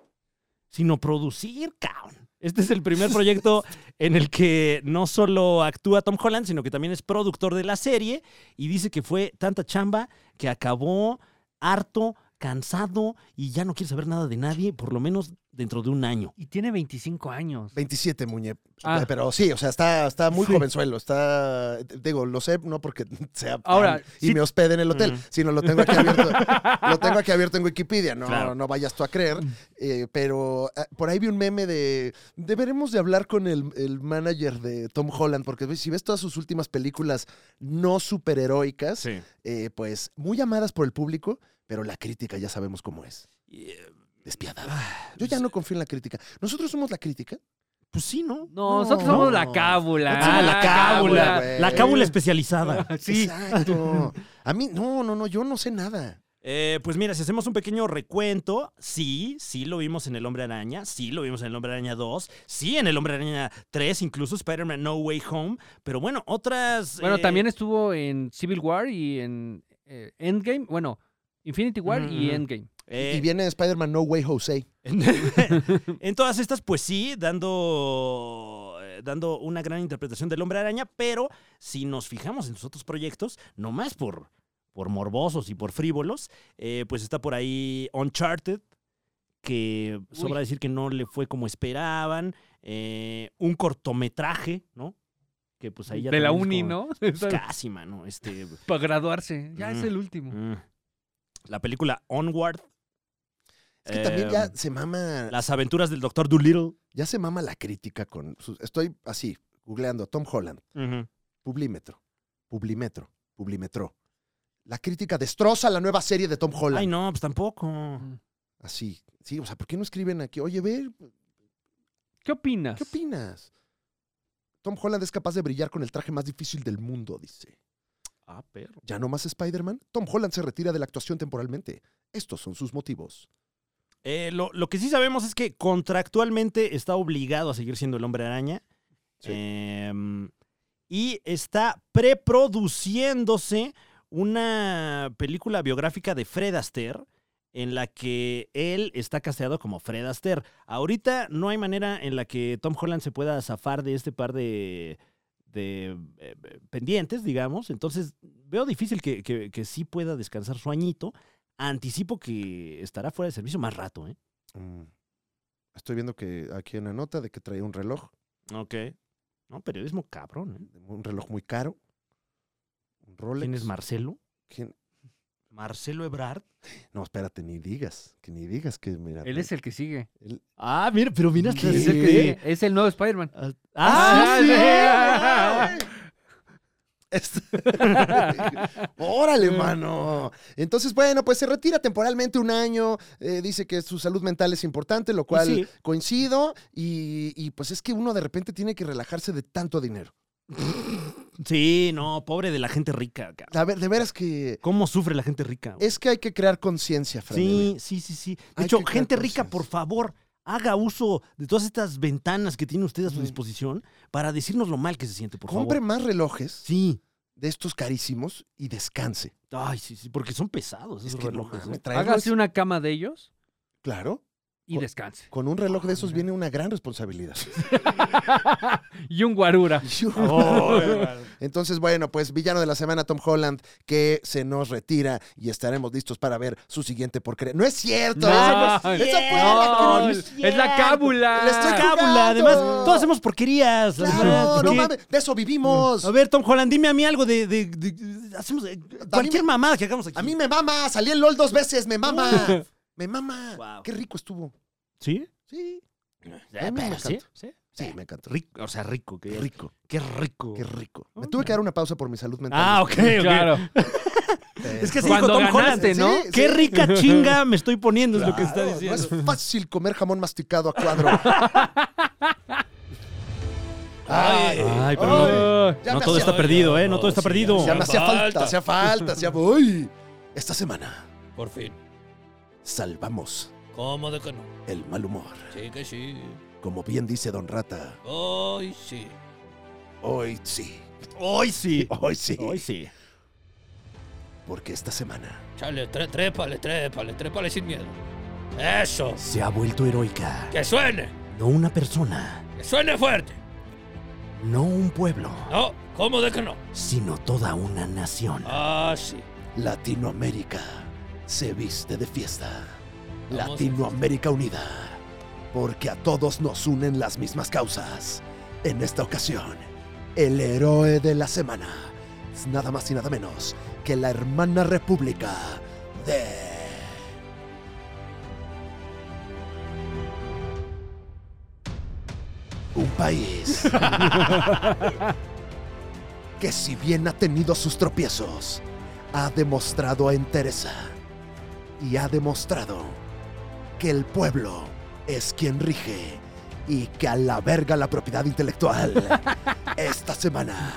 Speaker 2: sino producir, cabrón. Este es el primer proyecto en el que no solo actúa Tom Holland, sino que también es productor de la serie y dice que fue tanta chamba que acabó harto, cansado y ya no quiere saber nada de nadie, por lo menos dentro de un año.
Speaker 3: Y tiene 25 años.
Speaker 1: 27, muñe.
Speaker 3: Ah.
Speaker 1: Pero sí, o sea, está, está muy
Speaker 2: Sí.
Speaker 1: jovenzuelo. Está, digo, lo sé, no porque sea fan
Speaker 3: Ahora,
Speaker 1: y
Speaker 3: sí-
Speaker 1: me hospede en el hotel,
Speaker 2: Mm.
Speaker 1: sino lo tengo aquí abierto. lo tengo aquí abierto en Wikipedia, no,
Speaker 2: Claro.
Speaker 1: no vayas tú a creer. Eh, pero ah, por ahí vi un meme de deberemos de hablar con el, el manager de Tom Holland, porque ves, si ves todas sus últimas películas no superheroicas, eh, pues muy amadas por el público, pero la crítica ya sabemos cómo es.
Speaker 2: Y, eh,
Speaker 1: Despiadada. Yo ya no confío en la crítica. ¿Nosotros somos la crítica?
Speaker 2: Pues sí, ¿no?
Speaker 3: No, nosotros somos la cábula.
Speaker 2: Ah, la cábula.
Speaker 1: güey.
Speaker 2: La cábula especializada.
Speaker 3: Sí.
Speaker 1: Exacto. A mí, no, no, no, yo no sé nada.
Speaker 2: Eh, pues mira, si hacemos un pequeño recuento, sí, sí lo vimos en El Hombre Araña, sí lo vimos en El Hombre Araña 2, sí en El Hombre Araña 3, incluso Spider-Man No Way Home, pero bueno, otras...
Speaker 3: Bueno,
Speaker 2: eh,
Speaker 3: también estuvo en Civil War y en eh, Endgame. Bueno, Infinity War
Speaker 2: Ujú,
Speaker 3: y
Speaker 2: ujú.
Speaker 3: Endgame.
Speaker 2: eh,
Speaker 1: Y viene Spider-Man No Way Jose.
Speaker 2: En, en todas estas, pues sí, dando, eh, dando una gran interpretación del hombre araña, pero si nos fijamos en sus otros proyectos, nomás por, por morbosos y por frívolos, eh, pues está por ahí Uncharted, que sobra
Speaker 3: Uy.
Speaker 2: decir que no le fue como esperaban, eh, un cortometraje, ¿no? Que pues ahí ya...
Speaker 3: De la
Speaker 2: también es
Speaker 3: uni,
Speaker 2: como-
Speaker 3: ¿no?
Speaker 2: pues, casi, mano. Este,
Speaker 3: Para graduarse. Ya es
Speaker 2: Mm.
Speaker 3: el último.
Speaker 2: mm. La película Onward.
Speaker 1: Es que también
Speaker 2: eh,
Speaker 1: ya se mama,
Speaker 2: Las aventuras del Doctor Dolittle.
Speaker 1: ya se mama la crítica con. sus- estoy así, googleando Tom Holland,
Speaker 2: Ujú.
Speaker 1: Publímetro, Publimetro, Publimetro. La crítica destroza la nueva serie de Tom Holland.
Speaker 2: Ay, no, pues tampoco.
Speaker 1: Así. Sí, o sea, ¿por qué no escriben aquí? Oye, ver,
Speaker 3: ¿Qué opinas?
Speaker 1: ¿qué opinas? Tom Holland es capaz de brillar con el traje más difícil del mundo, dice.
Speaker 2: Ah, perro.
Speaker 1: ¿Ya no más Spider-Man? Tom Holland se retira de la actuación temporalmente. Estos son sus motivos.
Speaker 2: Eh, lo, lo que sí sabemos es que contractualmente está obligado a seguir siendo el hombre araña.
Speaker 1: Sí.
Speaker 2: Em, y está preproduciéndose una película biográfica de Fred Astaire en la que él está casteado como Fred Astaire. Ahorita no hay manera en la que Tom Holland se pueda zafar de este par de, de, eh, pendientes, digamos. Entonces veo difícil que, que- que sí pueda descansar su añito. Anticipo que estará fuera de servicio más rato, ¿eh?
Speaker 1: Mm. Estoy viendo que aquí hay una nota de que traía un reloj,
Speaker 2: Ok. No, periodismo cabrón, ¿eh?
Speaker 1: un reloj muy caro. Un Rolex.
Speaker 2: ¿Quién es Marcelo?
Speaker 1: ¿Quién?
Speaker 2: Marcelo Ebrard.
Speaker 1: No, espérate, ni digas, que ni digas que mira.
Speaker 3: Él es el que sigue.
Speaker 1: él-
Speaker 2: Ah, mira, pero mira
Speaker 1: ¿Qué?
Speaker 2: hasta
Speaker 3: Es el, que sigue. Es el nuevo Spider-Man.
Speaker 2: Ah,
Speaker 3: Ah,
Speaker 2: sí.
Speaker 1: Este- Órale, mano. Entonces, bueno, pues se retira temporalmente un año. eh, dice que su salud mental es importante, lo cual
Speaker 2: sí.
Speaker 1: coincido. Y, y pues es que uno de repente tiene que relajarse de tanto dinero.
Speaker 2: Sí, no, pobre de la gente rica. cabrón.
Speaker 1: A ver, de veras que
Speaker 2: ¿Cómo sufre la gente rica? güey?
Speaker 1: es que hay que crear conciencia, Fran.
Speaker 2: Sí, sí, sí, sí. De
Speaker 1: Hay
Speaker 2: hecho,
Speaker 1: que crear
Speaker 2: gente rica,
Speaker 1: conciencia.
Speaker 2: por favor, haga uso de todas estas ventanas que tiene usted a su
Speaker 1: Ujú.
Speaker 2: disposición para decirnos lo mal que se siente, por
Speaker 1: Compre
Speaker 2: favor.
Speaker 1: más relojes
Speaker 2: Sí.
Speaker 1: de estos carísimos y descanse.
Speaker 2: Ay, sí, sí, porque son pesados
Speaker 1: Es
Speaker 2: esos
Speaker 1: que no
Speaker 2: relojes.
Speaker 1: mames,
Speaker 2: ¿eh?
Speaker 1: traerlos-
Speaker 3: Hágase una cama de ellos
Speaker 1: Claro.
Speaker 3: y descanse.
Speaker 1: Con un reloj de esos viene una gran responsabilidad.
Speaker 3: Y un guarura.
Speaker 1: Entonces, bueno, pues villano de la semana Tom Holland que se nos retira y estaremos listos para ver su siguiente porquería. No es cierto. Esa no es- esa fue la
Speaker 3: No,
Speaker 1: cruz.
Speaker 2: cruz.
Speaker 3: es la cábula.
Speaker 1: Le estoy
Speaker 2: Cábula,
Speaker 1: jugando.
Speaker 2: además, todos hacemos porquerías. la
Speaker 1: Claro,
Speaker 2: verdad,
Speaker 1: no
Speaker 2: ¿qué?
Speaker 1: mames, de eso vivimos.
Speaker 2: A ver, Tom Holland, dime a mí algo de. de- de- de- hacemos eh, cualquier mamada que hagamos aquí.
Speaker 1: A mí me mama, salí en LOL dos veces, me mama. Me mama.
Speaker 2: Guau.
Speaker 1: Qué rico estuvo.
Speaker 2: ¿Sí?
Speaker 1: Sí,
Speaker 2: Eh,
Speaker 1: A mí me
Speaker 2: pero ¿Sí?
Speaker 1: encanta.
Speaker 2: ¿Sí?
Speaker 1: sí, me encantó.
Speaker 2: Rico, o sea, rico. Qué
Speaker 1: Rico,
Speaker 2: Qué rico.
Speaker 1: qué rico. Me tuve que dar una pausa por mi salud mental.
Speaker 2: Ah, ok, ok.
Speaker 3: Claro.
Speaker 1: Eh,
Speaker 2: Es que así dijo
Speaker 3: Cuando
Speaker 2: Tom
Speaker 3: ganaste,
Speaker 2: Holland.
Speaker 1: ¿no?
Speaker 2: Sí, Qué
Speaker 1: sí.
Speaker 2: rica chinga me estoy poniendo, es lo que está
Speaker 1: claro,
Speaker 2: diciendo.
Speaker 1: No es fácil comer jamón masticado a cuadro. Ay,
Speaker 2: Ay, pero
Speaker 1: ay,
Speaker 2: no-
Speaker 1: ya
Speaker 2: no,
Speaker 1: me
Speaker 2: todo
Speaker 1: hacía-
Speaker 2: está perdido, ¿eh? No todo está
Speaker 4: sí,
Speaker 2: perdido.
Speaker 1: Ya me hacía falta,
Speaker 4: Falta.
Speaker 1: hacía falta, hacía. ¡Uy! Esta semana
Speaker 4: Por fin.
Speaker 1: salvamos
Speaker 4: ¿Cómo de que no?
Speaker 1: el mal humor.
Speaker 4: Sí que sí.
Speaker 1: Como bien dice Don Rata,
Speaker 4: Hoy sí.
Speaker 1: hoy sí,
Speaker 2: Hoy sí.
Speaker 1: hoy sí.
Speaker 2: Hoy sí.
Speaker 1: Porque esta semana
Speaker 4: Chale, tre- trépale, trépale, trépale sin miedo. Eso.
Speaker 2: Se ha vuelto heroica.
Speaker 4: Que suene.
Speaker 2: No una persona,
Speaker 4: Que suene fuerte.
Speaker 2: no un pueblo,
Speaker 4: No, ¿cómo de que no?
Speaker 2: sino toda una nación.
Speaker 4: Ah, sí.
Speaker 1: Latinoamérica se viste de fiesta.
Speaker 4: Vamos
Speaker 1: Latinoamérica unida. Porque a todos nos unen las mismas causas. En esta ocasión, el héroe de la semana es nada más y nada menos que la hermana república de... Un país que si bien ha tenido sus tropiezos, ha demostrado entereza y ha demostrado que el pueblo es quien rige y que a la verga la propiedad intelectual. Esta semana,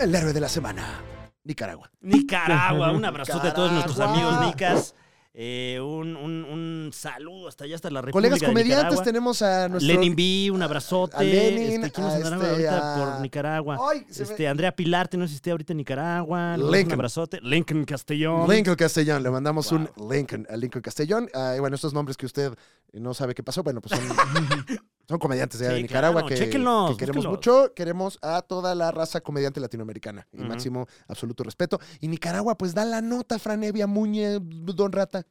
Speaker 1: el héroe de la semana, Nicaragua.
Speaker 2: Nicaragua, un abrazote a todos nuestros
Speaker 1: Nicaragua.
Speaker 2: amigos nicas. Eh, un, un- un saludo hasta allá, hasta la República
Speaker 1: Colegas
Speaker 2: de
Speaker 1: comediantes,
Speaker 2: Nicaragua.
Speaker 1: tenemos a nuestro...
Speaker 2: Lenin B, un abrazote.
Speaker 1: a Lenin,
Speaker 2: Este, ¿quién nos
Speaker 1: a
Speaker 2: andará
Speaker 1: este,
Speaker 2: ahorita
Speaker 1: a-
Speaker 2: por Nicaragua?
Speaker 1: Ay, se me-
Speaker 2: Este, Andrea Pilar, no sé si esté ahorita en Nicaragua. Le mando
Speaker 1: Lincoln.
Speaker 2: Un abrazote. Lincoln Castellón.
Speaker 1: Lincoln Castellón, le mandamos un Lincoln a Lincoln Castellón. Ah, y bueno, estos nombres que usted no sabe qué pasó, bueno, pues son, son comediantes de, allá de
Speaker 2: Sí,
Speaker 1: Nicaragua
Speaker 2: claro,
Speaker 1: que,
Speaker 2: chéquenlos,
Speaker 1: que queremos
Speaker 2: búsquenlos.
Speaker 1: mucho. Queremos a toda la raza comediante latinoamericana y
Speaker 2: Ujú.
Speaker 1: máximo absoluto respeto. Y Nicaragua, pues da la nota, Franevia Muñe, Don Rata.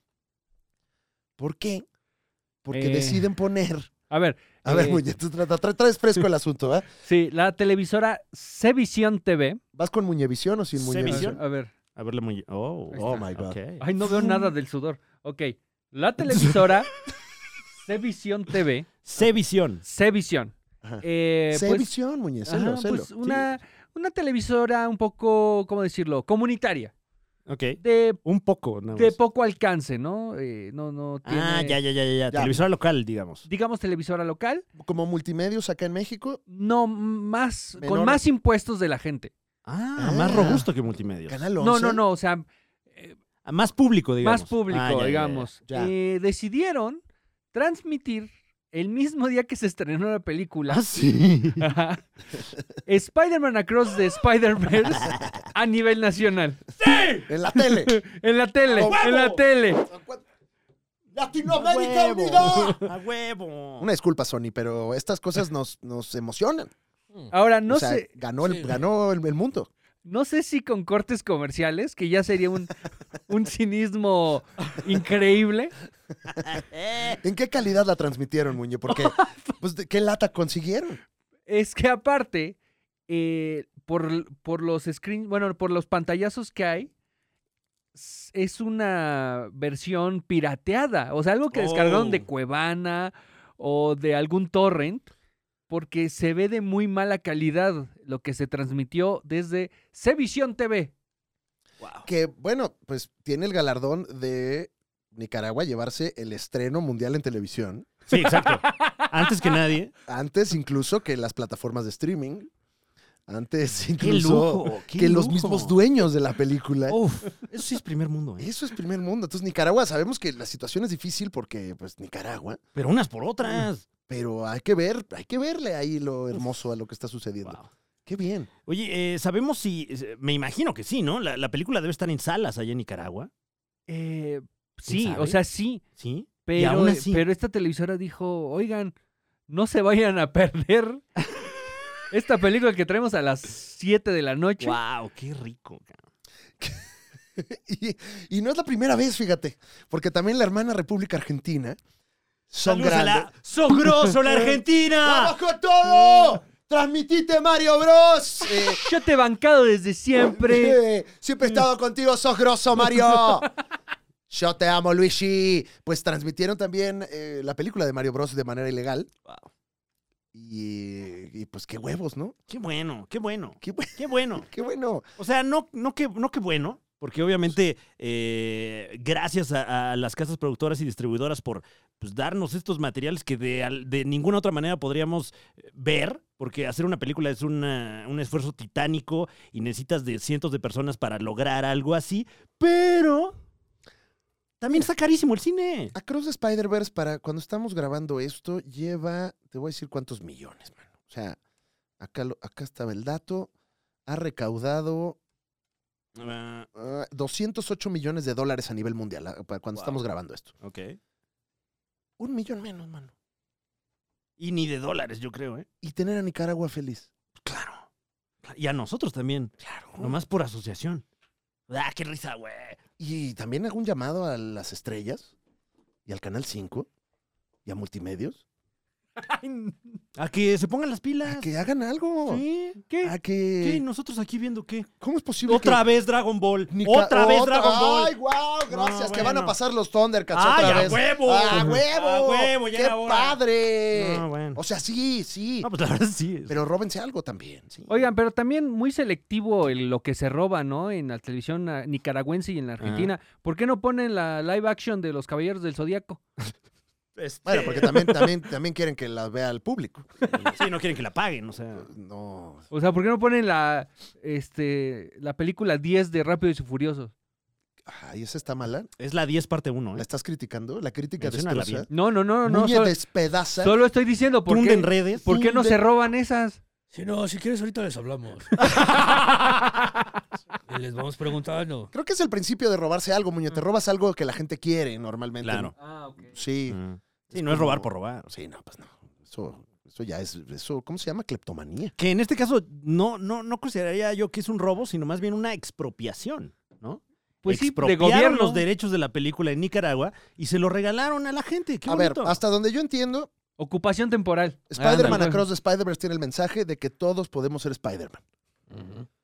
Speaker 1: ¿Por qué? Porque
Speaker 3: Eh.
Speaker 1: deciden poner.
Speaker 3: A ver,
Speaker 1: A ver,
Speaker 3: Eh.
Speaker 1: Muñe, tú trata- tra- traes fresco el asunto, ¿ah?
Speaker 3: sí, la televisora Cevisión TV.
Speaker 1: ¿Vas con Muñevisión o sin Muñevisión?
Speaker 2: Cevisión.
Speaker 3: A ver.
Speaker 2: A verle muy. Oh,
Speaker 1: Ahí está.
Speaker 2: ok.
Speaker 3: Ay, no veo nada del sudor. Ok. La televisora Cevisión TV.
Speaker 2: Cevisión.
Speaker 3: Cevisión.
Speaker 1: Ajá.
Speaker 3: Eh, pues,
Speaker 1: Cevisión, Muñe,
Speaker 3: ajá,
Speaker 1: celo, celo.
Speaker 3: pues una, una televisora un poco, ¿cómo decirlo? Comunitaria.
Speaker 2: Ok.
Speaker 3: De,
Speaker 2: Un poco, nada
Speaker 3: de
Speaker 2: más.
Speaker 3: poco alcance, ¿no? Eh, no, no tiene...
Speaker 2: Ah, ya, ya, ya, ya, ya.
Speaker 1: Ya.
Speaker 2: Televisora local, digamos.
Speaker 3: Digamos televisora local,
Speaker 1: Sí. Como multimedios acá en México,
Speaker 3: no más,
Speaker 1: Menor.
Speaker 3: con más impuestos de la gente.
Speaker 2: Ah,
Speaker 1: Ah.
Speaker 2: más robusto que multimedia.
Speaker 1: Canal 11.
Speaker 3: No, no, no, o sea,
Speaker 2: Ah, Más público, digamos.
Speaker 3: más público,
Speaker 2: Ah, ya, ya, ya.
Speaker 3: digamos.
Speaker 1: ya.
Speaker 3: Eh, decidieron transmitir el mismo día que se estrenó la película
Speaker 2: Ah, sí.
Speaker 3: Ajá. Spider-Man Across the Spider-Verse a nivel nacional.
Speaker 1: En la tele.
Speaker 3: En la tele,
Speaker 1: ¡A huevo!
Speaker 3: en la tele.
Speaker 1: ¡Latinoamérica unida!
Speaker 2: A huevo.
Speaker 1: Una disculpa, Sony, pero estas cosas nos, nos emocionan.
Speaker 3: Ahora, no
Speaker 1: o sea,
Speaker 3: sé,
Speaker 1: ganó, el,
Speaker 4: Sí, güey.
Speaker 1: ganó el, el mundo.
Speaker 3: no sé si con cortes comerciales, que ya sería un, un cinismo increíble.
Speaker 2: Eh.
Speaker 1: ¿En qué calidad la transmitieron, Muñe? Porque, pues, ¿de ¿qué lata consiguieron?
Speaker 3: Es que aparte, eh, por, por los screen, bueno, por los pantallazos que hay, s- es una versión pirateada. O sea, algo que descargaron de
Speaker 2: Oh.
Speaker 3: Cuevana o de algún torrent, porque se ve de muy mala calidad lo que se transmitió desde Cevisión TV.
Speaker 1: Que, bueno, pues tiene el galardón de Nicaragua llevarse el estreno mundial en televisión.
Speaker 2: Sí, exacto. Antes que nadie.
Speaker 1: Antes incluso que las plataformas de streaming. Antes
Speaker 2: Qué
Speaker 1: incluso
Speaker 2: lujo. Qué
Speaker 1: que los
Speaker 2: lujo.
Speaker 1: mismos dueños de la película.
Speaker 2: Uf, eso sí es primer mundo, ¿eh?
Speaker 1: Eso es primer mundo. Entonces, Nicaragua, sabemos que la situación es difícil porque, pues, Nicaragua.
Speaker 2: Pero unas por otras.
Speaker 1: Pero hay que ver, hay que verle ahí lo hermoso a lo que está sucediendo.
Speaker 2: Wow.
Speaker 1: Qué bien.
Speaker 2: Oye, eh, sabemos si. Me imagino que sí, ¿no? La, la película debe estar en salas allá en Nicaragua.
Speaker 3: Eh, sí, o
Speaker 2: sabe?
Speaker 3: sea, sí.
Speaker 2: ¿Sí?
Speaker 3: Pero, eh,
Speaker 2: aún así-
Speaker 3: pero esta televisora dijo, oigan, no se vayan a perder esta película que traemos a las 7 de la noche.
Speaker 2: ¡Wow! ¡Qué rico! cabrón.
Speaker 1: Y, y no es la primera vez, fíjate, porque también la hermana República Argentina son
Speaker 2: Saludos a
Speaker 1: grandes.
Speaker 2: la Sogroso, la Argentina!
Speaker 1: ¡Vamos con todo! ¡Transmitite Mario Bros! Eh,
Speaker 3: Yo te he bancado desde siempre.
Speaker 1: eh, siempre he estado contigo, sos grosso, Mario. Yo te amo, Luigi. Pues transmitieron también eh, la película de Mario Bros de manera ilegal.
Speaker 2: Wow.
Speaker 1: Y, y, pues qué huevos, ¿no?
Speaker 2: ¡Qué bueno! ¡Qué bueno!
Speaker 1: Qué, bue-
Speaker 2: ¡Qué bueno!
Speaker 1: qué bueno.
Speaker 2: O sea, no, no, que, no que bueno, porque obviamente eh, gracias a, a las casas productoras y distribuidoras por pues, darnos estos materiales que de, al- de ninguna otra manera podríamos eh, ver, porque hacer una película es una- un esfuerzo titánico y necesitas de cientos de personas para lograr algo así, pero también está carísimo el cine.
Speaker 1: Across the Spider-Verse, para cuando estamos grabando esto, lleva, te voy a decir cuántos millones, mano. O sea, acá, lo- acá estaba el dato. Ha recaudado
Speaker 2: Ah,
Speaker 1: ah, 208 millones de dólares a nivel mundial, ah, para cuando
Speaker 2: Wow.
Speaker 1: estamos grabando esto.
Speaker 2: ok.
Speaker 1: Un millón menos, mano.
Speaker 2: Y ni de dólares, yo creo, ¿eh?
Speaker 1: Y tener a Nicaragua feliz.
Speaker 2: Claro. Y a nosotros también. Claro. Nomás por asociación. ¡Ah, qué risa, güey!
Speaker 1: Y también algún llamado a las estrellas y al Canal 5 y a Multimedios.
Speaker 2: A que se pongan las pilas.
Speaker 1: A que hagan algo.
Speaker 2: Sí.
Speaker 1: A que...
Speaker 2: ¿Qué? ¿Y nosotros aquí viendo qué?
Speaker 1: ¿Cómo es posible
Speaker 2: Otra
Speaker 1: que...
Speaker 2: vez Dragon Ball.
Speaker 1: Nica-
Speaker 2: Otra vez
Speaker 1: otra-
Speaker 2: Dragon Ball.
Speaker 1: ¡Ay, wow! Gracias,
Speaker 2: No,
Speaker 1: que van a
Speaker 2: bueno.
Speaker 1: pasar los Thundercats
Speaker 2: ¡Ay,
Speaker 1: otra
Speaker 2: a
Speaker 1: vez.
Speaker 2: huevo!
Speaker 1: ¡A huevo!
Speaker 2: ¡A huevo! Ya
Speaker 1: ¡Qué
Speaker 2: era hora!
Speaker 1: padre!
Speaker 2: No, bueno.
Speaker 1: O sea, sí, sí.
Speaker 2: No, pues la verdad sí.
Speaker 1: Pero róbense algo también. sí.
Speaker 3: Oigan, pero también muy selectivo el- lo que se roba, ¿no? En la televisión ah, nicaragüense y en la Argentina. ¿Por qué no ponen la live action de Los Caballeros del Zodíaco?
Speaker 2: Este,
Speaker 1: Bueno, porque también, también, también quieren que las vea el público.
Speaker 2: Sí, no quieren que la paguen, o sea.
Speaker 1: No.
Speaker 3: O sea, ¿por qué no ponen la, este, la película 10 de Rápido y Furioso?
Speaker 1: Ay, esa está mala.
Speaker 2: Es la 10 parte 1,
Speaker 1: ¿La
Speaker 2: ¿eh?
Speaker 1: estás criticando? La crítica
Speaker 2: Menciónala
Speaker 1: destroza.
Speaker 3: No, no, no, no.
Speaker 1: Muñe
Speaker 3: Solo,
Speaker 1: despedaza.
Speaker 3: solo estoy diciendo por
Speaker 2: Tunden
Speaker 3: qué,
Speaker 2: redes.
Speaker 3: por qué no se
Speaker 1: Tunde.
Speaker 3: roban esas.
Speaker 4: Si no, si quieres, ahorita les hablamos. y les vamos preguntando.
Speaker 1: Creo que es el principio de robarse algo, Muñe. Te robas algo que la gente quiere normalmente.
Speaker 2: Mm. Claro.
Speaker 3: Ah, ok.
Speaker 1: Sí.
Speaker 2: Mm. Sí, no es robar por robar.
Speaker 1: Sí, no, pues no. Eso, eso ya es. Eso, ¿Cómo se llama? Cleptomanía.
Speaker 2: Que en este caso no, no, no consideraría yo que es un robo, sino más bien una expropiación, ¿no?
Speaker 3: Pues sí, de
Speaker 2: Expropiaron
Speaker 3: gobierno.
Speaker 2: los derechos de la película en Nicaragua y se lo regalaron a la gente. Qué
Speaker 1: A ver,
Speaker 2: bonito.
Speaker 1: hasta donde yo entiendo,
Speaker 3: Ocupación temporal.
Speaker 1: Spider-Man
Speaker 3: Ándale.
Speaker 1: Across the Spider-Verse tiene el mensaje de que todos podemos ser Spider-Man.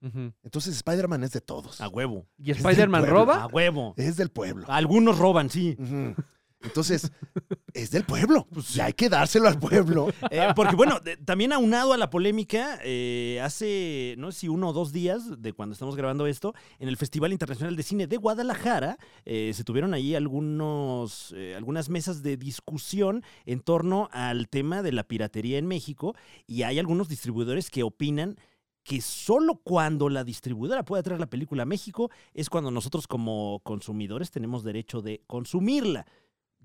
Speaker 3: Ujú. Este
Speaker 1: Entonces, Spider-Man es de todos.
Speaker 2: A huevo.
Speaker 3: ¿Y
Speaker 1: Es del
Speaker 3: Spider-Man
Speaker 1: pueblo.
Speaker 2: A
Speaker 3: roba?
Speaker 2: huevo.
Speaker 1: Es del pueblo.
Speaker 2: Algunos roban, sí.
Speaker 1: Ujú. Entonces, es del pueblo.
Speaker 2: Pues
Speaker 1: Y hay que dárselo al pueblo.
Speaker 2: Eh, porque bueno, de- también aunado a la polémica, eh, hace, no sé si uno o dos días de cuando estamos grabando esto, en el Festival Internacional de Cine de Guadalajara, eh, se tuvieron ahí algunos, eh, algunas mesas de discusión en torno al tema de la piratería en México y hay algunos distribuidores que opinan que solo cuando la distribuidora pueda traer la película a México es cuando nosotros como consumidores tenemos derecho de consumirla.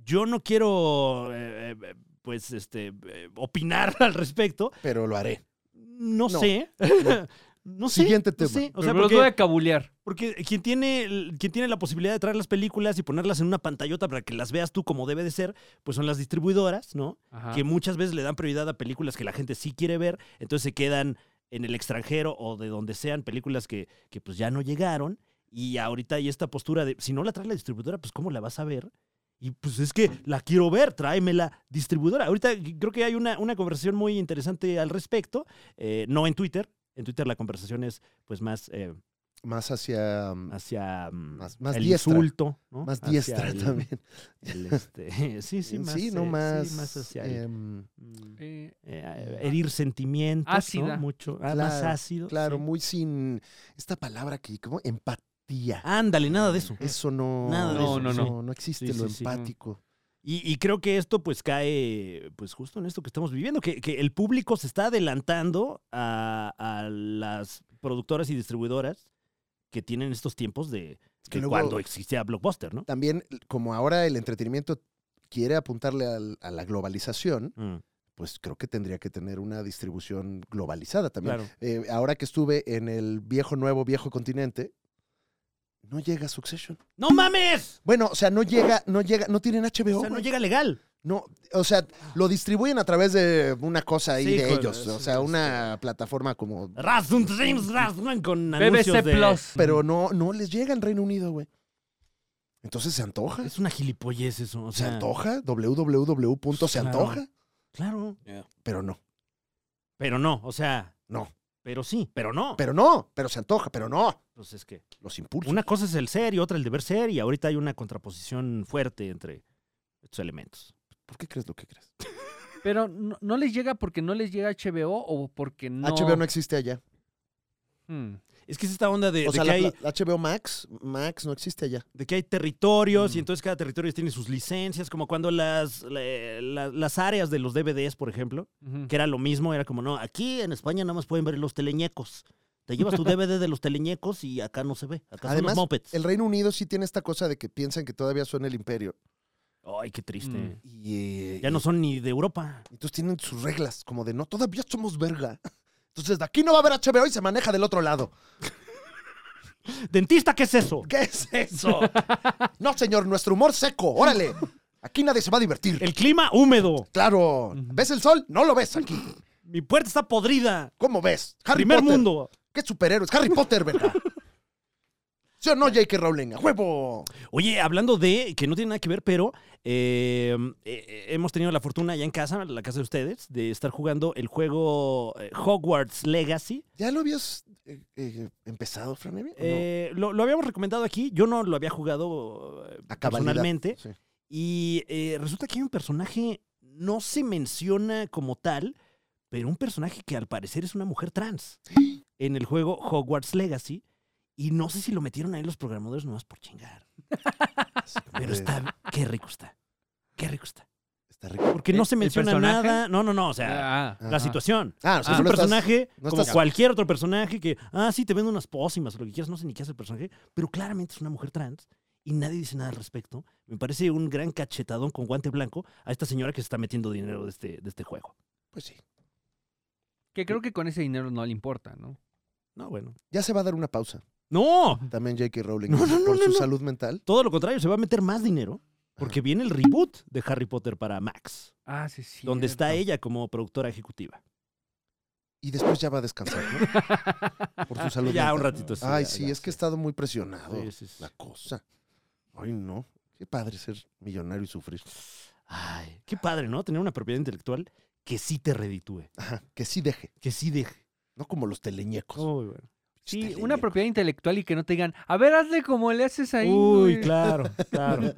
Speaker 2: Yo no quiero, eh, eh, pues, este, eh, opinar al respecto.
Speaker 1: Pero lo haré.
Speaker 2: No,
Speaker 1: No,
Speaker 2: sé. No sé.
Speaker 1: Siguiente
Speaker 2: no
Speaker 1: tema.
Speaker 2: sé. O
Speaker 3: O
Speaker 2: sea,
Speaker 3: sea, los voy
Speaker 2: porque,
Speaker 3: a cabulear.
Speaker 2: porque quien, tiene, el- quien tiene la posibilidad de traer las películas y ponerlas en una pantallota para que las veas tú como debe de ser, pues son las distribuidoras, ¿no?
Speaker 3: Ajá.
Speaker 2: que muchas veces le dan prioridad a películas que la gente sí quiere ver, entonces se quedan en el extranjero o de donde sean películas que, que pues ya no llegaron y ahorita hay esta postura de si no la trae la distribuidora, pues cómo la vas a ver? Y pues es que la quiero ver, tráemela distribuidora. Ahorita creo que hay una, una conversación muy interesante al respecto, eh, no en Twitter. En Twitter la conversación es pues más eh,
Speaker 1: Más hacia. um,
Speaker 2: hacia mm,
Speaker 1: Más- más
Speaker 2: el
Speaker 1: diestra.
Speaker 2: insulto, ¿no?
Speaker 1: Más
Speaker 2: Hacia
Speaker 1: diestra
Speaker 2: el-
Speaker 1: también.
Speaker 2: el, este, sí, sí, más,
Speaker 1: sí, no
Speaker 2: eh,
Speaker 1: más.
Speaker 2: sí, más hacia el-
Speaker 1: em,
Speaker 2: mm,
Speaker 3: Eh,
Speaker 2: eh, herir sentimientos, ¿no?
Speaker 3: Ácida.
Speaker 2: Mucho, ah, más
Speaker 1: Claro,
Speaker 2: ácido.
Speaker 1: claro,
Speaker 2: sí.
Speaker 1: muy sin. Esta palabra que. como Empatía.
Speaker 2: Ándale, nada de eso.
Speaker 1: Eso no.
Speaker 2: Nada de
Speaker 3: No, eso, no, sí. no.
Speaker 1: No existe
Speaker 2: Sí,
Speaker 1: lo
Speaker 2: sí, sí.
Speaker 1: empático.
Speaker 2: Y, y creo que esto pues cae pues justo en esto que estamos viviendo, que, que el público se está adelantando a, a las productoras y distribuidoras que tienen estos tiempos de,
Speaker 1: Es que
Speaker 2: de
Speaker 1: luego-
Speaker 2: cuando existía Blockbuster, ¿no?
Speaker 1: También, como ahora el entretenimiento quiere apuntarle al- a la globalización,
Speaker 2: Mm,
Speaker 1: pues creo que tendría que tener una distribución globalizada también.
Speaker 2: claro.
Speaker 1: Eh, ahora que estuve en el viejo, nuevo, viejo continente, no llega Succession.
Speaker 2: ¡No mames!
Speaker 1: Bueno, o sea, no llega, no llega, no tienen HBO.
Speaker 2: O sea, no
Speaker 1: güey.
Speaker 2: llega legal.
Speaker 1: No, o sea, lo distribuyen a través de una cosa ahí
Speaker 2: Sí, Ah,
Speaker 1: de
Speaker 2: con-
Speaker 1: ellos, o sea, una plataforma como...
Speaker 2: Razum Dreams Razum con anuncios
Speaker 3: BBC
Speaker 2: de-
Speaker 3: Plus.
Speaker 1: Pero no, no les llega en Reino Unido, güey. Entonces se antoja.
Speaker 2: Es una gilipollez eso. O
Speaker 1: Se
Speaker 2: sea,
Speaker 1: antoja, www. se
Speaker 2: Claro.
Speaker 1: antoja,
Speaker 2: Claro.
Speaker 1: pero no,
Speaker 2: Pero no, o sea.
Speaker 1: No.
Speaker 2: Pero sí, pero no.
Speaker 1: pero no, pero se antoja, pero no.
Speaker 2: Pues es que
Speaker 1: Los impulsos.
Speaker 2: una cosa es el ser y otra el deber ser, y ahorita hay una contraposición fuerte entre estos elementos.
Speaker 1: ¿Por qué crees lo que crees?
Speaker 3: Pero no, no les llega porque no les llega HBO o porque no.
Speaker 1: HBO no existe allá.
Speaker 3: Hmm.
Speaker 2: Es que es esta onda de,
Speaker 1: O
Speaker 2: de
Speaker 1: sea,
Speaker 2: que,
Speaker 1: la,
Speaker 2: hay,
Speaker 1: la HBO Max, Max no existe allá.
Speaker 2: de que hay territorios
Speaker 3: Mm.
Speaker 2: y entonces cada territorio tiene sus licencias, como cuando las, la- la- las áreas de los DVDs, por ejemplo,
Speaker 3: Ujú.
Speaker 2: que era lo mismo, era como, no, aquí en España nada más pueden ver los teleñecos. Te llevas tu DVD de los teleñecos y acá no se ve. Acá son los
Speaker 1: Además,
Speaker 2: mopeds.
Speaker 1: El Reino Unido sí tiene esta cosa de que piensan que todavía son el imperio.
Speaker 2: Ay, qué triste.
Speaker 3: Mm.
Speaker 1: Y, eh,
Speaker 2: Ya no son ni de Europa.
Speaker 1: Entonces tienen sus reglas, como de no, todavía somos verga. Entonces de aquí no va a haber HBO y se maneja del otro lado.
Speaker 2: ¿Dentista qué es eso?
Speaker 1: ¿Qué es eso? no, señor, nuestro humor seco, órale. Aquí nadie se va a divertir.
Speaker 2: El clima húmedo.
Speaker 1: Claro.
Speaker 3: Ujú.
Speaker 1: ¿Ves el sol? No lo ves aquí.
Speaker 2: Mi puerta está podrida.
Speaker 1: ¿Cómo ves? Harry
Speaker 2: Primer
Speaker 1: Potter.
Speaker 2: mundo.
Speaker 1: ¿Qué superhéroes? Harry Potter, ¿verdad? ¿Sí o no, J.K. Rowling? ¡A huevo!
Speaker 2: Oye, hablando de, que no tiene nada que ver, pero eh, eh, hemos tenido la fortuna allá en casa, en la casa de ustedes, de estar jugando el juego eh, Hogwarts Legacy.
Speaker 1: ¿Ya lo habías eh, eh, empezado, Fran Evia, o no?
Speaker 2: Eh, lo, lo habíamos recomendado aquí, yo no lo había jugado eh,
Speaker 1: A cabalidad,
Speaker 2: personalmente.
Speaker 1: sí.
Speaker 2: Y eh, resulta que hay un personaje, no se menciona como tal, pero un personaje que al parecer es una mujer trans en el juego Hogwarts Legacy. Y no sé si lo metieron ahí los programadores nomás por chingar.
Speaker 1: Así como
Speaker 2: Pero
Speaker 1: de-
Speaker 2: está, qué rico está. Qué rico está.
Speaker 1: Eh, Está rico.
Speaker 2: Porque no
Speaker 3: ¿El-
Speaker 2: se
Speaker 3: el
Speaker 2: menciona
Speaker 3: personaje?
Speaker 2: nada. No, no, no. O sea,
Speaker 3: Ah,
Speaker 1: Ah.
Speaker 2: la situación.
Speaker 1: Ah, o sea,
Speaker 2: es un
Speaker 1: no estás-
Speaker 2: personaje
Speaker 1: no
Speaker 2: como
Speaker 1: estás-
Speaker 2: cualquier otro personaje que, ah, sí, te vendo unas pócimas o lo que quieras, no sé ni qué hace el personaje, pero claramente es una mujer trans y nadie dice nada al respecto. Me parece un gran cachetadón con guante blanco a esta señora que se está metiendo dinero de este, de este juego.
Speaker 1: Pues sí.
Speaker 3: que creo que con ese dinero no le importa, ¿no?
Speaker 2: No, bueno.
Speaker 1: Ya se va a dar una pausa.
Speaker 2: ¡No!
Speaker 1: También J.K. Rowling.
Speaker 2: No, no, no,
Speaker 1: por
Speaker 2: no,
Speaker 1: su
Speaker 2: no.
Speaker 1: salud mental.
Speaker 2: Todo lo contrario, se va a meter más dinero porque viene el reboot de Harry Potter para Max,
Speaker 3: Ah, sí, sí.
Speaker 2: donde está ella como productora ejecutiva.
Speaker 1: Y después ya va a descansar, ¿no? Por su salud
Speaker 2: Ya
Speaker 1: mental.
Speaker 2: un ratito. sí,
Speaker 1: Ay,
Speaker 2: ya,
Speaker 1: sí,
Speaker 2: ya,
Speaker 1: es que he estado muy presionado.
Speaker 2: Sí, sí, sí.
Speaker 1: La cosa. Ay, no. Qué padre ser millonario y sufrir.
Speaker 2: Ay, qué padre, ¿no? Tener una propiedad intelectual que sí te reditúe,
Speaker 1: Ajá, que sí deje.
Speaker 2: que sí deje. Oh,
Speaker 1: No como los teleñecos.
Speaker 2: Uy, bueno.
Speaker 3: Sí,
Speaker 1: Teleñecos.
Speaker 3: una propiedad intelectual y que no te digan, a ver, hazle como le haces ahí.
Speaker 2: Uy,
Speaker 3: güey.
Speaker 2: claro, claro.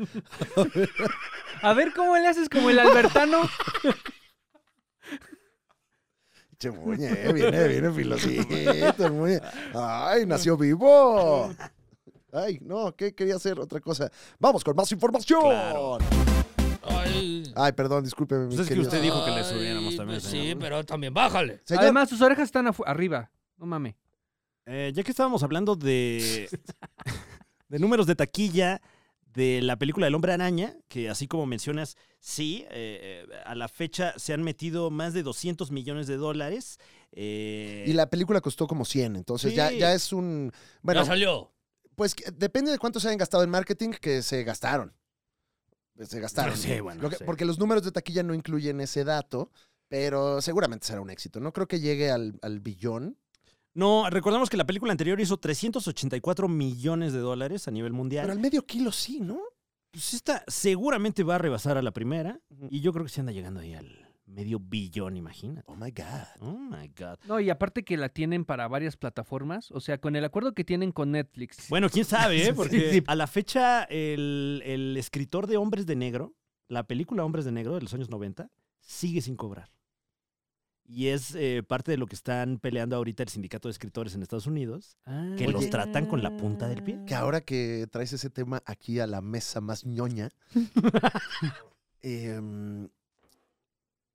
Speaker 3: A ver cómo le haces como el Albertano.
Speaker 1: Che, Muñe, eh, viene, viene filosito, el Muñe. Ay, nació vivo. Ay, no, ¿qué quería hacer? Otra cosa. Vamos con más información.
Speaker 2: Claro.
Speaker 4: Ay.
Speaker 1: Ay, perdón, discúlpeme. mis
Speaker 2: Pues es que
Speaker 1: queridos.
Speaker 2: usted Ah, dijo que le
Speaker 4: Ay,
Speaker 2: subiéramos también,
Speaker 4: pues sí,
Speaker 2: señor.
Speaker 4: pero también bájale.
Speaker 1: Señor,
Speaker 3: Además, sus orejas están afu- arriba. No mames.
Speaker 2: Eh, ya que estábamos hablando de, de números de taquilla de la película El Hombre Araña, que así como mencionas, sí, eh, eh, a la fecha se han metido más de 200 millones de dólares. eh,
Speaker 1: y la película costó como 100, entonces ya,
Speaker 2: Sí.
Speaker 1: ya es un... Bueno,
Speaker 4: ya salió.
Speaker 1: Pues que- depende de cuánto se hayan gastado en marketing, que se gastaron. Pues, Se gastaron.
Speaker 2: Sí, bueno,
Speaker 1: Lo que-
Speaker 2: sí.
Speaker 1: Porque los números de taquilla no incluyen ese dato, pero seguramente será un éxito. No creo que llegue al, al billón.
Speaker 2: No, recordamos que la película anterior hizo 384 millones de dólares a nivel
Speaker 1: Pero
Speaker 2: mundial.
Speaker 1: al medio kilo sí, ¿no?
Speaker 2: Pues esta seguramente va a rebasar a la primera
Speaker 1: Ujú.
Speaker 2: y yo creo que se anda llegando ahí al medio billón, imagínate.
Speaker 1: Oh my God.
Speaker 2: Oh my God.
Speaker 3: No, y aparte que la tienen para varias plataformas. O sea, con el acuerdo que tienen con Netflix.
Speaker 2: Bueno, quién sabe, ¿eh?
Speaker 3: Sí,
Speaker 2: Porque
Speaker 3: sí.
Speaker 2: a la fecha, el, el escritor de Hombres de Negro, la película Hombres de Negro de los años 90, sigue sin cobrar. Y es eh, parte de lo que están peleando ahorita el sindicato de escritores en Estados Unidos.
Speaker 3: Ah.
Speaker 2: que los tratan con la punta del pie.
Speaker 1: Que ahora que traes ese tema aquí a la mesa más ñoña, em,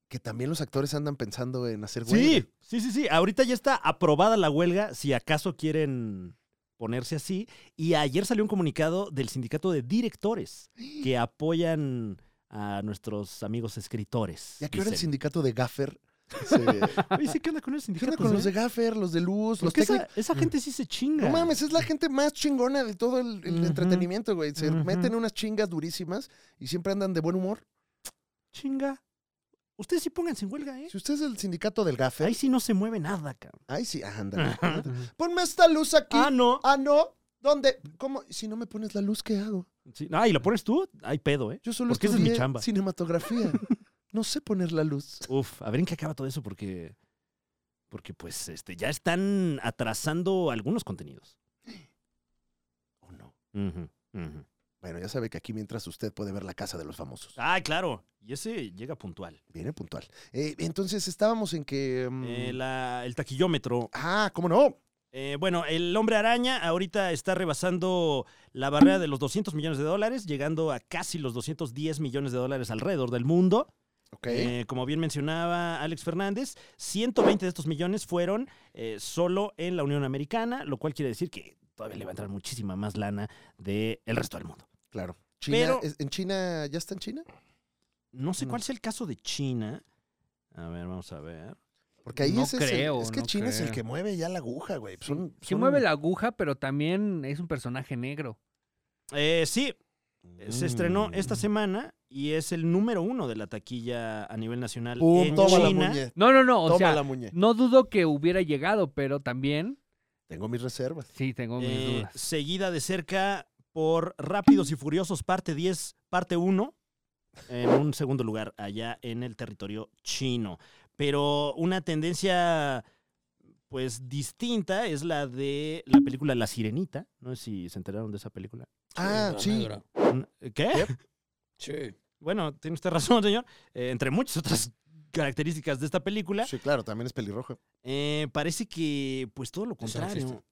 Speaker 1: que también los actores andan pensando en hacer huelga.
Speaker 2: Sí, sí, sí, sí. Ahorita ya está aprobada la huelga, si acaso quieren ponerse así. Y ayer salió un comunicado del sindicato de directores que apoyan a nuestros amigos escritores.
Speaker 1: ¿Y a qué hora el
Speaker 2: dicen.
Speaker 1: sindicato de Gaffer Sí.
Speaker 2: Oye, sí, ¿qué onda con los
Speaker 1: ¿Qué
Speaker 2: sindicatos?
Speaker 1: onda con los de
Speaker 2: eh?
Speaker 1: Gaffer, los de Luz, Pues los
Speaker 2: Porque esa,
Speaker 1: técnicos?
Speaker 2: esa gente sí se chinga.
Speaker 1: No mames, es la gente más chingona de todo el, el
Speaker 2: Ujú.
Speaker 1: entretenimiento, güey. Se
Speaker 2: Ujú.
Speaker 1: meten unas chingas durísimas y siempre andan de buen humor.
Speaker 2: Chinga. Ustedes sí pónganse en huelga, ¿eh?
Speaker 1: Si usted es el sindicato del Gaffer,
Speaker 2: Ahí sí no se mueve nada, cabrón.
Speaker 1: ahí sí, ah, ándale. Ponme esta luz aquí.
Speaker 2: Ah, no.
Speaker 1: Ah, no. ¿Dónde? ¿Cómo? Si no me pones la luz, ¿qué hago?
Speaker 2: Sí, Ah, y lo pones tú, hay pedo, ¿eh?
Speaker 1: Yo solo
Speaker 2: Porque esa es mi
Speaker 1: estudié
Speaker 2: chamba.
Speaker 1: cinematografía. No sé poner la luz.
Speaker 2: Uf, a ver en qué acaba todo eso, porque. Porque, pues, este, ya están atrasando algunos contenidos.
Speaker 1: ¿O no?
Speaker 2: Ujú, ujú.
Speaker 1: Bueno, ya sabe que aquí mientras usted puede ver la casa de los famosos.
Speaker 2: Ah, claro. Y ese llega puntual.
Speaker 1: Viene puntual. Eh, entonces estábamos en que. mm,
Speaker 2: Eh, la- el taquillómetro.
Speaker 1: Ah, ¿cómo no?
Speaker 2: Eh, bueno, el hombre araña ahorita está rebasando la barrera de los 200 millones de dólares, llegando a casi los 210 millones de dólares alrededor del mundo.
Speaker 1: Ok.
Speaker 2: Eh, como bien mencionaba Alex Fernández, 120 de estos millones fueron eh, solo en la Unión Americana, lo cual quiere decir que todavía le va a entrar muchísima más lana del resto del mundo.
Speaker 1: claro. China,
Speaker 2: pero-
Speaker 1: es- ¿En China? ¿Ya está en China?
Speaker 2: No sé
Speaker 1: No.
Speaker 2: cuál sea el caso de China. A ver, vamos a ver.
Speaker 1: Porque ahí
Speaker 3: No
Speaker 1: ese es. el-
Speaker 3: creo,
Speaker 1: es que
Speaker 3: no
Speaker 1: China es el
Speaker 3: creo.
Speaker 1: que mueve ya la aguja, güey. Son,
Speaker 3: Sí
Speaker 1: son-
Speaker 3: mueve la aguja, pero también es un personaje negro.
Speaker 2: Eh, sí, se estrenó
Speaker 1: Mm.
Speaker 2: esta semana y es el número uno de la taquilla a nivel nacional
Speaker 1: Pum,
Speaker 2: en
Speaker 1: Uh, toma la
Speaker 2: China.
Speaker 1: muñe.
Speaker 3: No, no, no. O
Speaker 1: Toma
Speaker 3: sea,
Speaker 1: la muñe.
Speaker 3: no dudo que hubiera llegado, pero también
Speaker 1: Tengo mis reservas.
Speaker 3: sí tengo mis
Speaker 2: eh,
Speaker 3: dudas.
Speaker 2: seguida de cerca por Rápidos y Furiosos parte 10, parte 1, en un segundo lugar allá en el territorio chino. Pero una tendencia pues distinta es la de la película La Sirenita, no sé si se enteraron de esa película. eh,
Speaker 1: Ah,
Speaker 4: Negra,
Speaker 1: sí.
Speaker 4: negra.
Speaker 2: ¿Qué?
Speaker 4: Sí.
Speaker 2: Bueno, tiene usted razón, señor. Eh, entre muchas otras características de esta película,
Speaker 1: Sí, claro, también es pelirrojo.
Speaker 2: Eh, parece que, pues todo lo
Speaker 4: Eso no
Speaker 2: contrario.
Speaker 4: existe.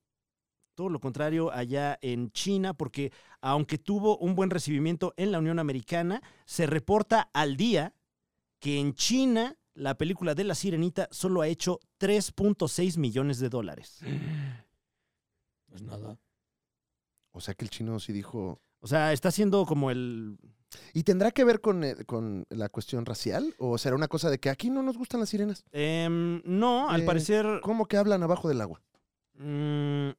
Speaker 2: todo lo contrario allá en China, porque aunque tuvo un buen recibimiento en la Unión Americana, se reporta al día que en China la película de la sirenita solo ha hecho 3.6 millones de dólares.
Speaker 4: Pues nada.
Speaker 1: O sea que el chino sí dijo.
Speaker 2: O sea, está siendo como el...
Speaker 1: ¿Y tendrá que ver con, eh, con la cuestión racial? ¿O será una cosa de que aquí no nos gustan las sirenas?
Speaker 2: em, no, al
Speaker 1: Eh,
Speaker 2: parecer...
Speaker 1: ¿Cómo que hablan abajo del agua?
Speaker 2: mm,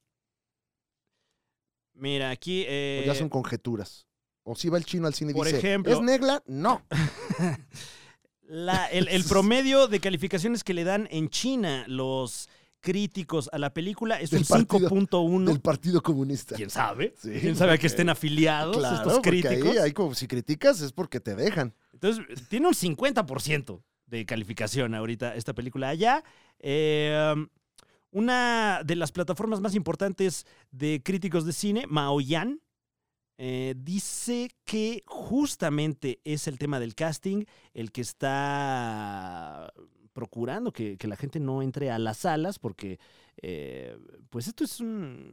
Speaker 2: mira, aquí...
Speaker 1: O
Speaker 2: eh,
Speaker 1: Pues ya son conjeturas. O si va el chino al cine y
Speaker 2: por
Speaker 1: dice,
Speaker 2: ejemplo-
Speaker 1: ¿es negla? No.
Speaker 2: La- el, el promedio de calificaciones que le dan en China los críticos a la película es
Speaker 1: Del
Speaker 2: un
Speaker 1: partido- Del
Speaker 2: 5.1.
Speaker 1: Partido Comunista.
Speaker 2: ¿Quién sabe?
Speaker 1: Sí,
Speaker 2: ¿Quién sabe a qué
Speaker 1: porque-
Speaker 2: estén afiliados
Speaker 1: Claro,
Speaker 2: estos
Speaker 1: porque
Speaker 2: críticos?
Speaker 1: ahí, ahí como si criticas es porque te dejan.
Speaker 2: Entonces, tiene un 50% de calificación ahorita esta película allá. Eh, una de las plataformas más importantes de críticos de cine, Maoyan, eh, dice que justamente es el tema del casting el que está procurando que, que la gente no entre a las salas porque eh, pues esto es un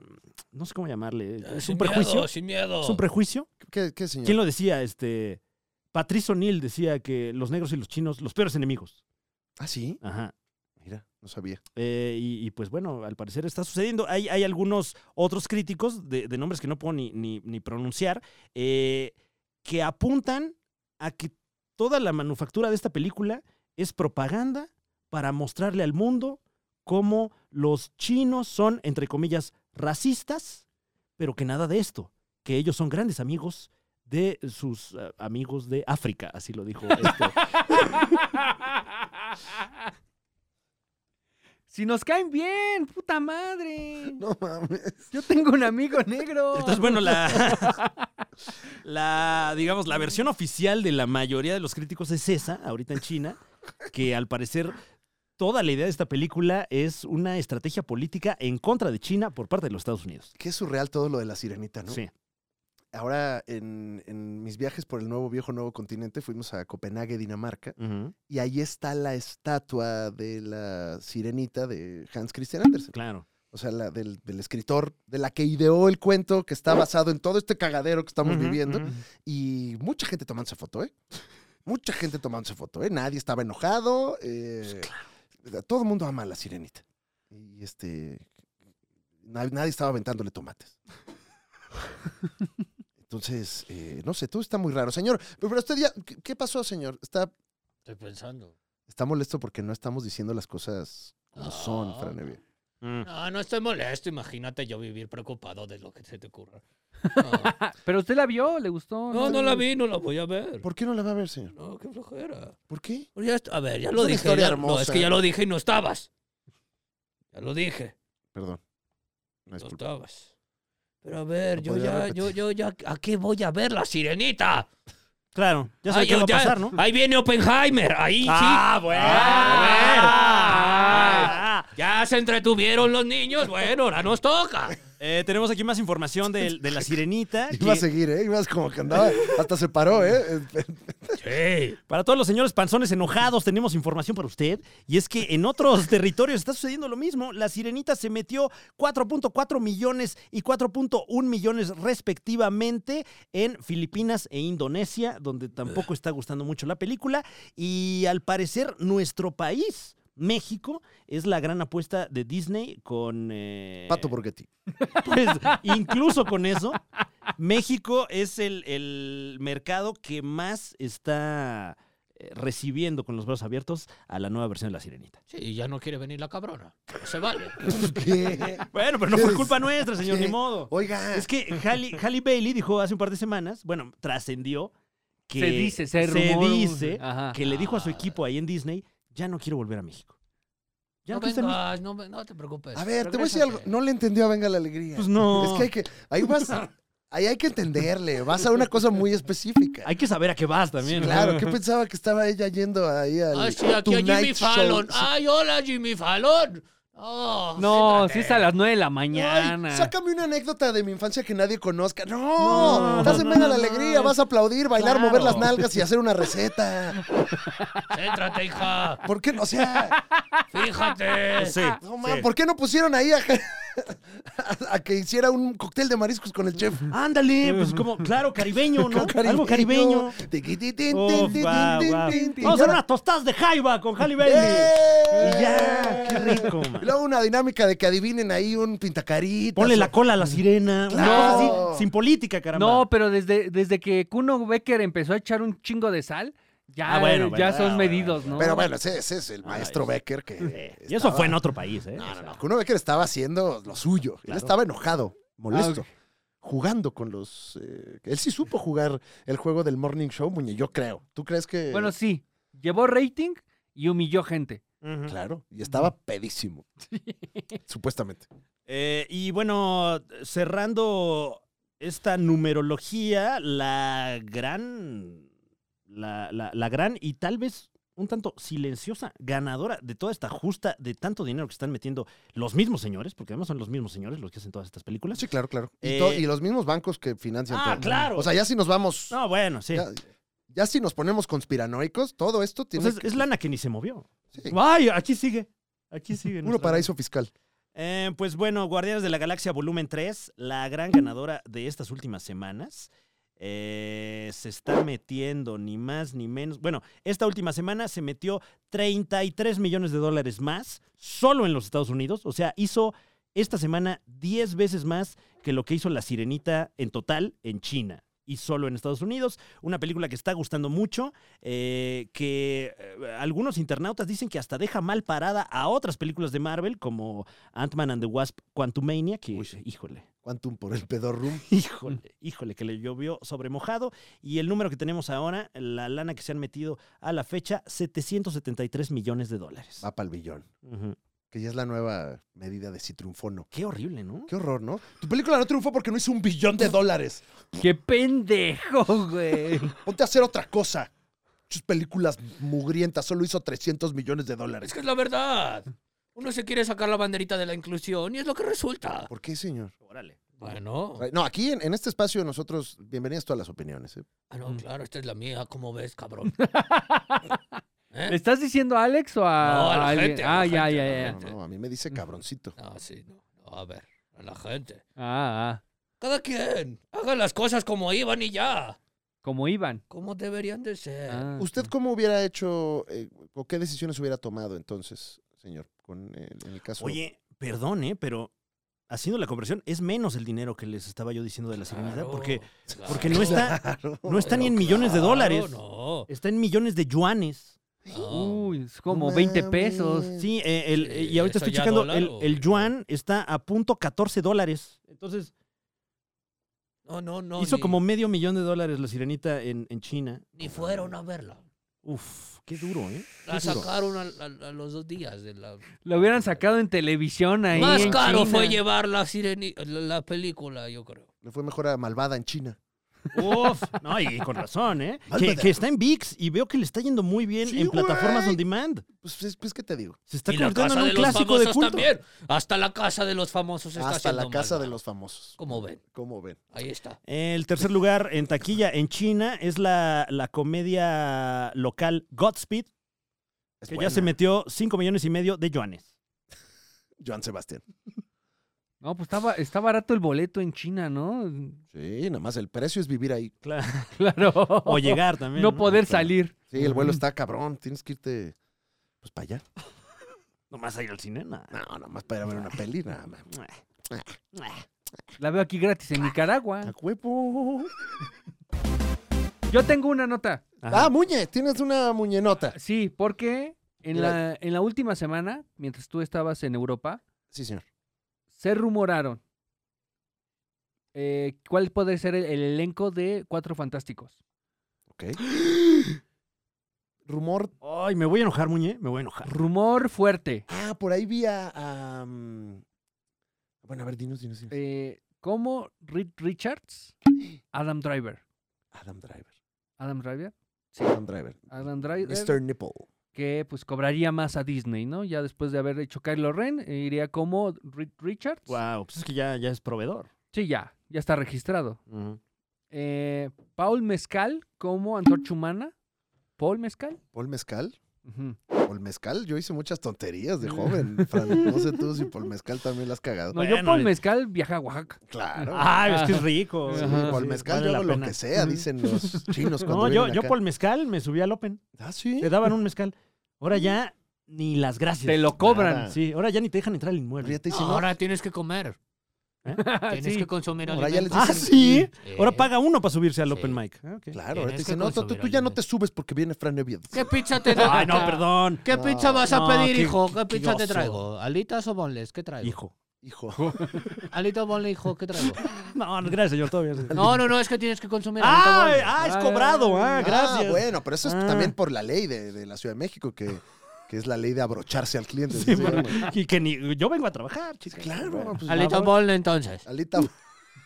Speaker 2: no sé cómo llamarle es
Speaker 4: Sin
Speaker 2: un prejuicio
Speaker 4: miedo, sin miedo.
Speaker 2: es un prejuicio
Speaker 1: ¿Qué, qué, señor?
Speaker 2: ¿Quién lo decía? Este. Patrice O'Neill decía que los negros y los chinos, los peores enemigos.
Speaker 1: Ah, sí.
Speaker 2: Ajá.
Speaker 1: Mira, no sabía.
Speaker 2: Eh, y, y, pues bueno, al parecer está sucediendo. Hay, hay algunos otros críticos de, de nombres que no puedo ni, ni- ni pronunciar eh, que apuntan a que toda la manufactura de esta película es propaganda para mostrarle al mundo cómo los chinos son, entre comillas, racistas, pero que nada de esto, que ellos son grandes amigos de sus eh, amigos de África, así lo dijo. este,
Speaker 3: Si nos caen bien, puta madre.
Speaker 1: No mames.
Speaker 3: Yo tengo un amigo negro.
Speaker 2: Entonces, bueno, la, la, digamos, la versión oficial de la mayoría de los críticos es esa, ahorita en China, que al parecer toda la idea de esta película es una estrategia política en contra de China por parte de los Estados Unidos.
Speaker 1: Qué surreal todo lo de la sirenita, Ah, ¿no?
Speaker 2: Sí.
Speaker 1: Ahora, en, en mis viajes por el nuevo, viejo, nuevo continente, fuimos a Copenhague, Dinamarca,
Speaker 2: Ujú,
Speaker 1: y ahí está la estatua de la sirenita de Hans Christian Andersen.
Speaker 2: Claro.
Speaker 1: O sea, la del, del escritor, de la que ideó el cuento, que está basado en todo este cagadero que estamos
Speaker 2: Ujú,
Speaker 1: viviendo.
Speaker 2: ujú.
Speaker 1: Y mucha gente tomándose foto, ¿eh? Mucha gente tomándose foto, ¿eh? Nadie estaba enojado. eh, Todo el mundo ama a la sirenita. Y este. na- Nadie estaba aventándole tomates. Entonces, este eh, no sé, todo está muy raro. Señor, pero pero usted ya. ¿qué- ¿Qué pasó, señor? Está.
Speaker 4: Estoy pensando.
Speaker 1: Está molesto porque no estamos diciendo las cosas como son,
Speaker 4: Ah.
Speaker 1: Fran Evia.
Speaker 2: Mm.
Speaker 4: No, no estoy molesto. Imagínate yo vivir preocupado de lo que se te ocurra.
Speaker 3: Ah, Pero usted la vio, le gustó.
Speaker 4: No, no la vi, no la voy a ver.
Speaker 1: ¿Por qué no la va a ver, señor?
Speaker 4: No, qué flojera.
Speaker 1: ¿Por qué?
Speaker 4: Pues ya est- a ver, ya
Speaker 1: Es
Speaker 4: lo
Speaker 1: una
Speaker 4: dije.
Speaker 1: historia
Speaker 4: ya- no, es
Speaker 1: hermosa.
Speaker 4: que
Speaker 2: ¿eh?
Speaker 4: ya lo dije y no estabas. Ya lo dije,
Speaker 1: Perdón. Una
Speaker 4: no
Speaker 1: disculpa.
Speaker 4: estabas. Pero a ver,
Speaker 1: Lo
Speaker 4: yo
Speaker 1: podría
Speaker 4: ya,
Speaker 1: repetir.
Speaker 4: yo, yo ya, ¿a qué voy a ver la sirenita?
Speaker 2: Claro, ya sabe
Speaker 4: Ay,
Speaker 2: qué va a
Speaker 4: ya-
Speaker 2: pasar, ¿no?
Speaker 4: Ahí viene Oppenheimer, ahí
Speaker 2: Ah,
Speaker 4: sí.
Speaker 2: bueno.
Speaker 4: Ah,
Speaker 2: Ah.
Speaker 4: bueno. Ya se entretuvieron los niños, bueno, ahora nos toca.
Speaker 2: Eh, tenemos aquí más información del- de, la sirenita.
Speaker 1: Iba a
Speaker 2: que-
Speaker 1: seguir, ¿eh? Ibas como que andaba. Hasta se paró, ¿eh?
Speaker 4: Sí.
Speaker 2: Para todos los señores panzones enojados, tenemos información para usted. Y es que en otros territorios está sucediendo lo mismo. La sirenita se metió 4.4 millones y 4.1 millones respectivamente en Filipinas e Indonesia, donde tampoco está gustando mucho la película. Y al parecer, nuestro país. México es la gran apuesta de Disney con... eh,
Speaker 1: Pato Borghetti.
Speaker 2: pues, incluso con eso, México es el, el mercado que más está eh, recibiendo con los brazos abiertos a la nueva versión de La Sirenita.
Speaker 4: Sí, ya no quiere venir la cabrona. No se vale.
Speaker 1: ¿Qué?
Speaker 2: Bueno, pero no fue culpa nuestra, señor, ni
Speaker 1: ¿Qué?
Speaker 2: modo.
Speaker 1: Oiga.
Speaker 2: Es que Halle, Halle Bailey dijo hace un par de semanas, bueno, trascendió que
Speaker 3: Se dice, se ah, rumora.
Speaker 2: dice
Speaker 3: Ajá.
Speaker 2: que le dijo a su equipo ahí en Disney, ya no quiero volver a México. Ya
Speaker 4: No
Speaker 2: no, quiero estar en México.
Speaker 4: vengas, no, ve- no te preocupes.
Speaker 1: A ver, te voy a decir algo.
Speaker 4: Regrésate.
Speaker 1: No le entendió a Venga la Alegría.
Speaker 2: Pues no.
Speaker 1: Es que hay que. Ahí vas. Ahí hay que entenderle. Vas a una cosa muy específica.
Speaker 2: Hay que saber a qué vas también. ¿no? Ah,
Speaker 1: Claro, ¿qué pensaba que estaba ella yendo ahí al
Speaker 4: Ay, Ah, sí, aquí a Jimmy
Speaker 1: Tonight
Speaker 4: Fallon.
Speaker 1: Show?
Speaker 4: Ay, hola, Jimmy Fallon. Oh,
Speaker 3: No,
Speaker 4: siéntate.
Speaker 3: sí es a las 9 de la
Speaker 1: Ay,
Speaker 3: mañana.
Speaker 1: sácame una anécdota de mi infancia que nadie conozca. No,
Speaker 2: No,
Speaker 1: estás en
Speaker 2: no,
Speaker 1: Venga
Speaker 2: no,
Speaker 1: la
Speaker 2: no,
Speaker 1: alegría,
Speaker 2: es-
Speaker 1: vas a aplaudir, bailar,
Speaker 2: Claro.
Speaker 1: mover las nalgas y hacer una receta.
Speaker 4: Céntrate, hija.
Speaker 1: ¿Por qué no? O sea,
Speaker 4: Fíjate.
Speaker 2: Sí,
Speaker 1: no, man,
Speaker 2: sí.
Speaker 1: ¿por qué no pusieron ahí a, a- a que hiciera un cóctel de mariscos con el chef?
Speaker 2: Ándale, pues como, claro, caribeño, ¿no? Algo caribeño.
Speaker 1: Tiquitín,
Speaker 2: Uf,
Speaker 1: tin, tin,
Speaker 2: guau,
Speaker 1: tin,
Speaker 2: guau.
Speaker 1: tin, tin.
Speaker 2: Vamos a
Speaker 1: Y
Speaker 2: hacer
Speaker 1: ahora-
Speaker 2: unas tostadas de jaiba con Halle Bailey.
Speaker 1: ¡Eh!
Speaker 2: Y ya, qué rico, man.
Speaker 1: Y luego una dinámica de que adivinen ahí un pintacarita.
Speaker 2: Ponle la cola a la sirena. Una
Speaker 1: Claro.
Speaker 2: cosa así, sin política, caramba.
Speaker 3: No, pero desde, desde que Kuno Becker empezó a echar un chingo de sal, ya,
Speaker 2: Ah, bueno, bueno,
Speaker 3: ya son
Speaker 2: bueno,
Speaker 3: medidos, ¿no?
Speaker 1: Pero bueno, ese, ese es el maestro Becker que.
Speaker 2: Eh, Y eso
Speaker 1: estaba-
Speaker 2: fue en otro país, ¿eh?
Speaker 1: No, no, no. Kuno Becker estaba haciendo lo suyo. Él
Speaker 2: Claro.
Speaker 1: estaba enojado, molesto.
Speaker 3: Ah, ok.
Speaker 1: Jugando con los. eh, él sí supo jugar el juego del Morning Show, Muñe, yo creo. ¿Tú crees que.?
Speaker 3: Bueno, sí, llevó rating y humilló gente.
Speaker 2: Ujú.
Speaker 1: Claro. Y estaba pedísimo. Supuestamente.
Speaker 2: Eh, y bueno, cerrando esta numerología, la gran, la, la- la gran y tal vez un tanto silenciosa ganadora de toda esta justa de tanto dinero que están metiendo los mismos señores, porque además son los mismos señores los que hacen todas estas películas.
Speaker 1: Sí, claro, claro. Y,
Speaker 2: Eh,
Speaker 1: to- y los mismos bancos que financian
Speaker 2: Ah,
Speaker 1: todo.
Speaker 2: claro.
Speaker 1: O sea, ya si nos vamos.
Speaker 2: No, bueno, sí.
Speaker 1: Ya, ya si nos ponemos conspiranoicos, todo esto
Speaker 2: O
Speaker 1: tiene.
Speaker 2: sea, es,
Speaker 1: que-
Speaker 2: es lana que ni se movió.
Speaker 1: sí.
Speaker 2: ¡Ay! Aquí sigue. Aquí sigue.
Speaker 1: Puro
Speaker 2: nuestra-
Speaker 1: paraíso fiscal.
Speaker 2: Eh, pues bueno, Guardianes de la Galaxia Volumen 3, la gran ganadora de estas últimas semanas. eh, se está metiendo ni más ni menos. Bueno, esta última semana se metió 33 millones de dólares más solo en los Estados Unidos. O sea, hizo esta semana 10 veces más que lo que hizo La Sirenita en total en China y solo en Estados Unidos. Una película que está gustando mucho, eh, que eh, algunos internautas dicen que hasta deja mal parada a otras películas de Marvel como Ant-Man and the Wasp Quantumania, que
Speaker 1: Uy, sí.
Speaker 2: híjole,
Speaker 1: Quantum por el pedorrum.
Speaker 2: híjole, híjole, que le llovió sobre mojado. Y el número que tenemos ahora, la lana que se han metido a la fecha, 773 millones de dólares.
Speaker 4: Ah.
Speaker 1: Va para el billón.
Speaker 2: Ujú.
Speaker 1: Que ya es la nueva medida de si triunfó o no.
Speaker 2: Qué horrible, ¿no?
Speaker 1: Qué horror, ¿no? Tu película no triunfó porque no hizo un billón de dólares.
Speaker 3: ¡Qué pendejo, güey!
Speaker 1: Ponte a hacer otra cosa. Sus películas mugrientas solo hizo 300 millones de
Speaker 4: Es
Speaker 1: dólares.
Speaker 4: que es la verdad. Uno se quiere sacar la banderita de la inclusión y es lo que resulta.
Speaker 1: ¿Por qué, señor?
Speaker 2: Órale.
Speaker 4: Bueno.
Speaker 1: No, aquí en, en este espacio nosotros, bienvenidas todas las opiniones. ¿eh?
Speaker 4: Ah, no, claro, esta es la mía. ¿Cómo ves, cabrón? ¿Eh?
Speaker 3: ¿Le estás diciendo a Alex o a,
Speaker 4: No, a la
Speaker 3: alguien?
Speaker 4: gente, a la
Speaker 3: ah, ya,
Speaker 4: gente,
Speaker 3: ya,
Speaker 4: a la
Speaker 3: ya.
Speaker 1: No, no, a mí me dice cabroncito.
Speaker 4: Ah, sí, no. No, A ver, a la gente.
Speaker 3: Ah, ah.
Speaker 4: Cada quien, haga las cosas como iban y ya.
Speaker 3: Como Iván.
Speaker 4: Como deberían de ser.
Speaker 3: Ah.
Speaker 1: Eh, ¿Usted cómo hubiera hecho eh, o qué decisiones hubiera tomado entonces, señor, con el, en el caso?
Speaker 2: Oye, perdón, ¿eh? Pero haciendo la conversión, es menos el dinero que les estaba yo diciendo de la
Speaker 4: Claro, Ah,
Speaker 2: serenidad, porque
Speaker 4: claro.
Speaker 2: porque no está-
Speaker 1: Claro.
Speaker 2: no está ni en
Speaker 4: Pero
Speaker 2: millones de
Speaker 4: claro,
Speaker 2: dólares.
Speaker 4: No.
Speaker 2: está en millones de yuanes.
Speaker 3: Uy, es como
Speaker 1: No
Speaker 3: 20
Speaker 1: mames.
Speaker 3: pesos.
Speaker 2: Sí, eh, el-
Speaker 4: Sí,
Speaker 2: eh, y ahorita
Speaker 4: ¿eso
Speaker 2: estoy
Speaker 4: ya
Speaker 2: checando,
Speaker 4: dólar
Speaker 2: el,
Speaker 4: o
Speaker 2: el
Speaker 4: qué?
Speaker 2: yuan está a punto 14 dólares. Entonces,
Speaker 4: No, no, no.
Speaker 2: hizo
Speaker 4: ni-
Speaker 2: como medio millón de dólares la sirenita en, en China.
Speaker 4: Ni fueron a verla.
Speaker 2: Uf, qué duro, ¿eh?
Speaker 4: La
Speaker 1: duro.
Speaker 4: sacaron a, a- a los dos días de la...
Speaker 3: Lo hubieran sacado en televisión ahí.
Speaker 4: Más
Speaker 3: en
Speaker 4: caro
Speaker 3: China.
Speaker 4: fue llevar la, sireni- la, la película, yo creo.
Speaker 1: Le fue mejor a Malvada en China.
Speaker 2: Uf, no, y con razón, ¿eh? Que,
Speaker 1: Malvada.
Speaker 2: que está en VIX y veo que le está yendo muy bien
Speaker 1: pues, Sí,
Speaker 2: en plataformas
Speaker 1: güey.
Speaker 2: on demand.
Speaker 1: Pues, es- pues, ¿qué te digo?
Speaker 2: Se está
Speaker 4: y la
Speaker 2: convirtiendo
Speaker 4: casa
Speaker 2: en un
Speaker 4: de los
Speaker 2: clásico de
Speaker 4: famosos
Speaker 2: culto.
Speaker 4: también. Hasta la casa de los famosos está
Speaker 1: Hasta la
Speaker 4: haciendo
Speaker 1: casa
Speaker 4: mal.
Speaker 1: de los famosos.
Speaker 4: Como ven,
Speaker 1: ¿Cómo ven?
Speaker 4: ahí está.
Speaker 2: El tercer lugar en taquilla en China es la, la comedia local Godspeed,
Speaker 1: Es
Speaker 2: que
Speaker 1: buena.
Speaker 2: ya se metió 5 millones y medio de yuanes.
Speaker 1: Joan Sebastián.
Speaker 3: No, pues está, ba- está barato el boleto en China, ¿no?
Speaker 1: Sí, nada más el precio es vivir ahí.
Speaker 2: Claro.
Speaker 3: Claro.
Speaker 4: Oh,
Speaker 2: O llegar también.
Speaker 3: No poder
Speaker 2: Claro.
Speaker 3: salir.
Speaker 1: Sí, el vuelo está cabrón. Tienes que irte pues para allá.
Speaker 2: Nomás a ir al cine, nada.
Speaker 1: No, nada más para ir a ver una peli, nada más.
Speaker 3: La veo aquí gratis en Nicaragua.
Speaker 1: A huevo.
Speaker 3: Yo tengo una nota.
Speaker 1: Ah, Muñe, tienes una muñenota.
Speaker 3: Ah, Sí, porque en
Speaker 1: Mira.
Speaker 3: la, en la última semana, mientras tú estabas en Europa,
Speaker 1: Sí, señor.
Speaker 3: se rumoraron eh, cuál puede ser el, el elenco de Cuatro Fantásticos.
Speaker 1: Ok. Rumor.
Speaker 2: Ay, me voy a enojar, Muñe, me voy a enojar.
Speaker 3: Rumor fuerte.
Speaker 1: Ah, por ahí vi a. a, mm, bueno, a ver, dinos, dinos, dinos.
Speaker 3: Eh, como Reed Richards, Adam Driver.
Speaker 1: Adam Driver.
Speaker 3: Adam Driver.
Speaker 1: Adam Driver.
Speaker 3: Adam Driver.
Speaker 2: eh,
Speaker 1: Mr. Nipple.
Speaker 3: que pues cobraría más a Disney, ¿no? Ya después de haber hecho Kylo Ren, eh, iría como Reed Richards.
Speaker 2: Wow, pues es que ya, ya es proveedor.
Speaker 3: Sí, ya, ya está registrado. Eh, Paul Mezcal como Antorcha Humana. Paul Mezcal.
Speaker 1: Paul Mezcal.
Speaker 3: Ujú.
Speaker 1: Paul Mezcal. Yo hice muchas tonterías
Speaker 2: Mm.
Speaker 1: de joven, Fran. No sé tú si Paul Mezcal también las has cagado.
Speaker 3: No, yo
Speaker 2: Bueno,
Speaker 3: Paul
Speaker 2: le-
Speaker 3: Mezcal viaja a Oaxaca.
Speaker 1: Claro.
Speaker 2: Ay, es que es rico.
Speaker 1: Sí,
Speaker 3: Ajá,
Speaker 1: Paul Mezcal, yo hago lo que sea, dicen los chinos cuando
Speaker 2: Mm. No, yo,
Speaker 1: vienen
Speaker 2: yo
Speaker 1: acá.
Speaker 2: por el mezcal me subí al Open.
Speaker 1: Ah, sí.
Speaker 2: Te daban un mezcal. Ahora ya ni las gracias.
Speaker 3: Te lo cobran.
Speaker 1: Nada.
Speaker 2: Sí, ahora ya ni te dejan entrar al inmueble.
Speaker 1: Ríete y si
Speaker 4: No,
Speaker 1: no,
Speaker 4: ahora tienes que comer.
Speaker 2: ¿Eh?
Speaker 4: Tienes
Speaker 3: Ah, Sí.
Speaker 4: que consumir
Speaker 1: Ahora ya
Speaker 4: alimentos.
Speaker 1: les
Speaker 2: Ah,
Speaker 1: dicen-
Speaker 2: sí.
Speaker 4: Sí. Eh.
Speaker 2: Ahora paga uno para subirse al
Speaker 4: Sí.
Speaker 2: Open Mic. Ah, ok.
Speaker 1: Claro, ahora te
Speaker 4: Tienes que
Speaker 1: dicen, no, tú,
Speaker 4: consumir
Speaker 1: tú ya no
Speaker 4: alimentos.
Speaker 1: te subes porque viene Fran Oviedo.
Speaker 4: ¿Qué pizza te traigo?
Speaker 2: Ay, no, perdón.
Speaker 4: ¿Qué
Speaker 1: No.
Speaker 4: pizza vas a
Speaker 2: No,
Speaker 4: pedir,
Speaker 2: qué-
Speaker 4: hijo?
Speaker 2: qué-
Speaker 4: ¿Qué,
Speaker 2: qué
Speaker 4: pizza te
Speaker 2: oso.
Speaker 4: traigo? ¿Alitas o bonles? ¿Qué traigo?
Speaker 2: Hijo.
Speaker 1: Hijo.
Speaker 4: ¿Alita o bonles, hijo? ¿Qué traigo?
Speaker 2: No, no, gracias, señor. Todavía. sí.
Speaker 4: No, no, no, es que tienes que consumir alita o
Speaker 2: Ay,
Speaker 4: bonles.
Speaker 2: ah, es cobrado. Ah, gracias.
Speaker 1: Ah, bueno, pero eso es
Speaker 2: Ah.
Speaker 1: también por la ley de, de la Ciudad de México, que, que es la ley de abrocharse al cliente. se
Speaker 2: Sí, bueno,
Speaker 1: llama.
Speaker 2: y que ni yo vengo a trabajar, chica.
Speaker 1: Claro. pues,
Speaker 4: Alita o
Speaker 1: vamos.
Speaker 4: bonle, entonces.
Speaker 1: Alita,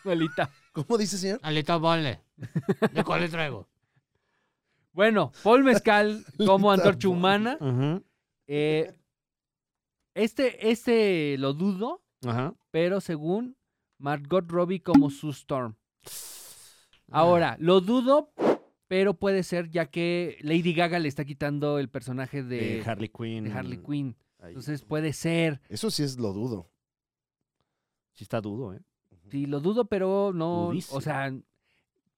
Speaker 3: Alita.
Speaker 1: ¿cómo dice, señor?
Speaker 4: Alita o bonle. ¿De cuál le traigo?
Speaker 3: Bueno, Paul Mezcal como
Speaker 1: Alita
Speaker 3: Antorcha
Speaker 1: Paul.
Speaker 3: Humana.
Speaker 2: Ajá.
Speaker 3: Eh, este, este lo dudo,
Speaker 2: Ajá.
Speaker 3: pero según Margot Robbie como Sue Storm. Ahora, lo dudo, pero puede ser ya que Lady Gaga le está quitando el personaje de,
Speaker 2: De Harley Quinn.
Speaker 3: de Harley Quinn.
Speaker 2: Mm, Ahí.
Speaker 3: Entonces puede ser.
Speaker 1: Eso sí es lo dudo.
Speaker 2: Sí está dudo, ¿eh?
Speaker 3: Sí, lo dudo, pero no.
Speaker 2: Durísimo.
Speaker 3: O sea,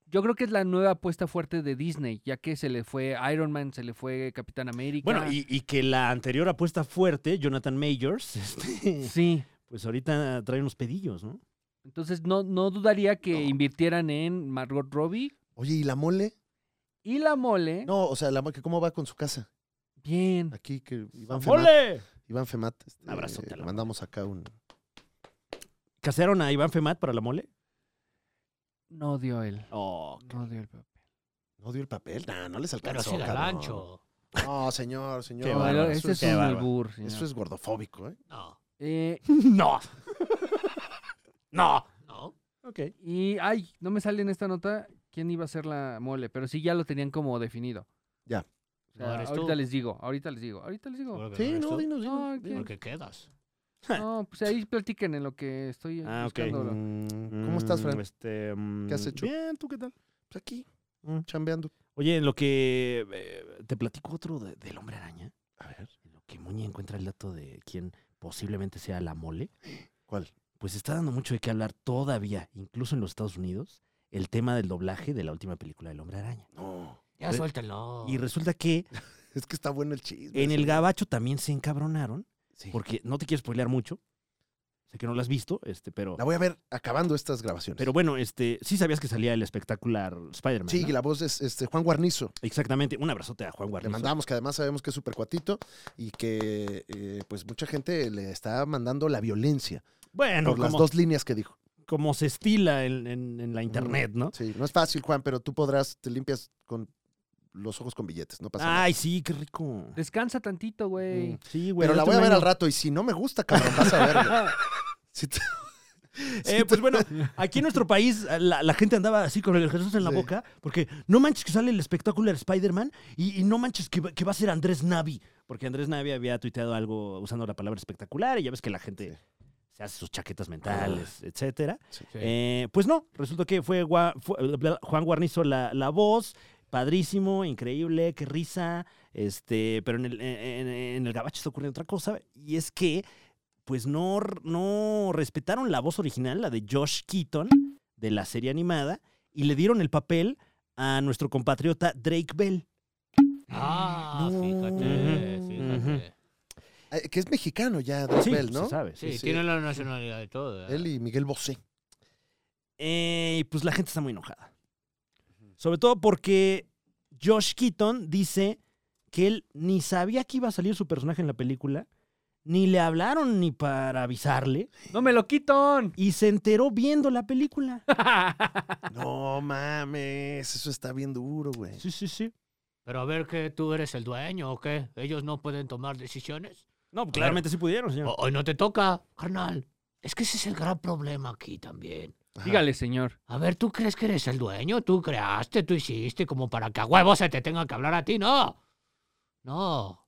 Speaker 3: yo creo que es la nueva apuesta fuerte de Disney, ya que se le fue Iron Man, se le fue Capitán América.
Speaker 2: Bueno, y, y que la anterior apuesta fuerte, Jonathan Majors, este,
Speaker 3: Sí.
Speaker 2: pues ahorita trae unos pedillos, ¿no?
Speaker 3: Entonces no, no dudaría que invirtieran en Margot Robbie
Speaker 1: Oye, ¿y la mole?
Speaker 3: y la mole.
Speaker 1: No, o sea, la mo- que ¿cómo va con su casa?
Speaker 3: Bien.
Speaker 1: Aquí, que Iván Femat.
Speaker 2: ¡Ole!
Speaker 1: Iván Femat. este,
Speaker 2: Un abrazote a la
Speaker 1: le mandamos acá un...
Speaker 2: ¿Casearon a Iván Femat para la mole?
Speaker 3: No dio él.
Speaker 2: Oh,
Speaker 3: No dio el papel.
Speaker 1: ¿No dio el papel? Nah, no les
Speaker 4: Pero
Speaker 1: alcanzó,
Speaker 4: si la
Speaker 1: cabrón.
Speaker 4: lancho.
Speaker 1: No, señor, señor.
Speaker 2: Qué
Speaker 3: No,
Speaker 2: bárbaro,
Speaker 3: ese
Speaker 1: eso,
Speaker 3: es
Speaker 1: es,
Speaker 2: qué
Speaker 3: un
Speaker 2: bárbaro.
Speaker 3: albur. señor.
Speaker 1: eso es gordofóbico, ¿eh?
Speaker 4: No,
Speaker 3: Eh,
Speaker 2: ¡No! ¡No!
Speaker 4: no.
Speaker 2: Ok.
Speaker 3: y, ay, no me sale en esta nota quién iba a ser la mole, pero sí ya lo tenían como definido.
Speaker 1: Ya.
Speaker 3: O sea,
Speaker 4: No eres tú.
Speaker 3: ahorita les digo, ahorita les digo, ahorita les digo.
Speaker 4: Seguro que
Speaker 1: Sí,
Speaker 4: eres
Speaker 1: no,
Speaker 4: tú.
Speaker 1: dinos,
Speaker 3: No,
Speaker 1: dinos.
Speaker 3: ¿qué?
Speaker 1: dinos.
Speaker 4: Porque quedas. Ah.
Speaker 3: No, pues ahí platiquen en lo que estoy
Speaker 2: Ah, ok.
Speaker 3: buscándolo.
Speaker 1: Mm, ¿Cómo estás, Fran?
Speaker 2: Mm, Este, mm,
Speaker 1: ¿Qué has hecho?
Speaker 2: Bien, ¿tú qué tal?
Speaker 1: Pues aquí,
Speaker 2: Mm.
Speaker 1: chambeando.
Speaker 2: Oye, en lo que eh, te platico otro de- del hombre araña,
Speaker 1: A ver.
Speaker 2: en lo que Muñe encuentra el dato de quién posiblemente sea la mole,
Speaker 1: ¿Cuál?
Speaker 2: pues está dando mucho de qué hablar todavía, incluso en los Estados Unidos, el tema del doblaje de la última película del hombre araña.
Speaker 1: No.
Speaker 4: Ya
Speaker 2: Re-
Speaker 4: suéltalo.
Speaker 2: Y resulta que
Speaker 1: Es que está bueno el chisme.
Speaker 2: en el
Speaker 1: señor.
Speaker 2: gabacho también se encabronaron,
Speaker 1: Sí.
Speaker 2: porque no te quiero spoilear mucho, Sé que no la has visto, este, pero.
Speaker 1: La voy a ver acabando estas grabaciones.
Speaker 2: Pero bueno, este, sí sabías que salía el espectacular Spider-Man.
Speaker 1: sí,
Speaker 2: ¿no?
Speaker 1: y la voz es este, Juan Guarnizo.
Speaker 2: Exactamente. Un abrazote a Juan
Speaker 1: Le
Speaker 2: Guarnizo.
Speaker 1: mandamos, que además sabemos que es súper cuatito y que eh, pues mucha gente le está mandando la violencia
Speaker 2: Bueno,
Speaker 1: por las
Speaker 2: como,
Speaker 1: dos líneas que dijo.
Speaker 2: como se estila en, en- en la internet, ¿no?
Speaker 1: Sí, no es fácil, Juan, pero tú podrás, te limpias con los ojos con billetes, no pasa nada.
Speaker 2: Ay, sí, qué rico.
Speaker 3: Descansa tantito, güey.
Speaker 1: Mm.
Speaker 2: Sí, güey.
Speaker 1: Pero la
Speaker 2: date
Speaker 1: voy a
Speaker 2: un
Speaker 1: ver al
Speaker 2: año.
Speaker 1: rato y si no me gusta, cabrón, vas a verlo. Si te-
Speaker 2: Eh, pues bueno, aquí en nuestro país eh, la, la gente andaba así con el Jesús en la
Speaker 1: Sí.
Speaker 2: boca, porque no manches que sale el espectacular Spider-Man y, y no manches que, va- que va a ser Andrés Navi, porque Andrés Navi había tuiteado algo usando la palabra espectacular y ya ves que la gente se hace sus chaquetas mentales,
Speaker 1: Ah.
Speaker 2: etcétera. Eh, pues no, resultó que fue, Gua- fue- bla- Juan Guarnizo la, la voz, padrísimo, increíble, qué risa, este, pero en el, en, en el gabacho está ocurriendo otra cosa, y es que pues no, r- no respetaron la voz original, la de Josh Keaton, de la serie animada, y le dieron el papel a nuestro compatriota Drake Bell.
Speaker 4: Ah,
Speaker 1: No.
Speaker 4: fíjate, fíjate.
Speaker 1: Eh, que es mexicano ya, Drake Bell, ¿no?
Speaker 2: se sabe, sí.
Speaker 4: Sí,
Speaker 1: Sí, sí.
Speaker 4: tiene la nacionalidad de todo. ¿eh?
Speaker 1: Él y Miguel Bosé.
Speaker 2: Eh, y pues la gente está muy enojada. Sobre todo porque Josh Keaton dice que él ni sabía que iba a salir su personaje en la película, ni le hablaron ni para avisarle,
Speaker 3: ¡No me lo quitan!
Speaker 2: y se enteró viendo la película.
Speaker 1: No mames, eso está bien duro, güey.
Speaker 2: Sí, sí, sí.
Speaker 4: Pero a ver que tú eres el dueño o qué. Ellos no pueden tomar decisiones.
Speaker 2: No, pues, claramente sí pudieron,
Speaker 4: O-
Speaker 2: señor.
Speaker 4: Hoy no te toca, carnal. Es que ese es el gran problema aquí también.
Speaker 1: Ajá.
Speaker 3: Dígale, señor.
Speaker 4: A ver, ¿tú crees que eres el dueño? Tú creaste, tú hiciste, como para que a huevos se te tenga que hablar a ti, no. No.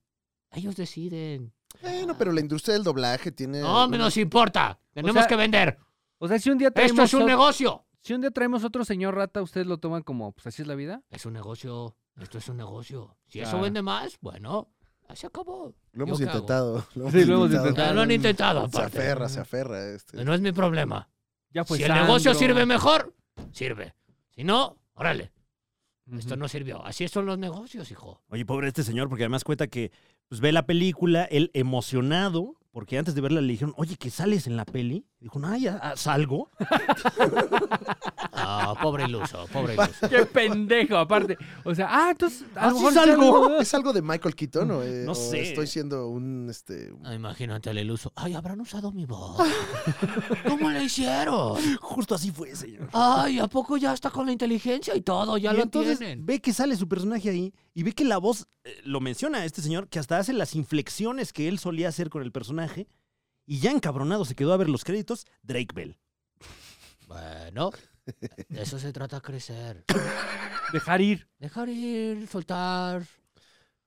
Speaker 4: Ellos deciden.
Speaker 1: Bueno, pero la industria del doblaje tiene.
Speaker 4: No, me
Speaker 1: una-
Speaker 4: nos importa. Tenemos
Speaker 3: Eh, sea,
Speaker 4: que vender.
Speaker 3: O sea, si un día traemos,
Speaker 4: Esto es un
Speaker 3: ot-
Speaker 4: negocio.
Speaker 3: si un día traemos otro señor rata, ¿ustedes lo toman como, pues así es la vida?
Speaker 4: Es un negocio. Esto es un negocio. Si eso
Speaker 3: Claro.
Speaker 4: vende más, bueno, ya se acabó.
Speaker 1: Lo
Speaker 4: ¿Yo
Speaker 1: hemos
Speaker 4: qué hago?
Speaker 1: intentado. Lo
Speaker 3: Sí, lo hemos
Speaker 4: Ya
Speaker 3: intentado.
Speaker 4: lo han intentado,
Speaker 1: Se
Speaker 4: aparte.
Speaker 1: aferra, se aferra. Este.
Speaker 4: No es mi problema.
Speaker 3: Ya pues,
Speaker 4: si el negocio
Speaker 3: Sandro.
Speaker 4: sirve mejor, sirve. Si no, órale,
Speaker 3: Ujú.
Speaker 4: esto no sirvió. Así son los negocios, hijo.
Speaker 2: Oye, pobre este señor, porque además cuenta que pues, ve la película, él emocionado, porque antes de verla le dijeron, oye, que sales en la peli. Dijo, ay, ah, ah, salgo.
Speaker 4: Ah, pobre iluso, pobre iluso.
Speaker 3: ¡Qué pendejo! Aparte, o sea, ah, entonces... a
Speaker 2: ¿Así
Speaker 3: lo mejor
Speaker 2: salgo?
Speaker 1: ¿Es algo de Michael Keaton o, eh,
Speaker 2: No
Speaker 1: o
Speaker 2: sé.
Speaker 1: estoy siendo un. Este,
Speaker 4: Ah, imagínate al iluso. Ay, habrán usado mi voz. ¿Cómo le hicieron?
Speaker 2: Justo así fue, señor.
Speaker 4: Ay, ¿a poco ya está con la inteligencia y todo? Ya
Speaker 2: y
Speaker 4: lo
Speaker 2: entonces
Speaker 4: tienen.
Speaker 2: ve que sale su personaje ahí y ve que la voz, eh, lo menciona este señor, que hasta hace las inflexiones que él solía hacer con el personaje. Y ya encabronado se quedó a ver los créditos, Drake Bell.
Speaker 4: Bueno, de eso se trata crecer.
Speaker 3: Dejar ir.
Speaker 4: Dejar ir, soltar.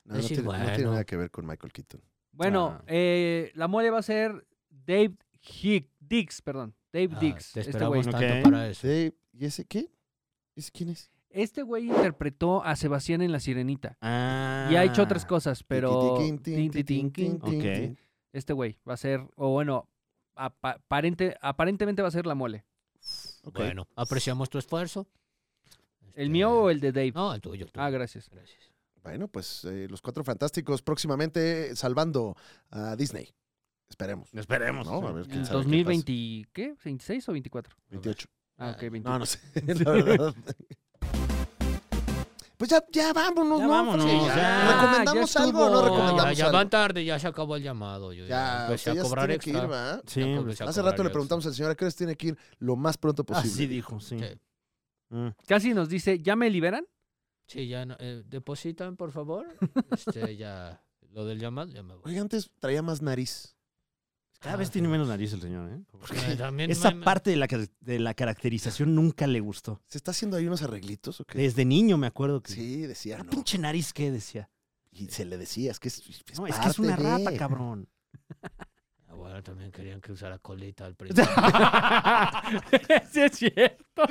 Speaker 1: no, no
Speaker 4: Sí,
Speaker 1: tiene, no tiene
Speaker 4: bueno.
Speaker 1: nada que ver con Michael Keaton.
Speaker 3: Bueno,
Speaker 2: Ah.
Speaker 3: eh, la mole va a ser Dave Hick, Dix, perdón. Dave
Speaker 4: Ah,
Speaker 3: Dix.
Speaker 4: te
Speaker 3: Este güey.
Speaker 4: esperamos tanto
Speaker 2: Ok.
Speaker 4: para eso.
Speaker 1: Sí, ¿Y ese qué? ¿Ese quién es?
Speaker 3: Este güey interpretó a Sebastián en La Sirenita.
Speaker 2: Ah.
Speaker 3: Y ha hecho otras cosas, pero...
Speaker 1: Tin, tin, tin,
Speaker 3: Tin, tin, tin, tin.
Speaker 2: tin.
Speaker 1: tin.
Speaker 3: Este güey va a ser, o bueno, apa- aparente, aparentemente va a ser la mole.
Speaker 1: Ok.
Speaker 4: Bueno, apreciamos tu esfuerzo. Este,
Speaker 3: ¿El mío o el de Dave?
Speaker 4: No, el tuyo. el tuyo.
Speaker 3: Ah, gracias.
Speaker 4: Gracias.
Speaker 1: Bueno, pues eh, los cuatro fantásticos próximamente salvando a Disney. Esperemos.
Speaker 2: Esperemos.
Speaker 1: No, a ver, quién sabe qué pasa.
Speaker 3: 2020, ¿qué? ¿26 o 24?
Speaker 1: 28.
Speaker 3: Ah, ok, 20.
Speaker 1: No, no sé. la verdad. Pues ya, ya vámonos,
Speaker 2: Ya
Speaker 1: ¿no?
Speaker 2: vámonos,
Speaker 1: Francisco?
Speaker 2: ya.
Speaker 3: Ya,
Speaker 1: ¿Recomendamos
Speaker 3: ya
Speaker 1: algo o no
Speaker 3: estuvo.
Speaker 1: recomendamos
Speaker 4: Ya, ya
Speaker 1: algo?
Speaker 4: van tarde, ya se acabó el llamado. Yo ya,
Speaker 2: pues,
Speaker 1: Ya, usted
Speaker 4: empecé a
Speaker 1: ya se
Speaker 4: cobrar
Speaker 1: tiene que
Speaker 4: extra.
Speaker 1: ir, ¿verdad?
Speaker 2: Sí,
Speaker 4: Ya
Speaker 2: pues,
Speaker 4: empecé a
Speaker 1: Hace
Speaker 4: cobrar
Speaker 1: rato le
Speaker 4: extra.
Speaker 1: preguntamos al señor a qué horas tiene que ir lo más pronto posible.
Speaker 2: así dijo, Ah, sí.
Speaker 4: Sí.
Speaker 2: Mm.
Speaker 3: Casi nos dice, ¿ya me liberan?
Speaker 4: Sí, ya no, eh, depositan, por favor. Este, ya, lo del llamado, ya me voy.
Speaker 1: Oiga, antes traía más nariz.
Speaker 2: Cada vez tiene menos nariz el señor, ¿eh?
Speaker 4: Eh, también
Speaker 2: Esa
Speaker 4: me- me-
Speaker 2: parte de la, car- de la caracterización nunca le gustó.
Speaker 1: ¿Se está haciendo ahí unos arreglitos o qué?
Speaker 2: Desde niño me acuerdo que...
Speaker 1: Sí, decía,
Speaker 2: "Ah,
Speaker 1: no.
Speaker 2: pinche nariz qué? Decía.
Speaker 1: Y se le decía, es que es, es
Speaker 2: no, es que es una
Speaker 1: parte
Speaker 2: rata,
Speaker 1: de-
Speaker 2: cabrón.
Speaker 4: Ah, Bueno, también querían que usara colita al principio.
Speaker 3: sí, es cierto.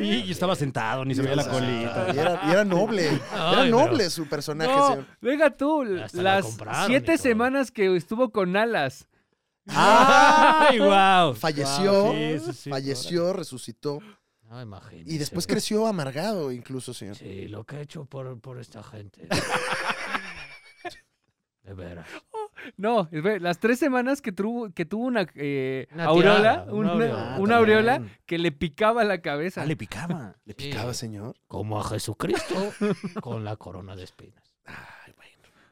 Speaker 2: Y, y estaba sentado, ni se veía la
Speaker 1: O sea,
Speaker 2: colita.
Speaker 1: Y era, y era noble. era
Speaker 4: Ay,
Speaker 1: noble
Speaker 4: pero-
Speaker 1: su personaje,
Speaker 3: No,
Speaker 1: señor.
Speaker 3: venga tú,
Speaker 4: Hasta la
Speaker 3: las
Speaker 4: compraron y
Speaker 3: siete
Speaker 4: todo.
Speaker 3: semanas que estuvo con alas.
Speaker 2: ¡Ay, wow!
Speaker 1: Falleció,
Speaker 2: Sí, sí, sí.
Speaker 1: falleció, resucitó
Speaker 4: No, imagínese.
Speaker 1: y después creció amargado incluso, señor.
Speaker 4: Sí, lo que he hecho por, por esta gente. De veras.
Speaker 3: No, es ver- las tres semanas que tuvo, que tuvo una, eh,
Speaker 6: Una
Speaker 3: aureola,
Speaker 6: tirada,
Speaker 3: una,
Speaker 6: una aureola.
Speaker 3: una
Speaker 2: Ah,
Speaker 3: aureola
Speaker 2: también.
Speaker 3: que le picaba la cabeza.
Speaker 2: Ah, le picaba.
Speaker 1: ¿Le picaba, señor?
Speaker 6: Como a Jesucristo con la corona de espinas.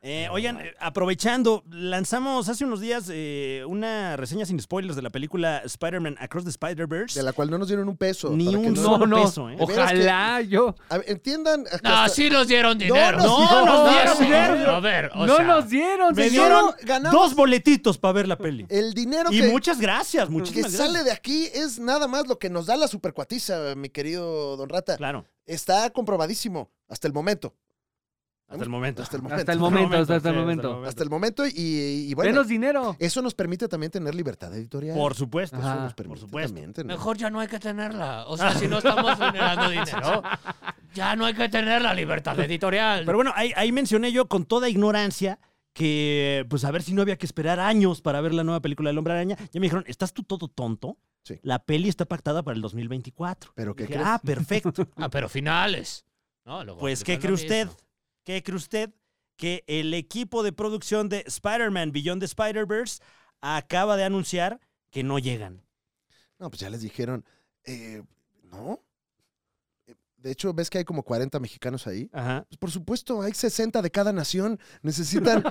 Speaker 2: Eh, oigan, eh, aprovechando, lanzamos hace unos días eh, una reseña sin spoilers de la película Spider-Man Across the Spider-Verse.
Speaker 1: De la cual no nos dieron un peso.
Speaker 2: Ni
Speaker 1: para que
Speaker 2: un
Speaker 1: no-
Speaker 3: no,
Speaker 2: solo
Speaker 3: no,
Speaker 2: peso, ¿eh?
Speaker 1: De veras que-
Speaker 3: ojalá yo.
Speaker 1: A ver, entiendan. que
Speaker 6: No,
Speaker 1: hasta-
Speaker 6: sí nos dieron dinero.
Speaker 1: No, no,
Speaker 6: nos
Speaker 2: no, no,
Speaker 3: no.
Speaker 6: A ver, o
Speaker 3: no
Speaker 6: sea,
Speaker 3: nos dieron,
Speaker 1: solo
Speaker 2: Me
Speaker 3: señor.
Speaker 2: dieron
Speaker 1: ganamos-
Speaker 2: dos boletitos para ver la peli.
Speaker 1: El dinero
Speaker 2: Y
Speaker 1: Eh, que,
Speaker 2: muchas gracias,
Speaker 1: Pues que
Speaker 2: muchísimas
Speaker 1: sale
Speaker 2: gracias.
Speaker 1: de aquí es nada más lo que nos da la supercuatiza, mi querido Don Rata.
Speaker 2: Claro,
Speaker 1: Está comprobadísimo hasta el momento.
Speaker 2: hasta el momento.
Speaker 1: Hasta el momento.
Speaker 3: Hasta el momento, hasta, hasta el
Speaker 2: sí,
Speaker 3: momento. eh,
Speaker 1: Hasta el momento y, y bueno.
Speaker 3: Denos dinero.
Speaker 1: Eso nos permite también tener libertad editorial.
Speaker 2: Por supuesto.
Speaker 1: Eso
Speaker 3: Ajá.
Speaker 1: nos permite
Speaker 2: por supuesto.
Speaker 1: también tener-
Speaker 6: Mejor ya no hay que tenerla. O sea, si no estamos generando dinero, ya no hay que tener la libertad editorial.
Speaker 2: Pero bueno, ahí, ahí mencioné yo con toda ignorancia que, pues, a ver si no había que esperar años para ver la nueva película del Hombre Araña. Ya me dijeron, ¿estás tú todo tonto?
Speaker 1: Sí.
Speaker 2: La peli está pactada para el 2024.
Speaker 1: Pero ¿qué
Speaker 2: Dije,
Speaker 1: crees?
Speaker 2: ah, perfecto.
Speaker 6: Ah, pero finales. No, luego
Speaker 2: Pues, ¿qué cree
Speaker 6: aplican lo
Speaker 2: usted?
Speaker 6: mismo.
Speaker 2: ¿Qué cree usted? Que el equipo de producción de Spider-Man Beyond the Spider-Verse acaba de anunciar que no llegan.
Speaker 1: No, pues ya les dijeron, eh, no. Eh, De hecho, ¿ves que hay como 40 mexicanos ahí?
Speaker 2: Ajá.
Speaker 1: Pues por supuesto, hay 60 de cada nación. Necesitan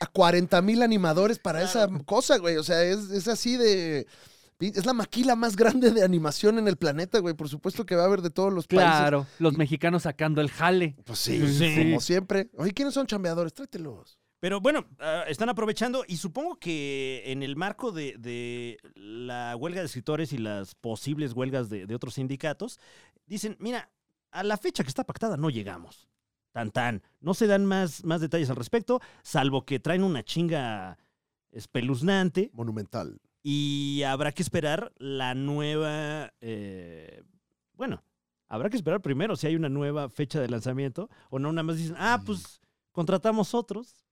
Speaker 1: a 40 mil animadores para esa cosa, güey. O sea, es, es así de... Es la maquila más grande de animación en el planeta, güey. Por supuesto que va a haber de todos los países.
Speaker 3: Claro, los mexicanos sacando el jale.
Speaker 1: Pues sí,
Speaker 2: Sí.
Speaker 1: como siempre. Oye, ¿quiénes son chambeadores? Tráetelos.
Speaker 2: Pero bueno, ah, están aprovechando y supongo que en el marco de, de la huelga de escritores y las posibles huelgas de, de otros sindicatos, dicen, mira, a la fecha que está pactada no llegamos. Tan tan. No se dan más, más detalles al respecto, salvo que traen una chinga espeluznante.
Speaker 1: Monumental.
Speaker 2: Y habrá que esperar la nueva. eh, bueno, habrá que esperar primero si hay una nueva fecha de lanzamiento. O no, nada más dicen, ah, pues contratamos otros.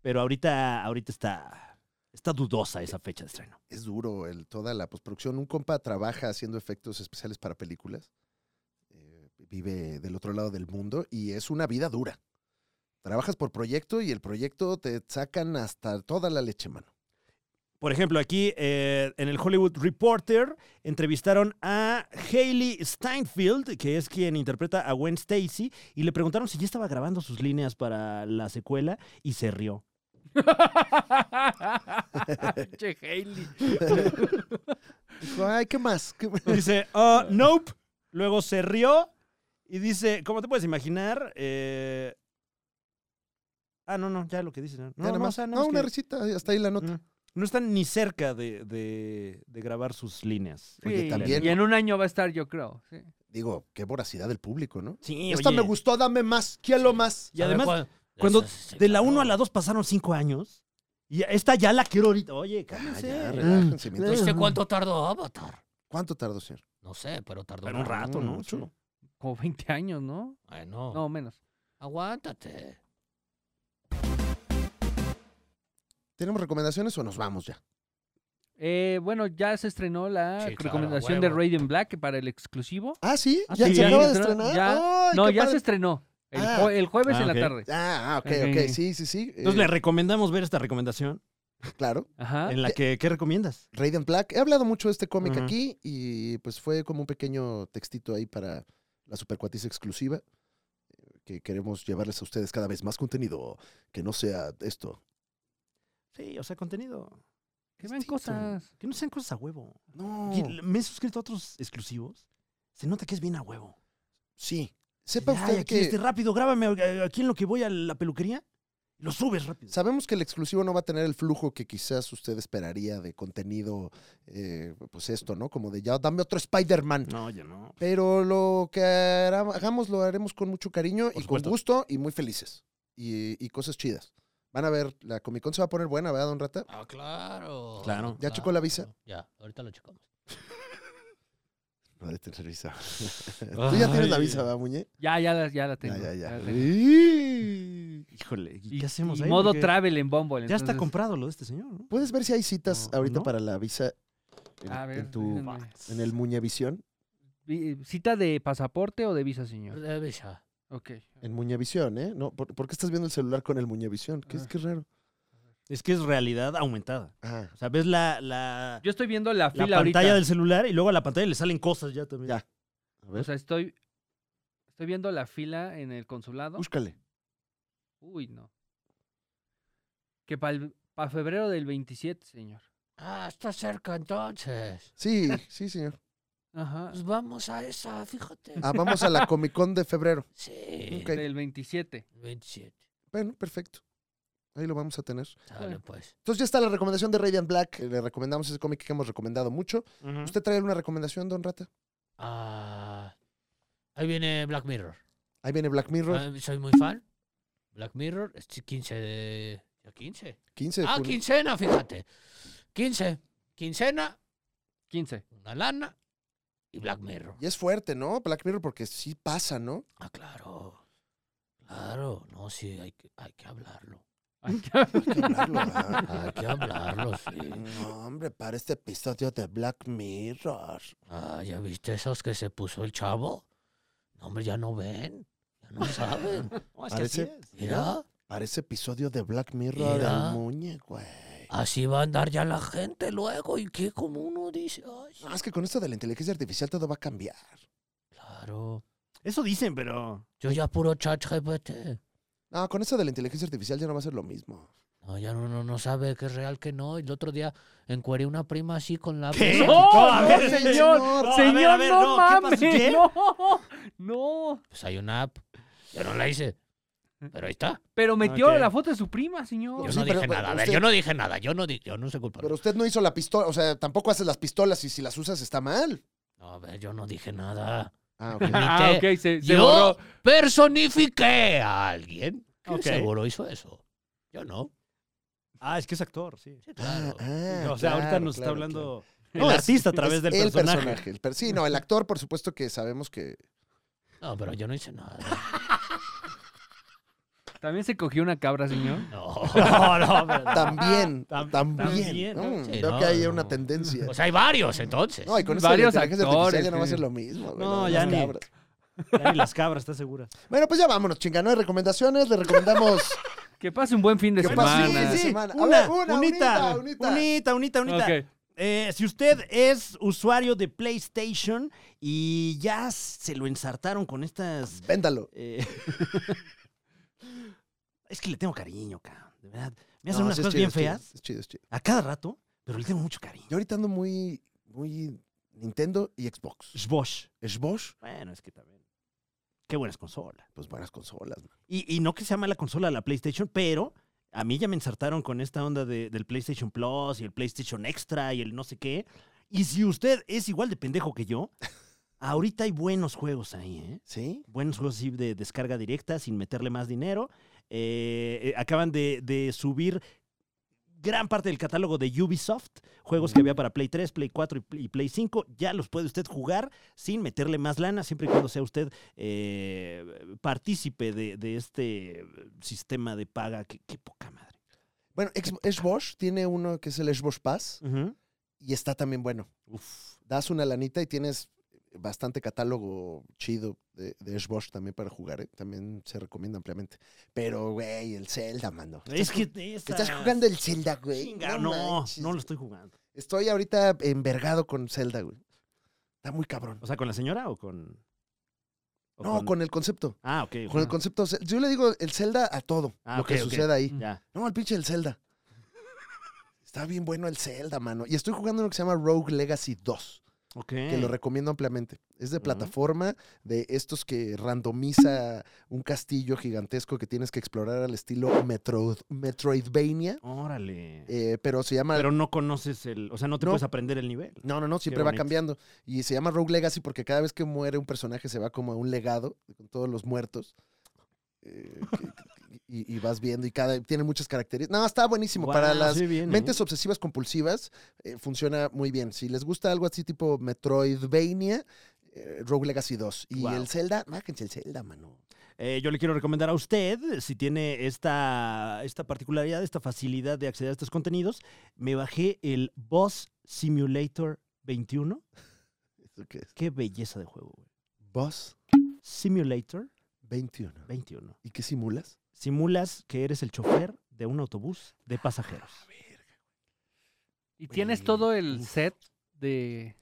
Speaker 2: Pero ahorita, ahorita está. Está dudosa esa fecha de estreno.
Speaker 1: es duro el, toda la postproducción. Un compa trabaja haciendo efectos especiales para películas. eh, vive del otro lado del mundo y es una vida dura. Trabajas por proyecto y el proyecto te sacan hasta toda la leche, mano.
Speaker 2: Por ejemplo, aquí eh, en el Hollywood Reporter entrevistaron a Hailey Steinfeld, que es quien interpreta a Gwen Stacy, y le preguntaron si ya estaba grabando sus líneas para la secuela y se rió.
Speaker 3: che, Hailey.
Speaker 1: Dijo, ay, ¿qué más? ¿Qué más?".
Speaker 2: Dice, "Ah, nope. Luego se rió y dice, como te puedes imaginar, eh, Ah, no, no, ya lo que dice. No,
Speaker 1: Ya
Speaker 2: no,
Speaker 1: nada
Speaker 2: no, o
Speaker 1: más,
Speaker 2: sea, no,
Speaker 1: no, Mm.
Speaker 2: es
Speaker 1: una
Speaker 2: que
Speaker 1: risita, hasta ahí la nota.
Speaker 2: no están ni cerca de, de- de grabar sus líneas.
Speaker 1: Oye,
Speaker 3: Sí,
Speaker 1: también-
Speaker 3: Y en un año va a estar, yo creo. sí.
Speaker 1: Digo, qué voracidad del público, ¿no?
Speaker 2: Sí,
Speaker 1: Esta
Speaker 2: oye,
Speaker 1: me gustó, dame más, quiero más.
Speaker 2: Y
Speaker 6: A ver,
Speaker 2: además,
Speaker 6: ¿cuál?
Speaker 2: cuando
Speaker 6: Eso sí,
Speaker 2: de la
Speaker 6: claro.
Speaker 2: 1 a la 2 pasaron 5 años. Y esta ya la quiero ahorita. Oye,
Speaker 1: Ah,
Speaker 2: cálmense.
Speaker 1: ya, relájense. mientras-
Speaker 6: ¿Viste cuánto tardó Avatar?
Speaker 1: ¿Cuánto tardó, señor?
Speaker 6: No sé, pero tardó
Speaker 2: Pero un rato, ¿no?
Speaker 1: mucho.
Speaker 2: Sí.
Speaker 3: Como 20 años, ¿no?
Speaker 6: Bueno,
Speaker 3: No, menos.
Speaker 6: aguántate.
Speaker 1: ¿Tenemos recomendaciones o nos vamos ya?
Speaker 3: Eh, bueno, ya se estrenó la
Speaker 6: Sí, claro,
Speaker 3: recomendación
Speaker 6: huevo.
Speaker 3: de Raiden Black para el exclusivo.
Speaker 1: Ah, sí,
Speaker 2: Ah,
Speaker 1: ya
Speaker 2: sí,
Speaker 1: se
Speaker 2: ya.
Speaker 1: acaba de
Speaker 3: Ya,
Speaker 1: estrenar.
Speaker 3: ya.
Speaker 1: Ay,
Speaker 3: no,
Speaker 1: qué
Speaker 3: ya
Speaker 1: padre.
Speaker 3: se estrenó. El,
Speaker 1: Ah.
Speaker 3: jue- el jueves
Speaker 2: Ah,
Speaker 3: en la
Speaker 2: ok.
Speaker 3: tarde.
Speaker 1: Ah, ah, ok, ok,
Speaker 3: Ok.
Speaker 1: sí, sí, sí.
Speaker 2: Entonces
Speaker 1: eh,
Speaker 2: le recomendamos ver esta recomendación
Speaker 1: Claro.
Speaker 3: Ajá.
Speaker 2: en la que ¿qué recomiendas.
Speaker 1: Raiden Black. He hablado mucho de este cómic
Speaker 2: Ujú.
Speaker 1: aquí y pues fue como un pequeño textito ahí para la Supercuatiza exclusiva eh, que queremos llevarles a ustedes cada vez más contenido que no sea esto.
Speaker 2: Sí, o sea, contenido.
Speaker 3: Que vean
Speaker 1: Tito.
Speaker 3: cosas.
Speaker 2: Que no sean cosas a huevo.
Speaker 1: No.
Speaker 2: Oye, Me he suscrito a otros exclusivos. Se nota que es bien a huevo.
Speaker 1: Sí. Sepa
Speaker 2: Ay,
Speaker 1: usted
Speaker 2: aquí
Speaker 1: que
Speaker 2: este, rápido, grábame eh, aquí en lo que voy a la peluquería. Lo subes rápido.
Speaker 1: sabemos que el exclusivo no va a tener el flujo que quizás usted esperaría de contenido, eh, pues esto, ¿no? Como de ya, dame otro Spider-Man.
Speaker 2: No, ya no.
Speaker 1: Pero lo que hará- hagamos lo haremos con mucho cariño y con
Speaker 2: supuesto.
Speaker 1: gusto y muy felices. Y, y cosas chidas. Van a ver, la Comic Con se va a poner buena, ¿verdad, Don Rata?
Speaker 6: Ah, claro.
Speaker 2: Claro.
Speaker 1: ¿Ya checó la visa?
Speaker 6: Ya, ahorita lo checamos.
Speaker 1: No de tener visa. Tú ya tienes la
Speaker 2: Ay.
Speaker 1: visa, ¿verdad, Muñe?
Speaker 3: Ya, ya la, ya la tengo.
Speaker 1: Ya, ya, ya.
Speaker 3: la tengo.
Speaker 1: Sí.
Speaker 2: Híjole, ¿y
Speaker 3: Y-
Speaker 2: qué hacemos
Speaker 3: y
Speaker 2: ahí?
Speaker 3: modo
Speaker 2: Porque
Speaker 3: travel en Bumble.
Speaker 2: Ya está
Speaker 3: entonces-
Speaker 2: comprado lo de este señor, ¿no?
Speaker 1: ¿Puedes ver si hay citas
Speaker 2: No,
Speaker 1: ahorita
Speaker 2: ¿no?
Speaker 1: para la visa en,
Speaker 3: A ver,
Speaker 1: en tu,
Speaker 3: déjenme.
Speaker 1: en el Muñevisión?
Speaker 3: Vi- ¿Cita de pasaporte o de visa, señor?
Speaker 6: La visa.
Speaker 3: Ok.
Speaker 1: ¿eh? En Muñevisión, ¿eh? No, ¿por, por qué estás viendo el celular con el Muñevisión? ¿Qué, es-
Speaker 3: Ah.
Speaker 1: qué raro.
Speaker 2: Es que es realidad aumentada.
Speaker 1: Ajá.
Speaker 2: O sea, ves la, la,
Speaker 3: Yo estoy viendo la
Speaker 2: la
Speaker 3: fila
Speaker 2: pantalla
Speaker 3: ahorita.
Speaker 2: del celular y luego a la pantalla le salen cosas ya también.
Speaker 1: Ya. A
Speaker 3: O
Speaker 1: ver,
Speaker 3: sea, estoy, estoy viendo la fila en el consulado.
Speaker 1: búscale.
Speaker 3: Uy, no. Que para febrero del 27, señor.
Speaker 4: Ah, está cerca entonces.
Speaker 1: Sí, sí, señor.
Speaker 3: Ajá.
Speaker 4: Pues vamos a esa, fíjate.
Speaker 1: Ah, vamos a la Comic Con de febrero.
Speaker 4: Sí.
Speaker 1: Ok.
Speaker 3: Del 27.
Speaker 4: 27.
Speaker 1: Bueno, perfecto. Ahí lo vamos a tener.
Speaker 4: Dale, pues.
Speaker 1: Entonces ya está la recomendación de Radiant Black. Eh, Le recomendamos ese cómic que hemos recomendado mucho.
Speaker 2: Ujú.
Speaker 1: ¿Usted trae alguna recomendación, Don Rata?
Speaker 4: Ah, ahí viene Black Mirror.
Speaker 1: Ahí viene Black Mirror,
Speaker 4: Ah, soy muy fan. Black Mirror, es 15 de... ¿Ya 15?
Speaker 1: 15 de
Speaker 4: Ah,
Speaker 1: junio.
Speaker 4: quincena, fíjate. 15. Quincena,
Speaker 3: 15.
Speaker 4: una lana y Black Mirror.
Speaker 1: Y es fuerte, ¿no? Black Mirror porque sí pasa, ¿no?
Speaker 4: Ah, claro. Claro, no, sí, hay que, hay que hablarlo.
Speaker 1: Hay que hablarlo, ¿verdad?
Speaker 4: Hay que hablarlo, sí.
Speaker 1: No, hombre, para este episodio de Black Mirror.
Speaker 4: Ah, ¿ya viste esos que se puso el chavo? No, hombre, ya no ven. Ya no saben.
Speaker 2: No, es que así
Speaker 1: Parece,
Speaker 2: es.
Speaker 4: Mira,
Speaker 1: para ese episodio de Black Mirror,
Speaker 4: Mira.
Speaker 1: el muñe, güey.
Speaker 4: así va a andar ya la gente luego. Y que como uno dice, ay, sí,
Speaker 1: No, es que con esto de la inteligencia artificial todo va a cambiar.
Speaker 4: claro.
Speaker 2: Eso dicen, pero.
Speaker 4: Yo ya puro chat GPT.
Speaker 1: No, con esto de la inteligencia artificial ya no va a ser lo mismo.
Speaker 4: No, ya no, no, no sabe que es real, que no. El otro día encueré una prima así con la...
Speaker 2: ¿Qué?
Speaker 4: presa.
Speaker 3: ¡No,
Speaker 2: a
Speaker 3: no,
Speaker 2: ver,
Speaker 3: señor!
Speaker 2: no, a ver,
Speaker 3: ¡Señor,
Speaker 2: a ver,
Speaker 3: no,
Speaker 2: ¿qué
Speaker 3: mames!
Speaker 2: pasó? ¿Qué?
Speaker 3: ¡No! ¡No!
Speaker 4: Pues hay una app. Yo no la hice. Pero ahí está.
Speaker 3: Pero metió
Speaker 2: Ok.
Speaker 3: la foto de su prima,
Speaker 4: Yo
Speaker 3: señor.
Speaker 1: Pues
Speaker 4: no
Speaker 1: sí, pero-
Speaker 4: dije
Speaker 1: pero
Speaker 4: nada. A ver,
Speaker 1: usted-
Speaker 4: yo no dije nada. Yo no, di- yo no sé culpable.
Speaker 1: Pero usted no hizo la pistola, o sea, tampoco haces las pistolas y si las usas está mal.
Speaker 4: No, a ver, yo no dije nada.
Speaker 1: Ah, ok.
Speaker 3: Ah,
Speaker 4: Imité.
Speaker 3: ok, se, se
Speaker 4: Yo
Speaker 3: borró.
Speaker 4: personifiqué a alguien que
Speaker 2: Ok.
Speaker 4: seguro hizo eso. Yo no.
Speaker 2: Ah, es que es actor, sí.
Speaker 4: Sí, claro.
Speaker 1: Ah,
Speaker 2: o sea, ahorita
Speaker 1: claro,
Speaker 2: nos está
Speaker 1: claro, claro.
Speaker 2: hablando
Speaker 1: No,
Speaker 2: el
Speaker 1: es-
Speaker 2: artista a través
Speaker 1: es
Speaker 2: del
Speaker 1: el
Speaker 2: personaje.
Speaker 1: el per- sí, no, el actor, por supuesto que sabemos que.
Speaker 4: No, pero yo no hice nada.
Speaker 3: También se cogió una cabra, señor.
Speaker 4: No.
Speaker 2: No, no, pero-
Speaker 1: También.
Speaker 2: Tam-
Speaker 1: también.
Speaker 2: también,
Speaker 1: ¿no?
Speaker 4: Sí,
Speaker 1: Veo
Speaker 4: no,
Speaker 1: que hay
Speaker 4: no.
Speaker 1: una tendencia.
Speaker 4: O sea, Pues hay varios entonces.
Speaker 1: No, y con esto de la
Speaker 3: varios
Speaker 1: inteligencia artificial
Speaker 3: actores,
Speaker 1: ya no va a
Speaker 3: sí.
Speaker 1: ser lo mismo. güey,
Speaker 2: No,
Speaker 1: las
Speaker 2: ya ni.
Speaker 1: cabras.
Speaker 2: Ya ni las cabras, ¿estás segura?
Speaker 1: Bueno, pues ya vámonos, chinga. No hay recomendaciones. Le recomendamos.
Speaker 3: Que pase un buen fin de
Speaker 1: Que pase un
Speaker 3: semana.
Speaker 1: fin de semana. A
Speaker 2: Una,
Speaker 1: ver, una,
Speaker 2: unita,
Speaker 1: unita, unita.
Speaker 2: unita, unita, unita,
Speaker 3: Ok.
Speaker 2: Eh, si usted es usuario de PlayStation y ya se lo ensartaron con estas...
Speaker 1: Véndalo.
Speaker 2: eh, es que le tengo cariño, cabrón. De verdad. Me hacen
Speaker 1: No,
Speaker 2: unas
Speaker 1: sí es
Speaker 2: cosas
Speaker 1: chido,
Speaker 2: bien
Speaker 1: es chido,
Speaker 2: feas
Speaker 1: Es chido, es chido.
Speaker 2: a cada rato, pero le tengo mucho cariño.
Speaker 1: Yo ahorita ando muy. Muy. Nintendo y Xbox.
Speaker 2: Sbosh.
Speaker 1: Xbox,
Speaker 2: Bueno, es que también... Qué buenas consolas.
Speaker 1: pues buenas consolas. man.
Speaker 2: Y, y no que sea mala consola la PlayStation, pero a mí ya me ensartaron con esta onda de- del PlayStation Plus y el PlayStation Extra y el no sé qué. Y si usted es igual de pendejo que yo, ahorita hay buenos juegos ahí, ¿eh?
Speaker 1: ¿Sí?
Speaker 2: Buenos juegos así de descarga directa, sin meterle más dinero. Eh, eh, acaban de, de subir gran parte del catálogo de Ubisoft, juegos que había para Play 3, Play 4 y Play- y Play 5. Ya los puede usted jugar sin meterle más lana, siempre y cuando sea usted eh, partícipe de, de este sistema de paga. que- Qué, poca madre.
Speaker 1: Bueno, Ex- Xbox tiene uno que es el Xbox Pass y está también bueno.
Speaker 2: Uf.
Speaker 1: das una lanita y tienes bastante catálogo chido de, de Xbox también para jugar, ¿eh? también se recomienda ampliamente. Pero, güey, el Zelda, mano.
Speaker 2: Es que
Speaker 1: ¿Te
Speaker 2: esas-
Speaker 1: estás jugando el Zelda, güey?
Speaker 2: Chinga, no,
Speaker 1: manches,
Speaker 2: no lo
Speaker 1: güey.
Speaker 2: estoy jugando.
Speaker 1: Estoy ahorita envergado con Zelda, güey. Está muy cabrón.
Speaker 2: O sea, ¿con la señora o con...? o
Speaker 1: No, con... el concepto.
Speaker 2: Ah, ok.
Speaker 1: Con el concepto. Zel- Yo le digo el Zelda a todo
Speaker 2: Ah,
Speaker 1: lo
Speaker 2: ok,
Speaker 1: que
Speaker 2: ok.
Speaker 1: suceda ahí.
Speaker 2: Ya.
Speaker 1: No, al pinche el Zelda. Está bien bueno el Zelda, mano. Y estoy jugando uno que se llama Rogue Legacy 2.
Speaker 2: Ok.
Speaker 1: que lo recomiendo ampliamente. Es de
Speaker 2: Mm. Ujú.
Speaker 1: plataforma de estos que randomiza un castillo gigantesco que tienes que explorar al estilo Metroid- Metroidvania,
Speaker 2: Órale.
Speaker 1: eh, pero se llama...
Speaker 2: Pero no conoces el. O sea, no te
Speaker 1: No.
Speaker 2: puedes aprender el nivel.
Speaker 1: no, no, no, siempre va
Speaker 2: bonito.
Speaker 1: cambiando. Y se llama Rogue Legacy porque cada vez que muere un personaje se va como a un legado con todos los muertos. eh, que- y, y vas viendo y cada tiene muchas características. No, está buenísimo. Para
Speaker 2: Guau,
Speaker 1: las
Speaker 2: sí, bien, ¿eh?
Speaker 1: mentes obsesivas compulsivas eh, funciona muy bien. Si les gusta algo así tipo Metroidvania, eh, Rogue Legacy 2. Y
Speaker 2: Wow.
Speaker 1: el Zelda, máquense el Zelda, mano.
Speaker 2: Eh, yo le quiero recomendar a usted, si tiene esta, esta particularidad, esta facilidad de acceder a estos contenidos, me bajé el Boss Simulator 21.
Speaker 1: ¿Eso qué es?
Speaker 2: Qué belleza de juego, güey.
Speaker 1: Boss
Speaker 2: Simulator
Speaker 1: 21.
Speaker 2: 21.
Speaker 1: ¿Y qué simulas?
Speaker 2: Simulas que eres el chofer de un autobús
Speaker 1: Ah,
Speaker 2: de pasajeros.
Speaker 3: Y tienes todo el set de.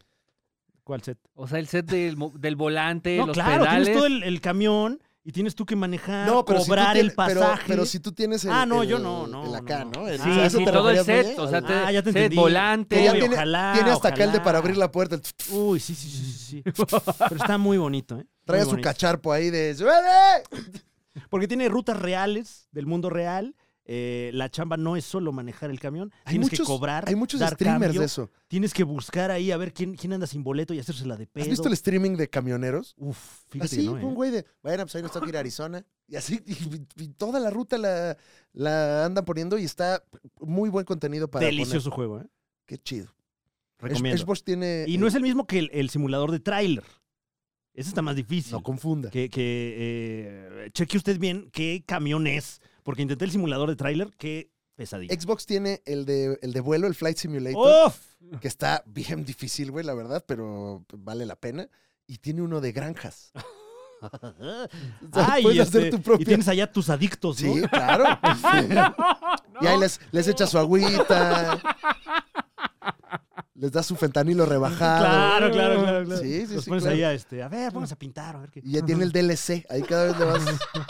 Speaker 2: ¿Cuál set?
Speaker 3: O sea, el set del, mo- del volante,
Speaker 2: No,
Speaker 3: Eh, los
Speaker 2: claro,
Speaker 3: pedales.
Speaker 2: tienes todo el, el camión y tienes tú que manejar,
Speaker 1: No, pero si tú
Speaker 2: Ah, cobrar el
Speaker 1: tienes- pero-
Speaker 2: pasaje.
Speaker 1: Pero, si tú tienes el.
Speaker 2: Ah, no,
Speaker 1: el-
Speaker 2: yo no, no,
Speaker 1: el acá,
Speaker 2: no,
Speaker 1: ¿no?
Speaker 2: no.
Speaker 1: El-
Speaker 2: Sí,
Speaker 1: ¿a eso
Speaker 3: sí,
Speaker 1: te
Speaker 3: todo el
Speaker 1: referías,
Speaker 3: set,
Speaker 1: Muñe?
Speaker 3: o sea,
Speaker 1: Órale.
Speaker 3: te-
Speaker 2: Ah, ya te
Speaker 3: set,
Speaker 2: entendí.
Speaker 3: volante.
Speaker 1: Que ya
Speaker 2: Obvio,
Speaker 1: tiene,
Speaker 2: ojalá,
Speaker 1: tiene hasta acá el de
Speaker 2: ojalá.
Speaker 1: para abrir la puerta. el-
Speaker 2: Uy, sí, sí, sí, sí, sí. Pero está muy bonito, ¿eh?
Speaker 1: Trae
Speaker 2: Muy
Speaker 1: su
Speaker 2: bonito.
Speaker 1: cacharpo ahí de. "¡Súbele!".
Speaker 2: Porque tiene rutas reales del mundo real. eh, la chamba no es solo manejar el camión.
Speaker 1: Hay
Speaker 2: tienes
Speaker 1: muchos,
Speaker 2: que cobrar.
Speaker 1: hay muchos
Speaker 2: dar
Speaker 1: streamers
Speaker 2: cambio,
Speaker 1: de eso.
Speaker 2: Tienes que buscar ahí a ver quién, quién anda sin boleto y hacérsela de pedo.
Speaker 1: ¿Has visto el streaming de camioneros?
Speaker 2: Uf, fíjate,
Speaker 1: Así,
Speaker 2: ¿no, eh?
Speaker 1: Ah, un güey de. Bueno, pues hoy nos toca ir a Arizona. Y así, y, y toda la ruta la, la andan poniendo y está muy buen contenido para. poner.
Speaker 2: Delicioso juego, ¿eh?
Speaker 1: Qué chido.
Speaker 2: Recomiendo.
Speaker 1: Xbox tiene.
Speaker 2: y no es el mismo que el, el simulador de tráiler. Ese está más difícil.
Speaker 1: No confunda.
Speaker 2: que que, eh, cheque usted bien qué camión es. Porque intenté el simulador de tráiler, qué pesadilla.
Speaker 1: Xbox tiene el de, el de vuelo, el Flight Simulator.
Speaker 2: ¡Uf!
Speaker 1: que está bien difícil, güey, la verdad, pero vale la pena. Y tiene uno de granjas.
Speaker 2: ¿Ah,
Speaker 1: O sea,
Speaker 2: Ay,
Speaker 1: puedes
Speaker 2: este,
Speaker 1: hacer tu propia.
Speaker 2: Y tienes allá tus adictos, ¿no?
Speaker 1: Sí, claro. y ahí les, les echa su agüita. les da su fentanilo rebajado.
Speaker 2: Claro, claro, claro. claro.
Speaker 1: Sí, sí,
Speaker 2: Los
Speaker 1: sí,
Speaker 2: pones
Speaker 1: claro.
Speaker 2: ahí a este. A ver, vamos a pintar, a ver qué.
Speaker 1: Y ya tiene el DLC. Ahí cada vez le vas. te-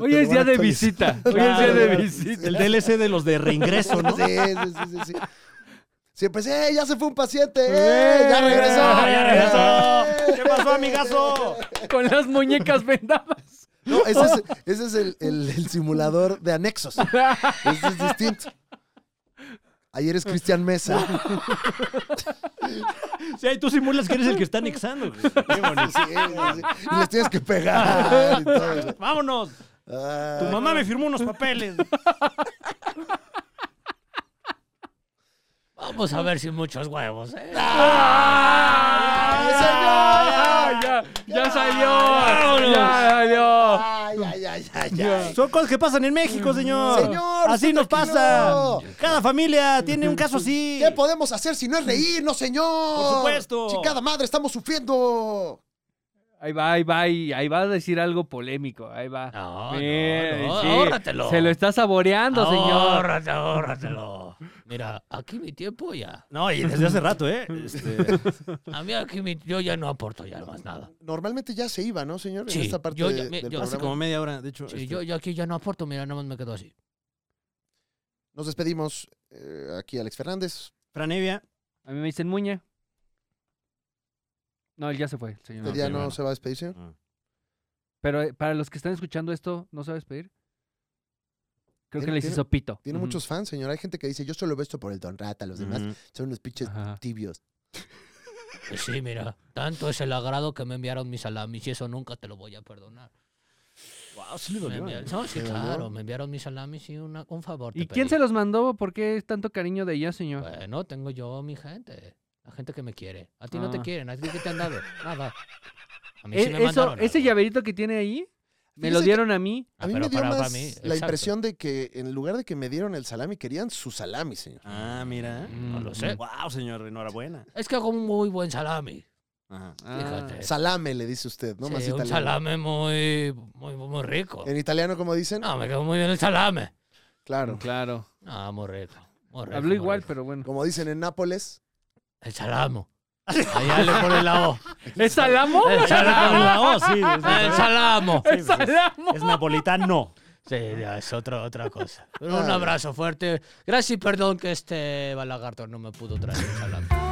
Speaker 3: Hoy
Speaker 1: te
Speaker 3: es
Speaker 1: lo van
Speaker 3: día de
Speaker 1: actualizando.
Speaker 3: visita. Hoy es
Speaker 2: Claro,
Speaker 3: día de
Speaker 2: claro.
Speaker 3: visita.
Speaker 2: El DLC de los de reingreso, ¿no?
Speaker 1: Sí, sí, sí, sí, sí. Siempre es, ¡eh! Ya se fue un paciente. ¡Eh! ¡Ya regresó!
Speaker 2: Ah,
Speaker 1: Eh.
Speaker 2: ¡Ya regresó! ¿Qué pasó, amigazo?
Speaker 3: Con las muñecas vendadas.
Speaker 1: No, ese es, ese es el, el- el simulador de anexos. Ese es distinto. Ayer es Cristian Mesa.
Speaker 2: Sí, ahí tú simulas que eres el que está anexando. güey. Qué bonito.
Speaker 1: Sí, sí, sí. Y les tienes que pegar. y todo.
Speaker 2: ¡Vámonos! Tu
Speaker 1: Ah,
Speaker 2: mamá me firmó unos papeles.
Speaker 4: Vamos a ver si muchos huevos, ¿eh?
Speaker 2: Ah,
Speaker 3: ¡Ya, Ah, ya, ya salió!
Speaker 4: vámonos.
Speaker 3: ¡Ya salió!
Speaker 1: ay, ay, ay, ay, ay.
Speaker 2: Son cosas que pasan en México, señor.
Speaker 1: Señor,
Speaker 2: Así nos
Speaker 1: tranquilo.
Speaker 2: pasa. Cada familia tiene un caso así.
Speaker 1: ¿Qué podemos hacer si no es reírnos, señor?
Speaker 2: Por supuesto.
Speaker 1: Chicada madre, estamos sufriendo.
Speaker 3: Ahí va, ahí va, ahí, ahí va a decir algo polémico. Ahí va.
Speaker 4: No,
Speaker 3: Mira,
Speaker 4: no, no,
Speaker 3: sí,
Speaker 4: ahórratelo.
Speaker 3: Se lo está saboreando, señor.
Speaker 4: Ahórrate, ahórratelo. Mira, aquí mi tiempo ya.
Speaker 2: No, y desde hace rato, ¿eh? Este,
Speaker 4: A mí aquí mi- yo ya no aporto ya más nada.
Speaker 1: Normalmente ya se iba, ¿no, señor?
Speaker 4: Sí,
Speaker 1: en esta parte
Speaker 4: yo
Speaker 1: de-
Speaker 4: ya me-
Speaker 1: del
Speaker 4: yo-
Speaker 2: hace
Speaker 1: programa.
Speaker 2: como media hora, de hecho.
Speaker 4: Sí,
Speaker 2: este,
Speaker 4: yo, yo aquí ya no aporto, mira, nada más me quedo así.
Speaker 1: Nos despedimos eh, aquí, Alex Fernández.
Speaker 2: Franevia,
Speaker 3: A mí me dicen muña. No, él ya se fue, el
Speaker 4: Ah,
Speaker 3: señor.
Speaker 1: Este
Speaker 2: No,
Speaker 1: día
Speaker 2: sí,
Speaker 1: no
Speaker 2: bueno.
Speaker 1: se va a despedir, señor.
Speaker 3: Pero eh, para los que están escuchando esto, ¿no se va a despedir? Creo que
Speaker 1: Tiene-
Speaker 3: les
Speaker 1: tiene-
Speaker 3: hizo pito.
Speaker 1: Tiene
Speaker 3: Ujú.
Speaker 1: muchos fans, señor. Hay gente que dice, yo solo veo esto por el Don Rata, los demás
Speaker 2: Ujú.
Speaker 1: son unos pinches
Speaker 3: Ajá.
Speaker 1: tibios.
Speaker 4: Pues sí, mira, tanto es el agrado que me enviaron mis salamis y eso nunca te lo voy a perdonar.
Speaker 2: Wow, sí le
Speaker 4: Me
Speaker 2: dolió,
Speaker 4: enviaron-
Speaker 2: ¿eh?
Speaker 4: no, sí,
Speaker 1: ¿Te dolió?
Speaker 4: claro, me enviaron mis salamis y una- un favor. te
Speaker 3: ¿Y quién
Speaker 4: pedí.
Speaker 3: se los mandó? ¿Por qué tanto cariño de ella, señor?
Speaker 4: Bueno, tengo yo mi gente, la gente que me quiere. A ti no te
Speaker 3: Ah.
Speaker 4: quieren, a ti qué te han dado. Nada. A mí
Speaker 3: Eh,
Speaker 4: sí me
Speaker 3: eso,
Speaker 4: mandaron.
Speaker 3: ese
Speaker 4: algo.
Speaker 3: llaverito que tiene ahí, me
Speaker 1: Fíjese
Speaker 3: lo
Speaker 1: que
Speaker 3: dieron a mí.
Speaker 1: A
Speaker 4: Ah,
Speaker 1: mí
Speaker 4: pero
Speaker 1: me dio
Speaker 4: para- para
Speaker 1: más
Speaker 4: mí,
Speaker 1: la
Speaker 4: exacto.
Speaker 1: impresión de que en lugar de que me dieron el salami, querían su salami, señor.
Speaker 2: Ah, mira.
Speaker 4: No lo sé.
Speaker 2: Wow, señor, enhorabuena. Ah.
Speaker 4: Es que hago un muy buen salami.
Speaker 2: Ajá.
Speaker 3: Ah,
Speaker 4: Fíjate.
Speaker 1: Salame, le dice usted, ¿no?
Speaker 4: Sí,
Speaker 1: Más
Speaker 4: un
Speaker 1: italiano.
Speaker 4: salame muy, muy, muy rico.
Speaker 1: En italiano, como dicen.
Speaker 4: No, me quedó muy bien el salame.
Speaker 1: Claro.
Speaker 3: Claro.
Speaker 4: Ah, muy rico. muy rico,
Speaker 3: Habló
Speaker 4: muy
Speaker 3: igual,
Speaker 4: rico.
Speaker 3: pero bueno.
Speaker 1: Como dicen en Nápoles.
Speaker 4: El salamo. Allá le pone la O.
Speaker 3: ¿Es Alamo?
Speaker 4: El
Speaker 2: Con
Speaker 4: salamo.
Speaker 2: la O, sí, sí, sí.
Speaker 4: El salamo.
Speaker 2: Sí,
Speaker 3: ¿Es
Speaker 2: pues, es-
Speaker 3: Alamo?
Speaker 2: Es napolitano.
Speaker 4: Sí, ya, es otra, otra cosa. Pero un abrazo fuerte. Gracias y perdón que este balagarto no me pudo traer el salame.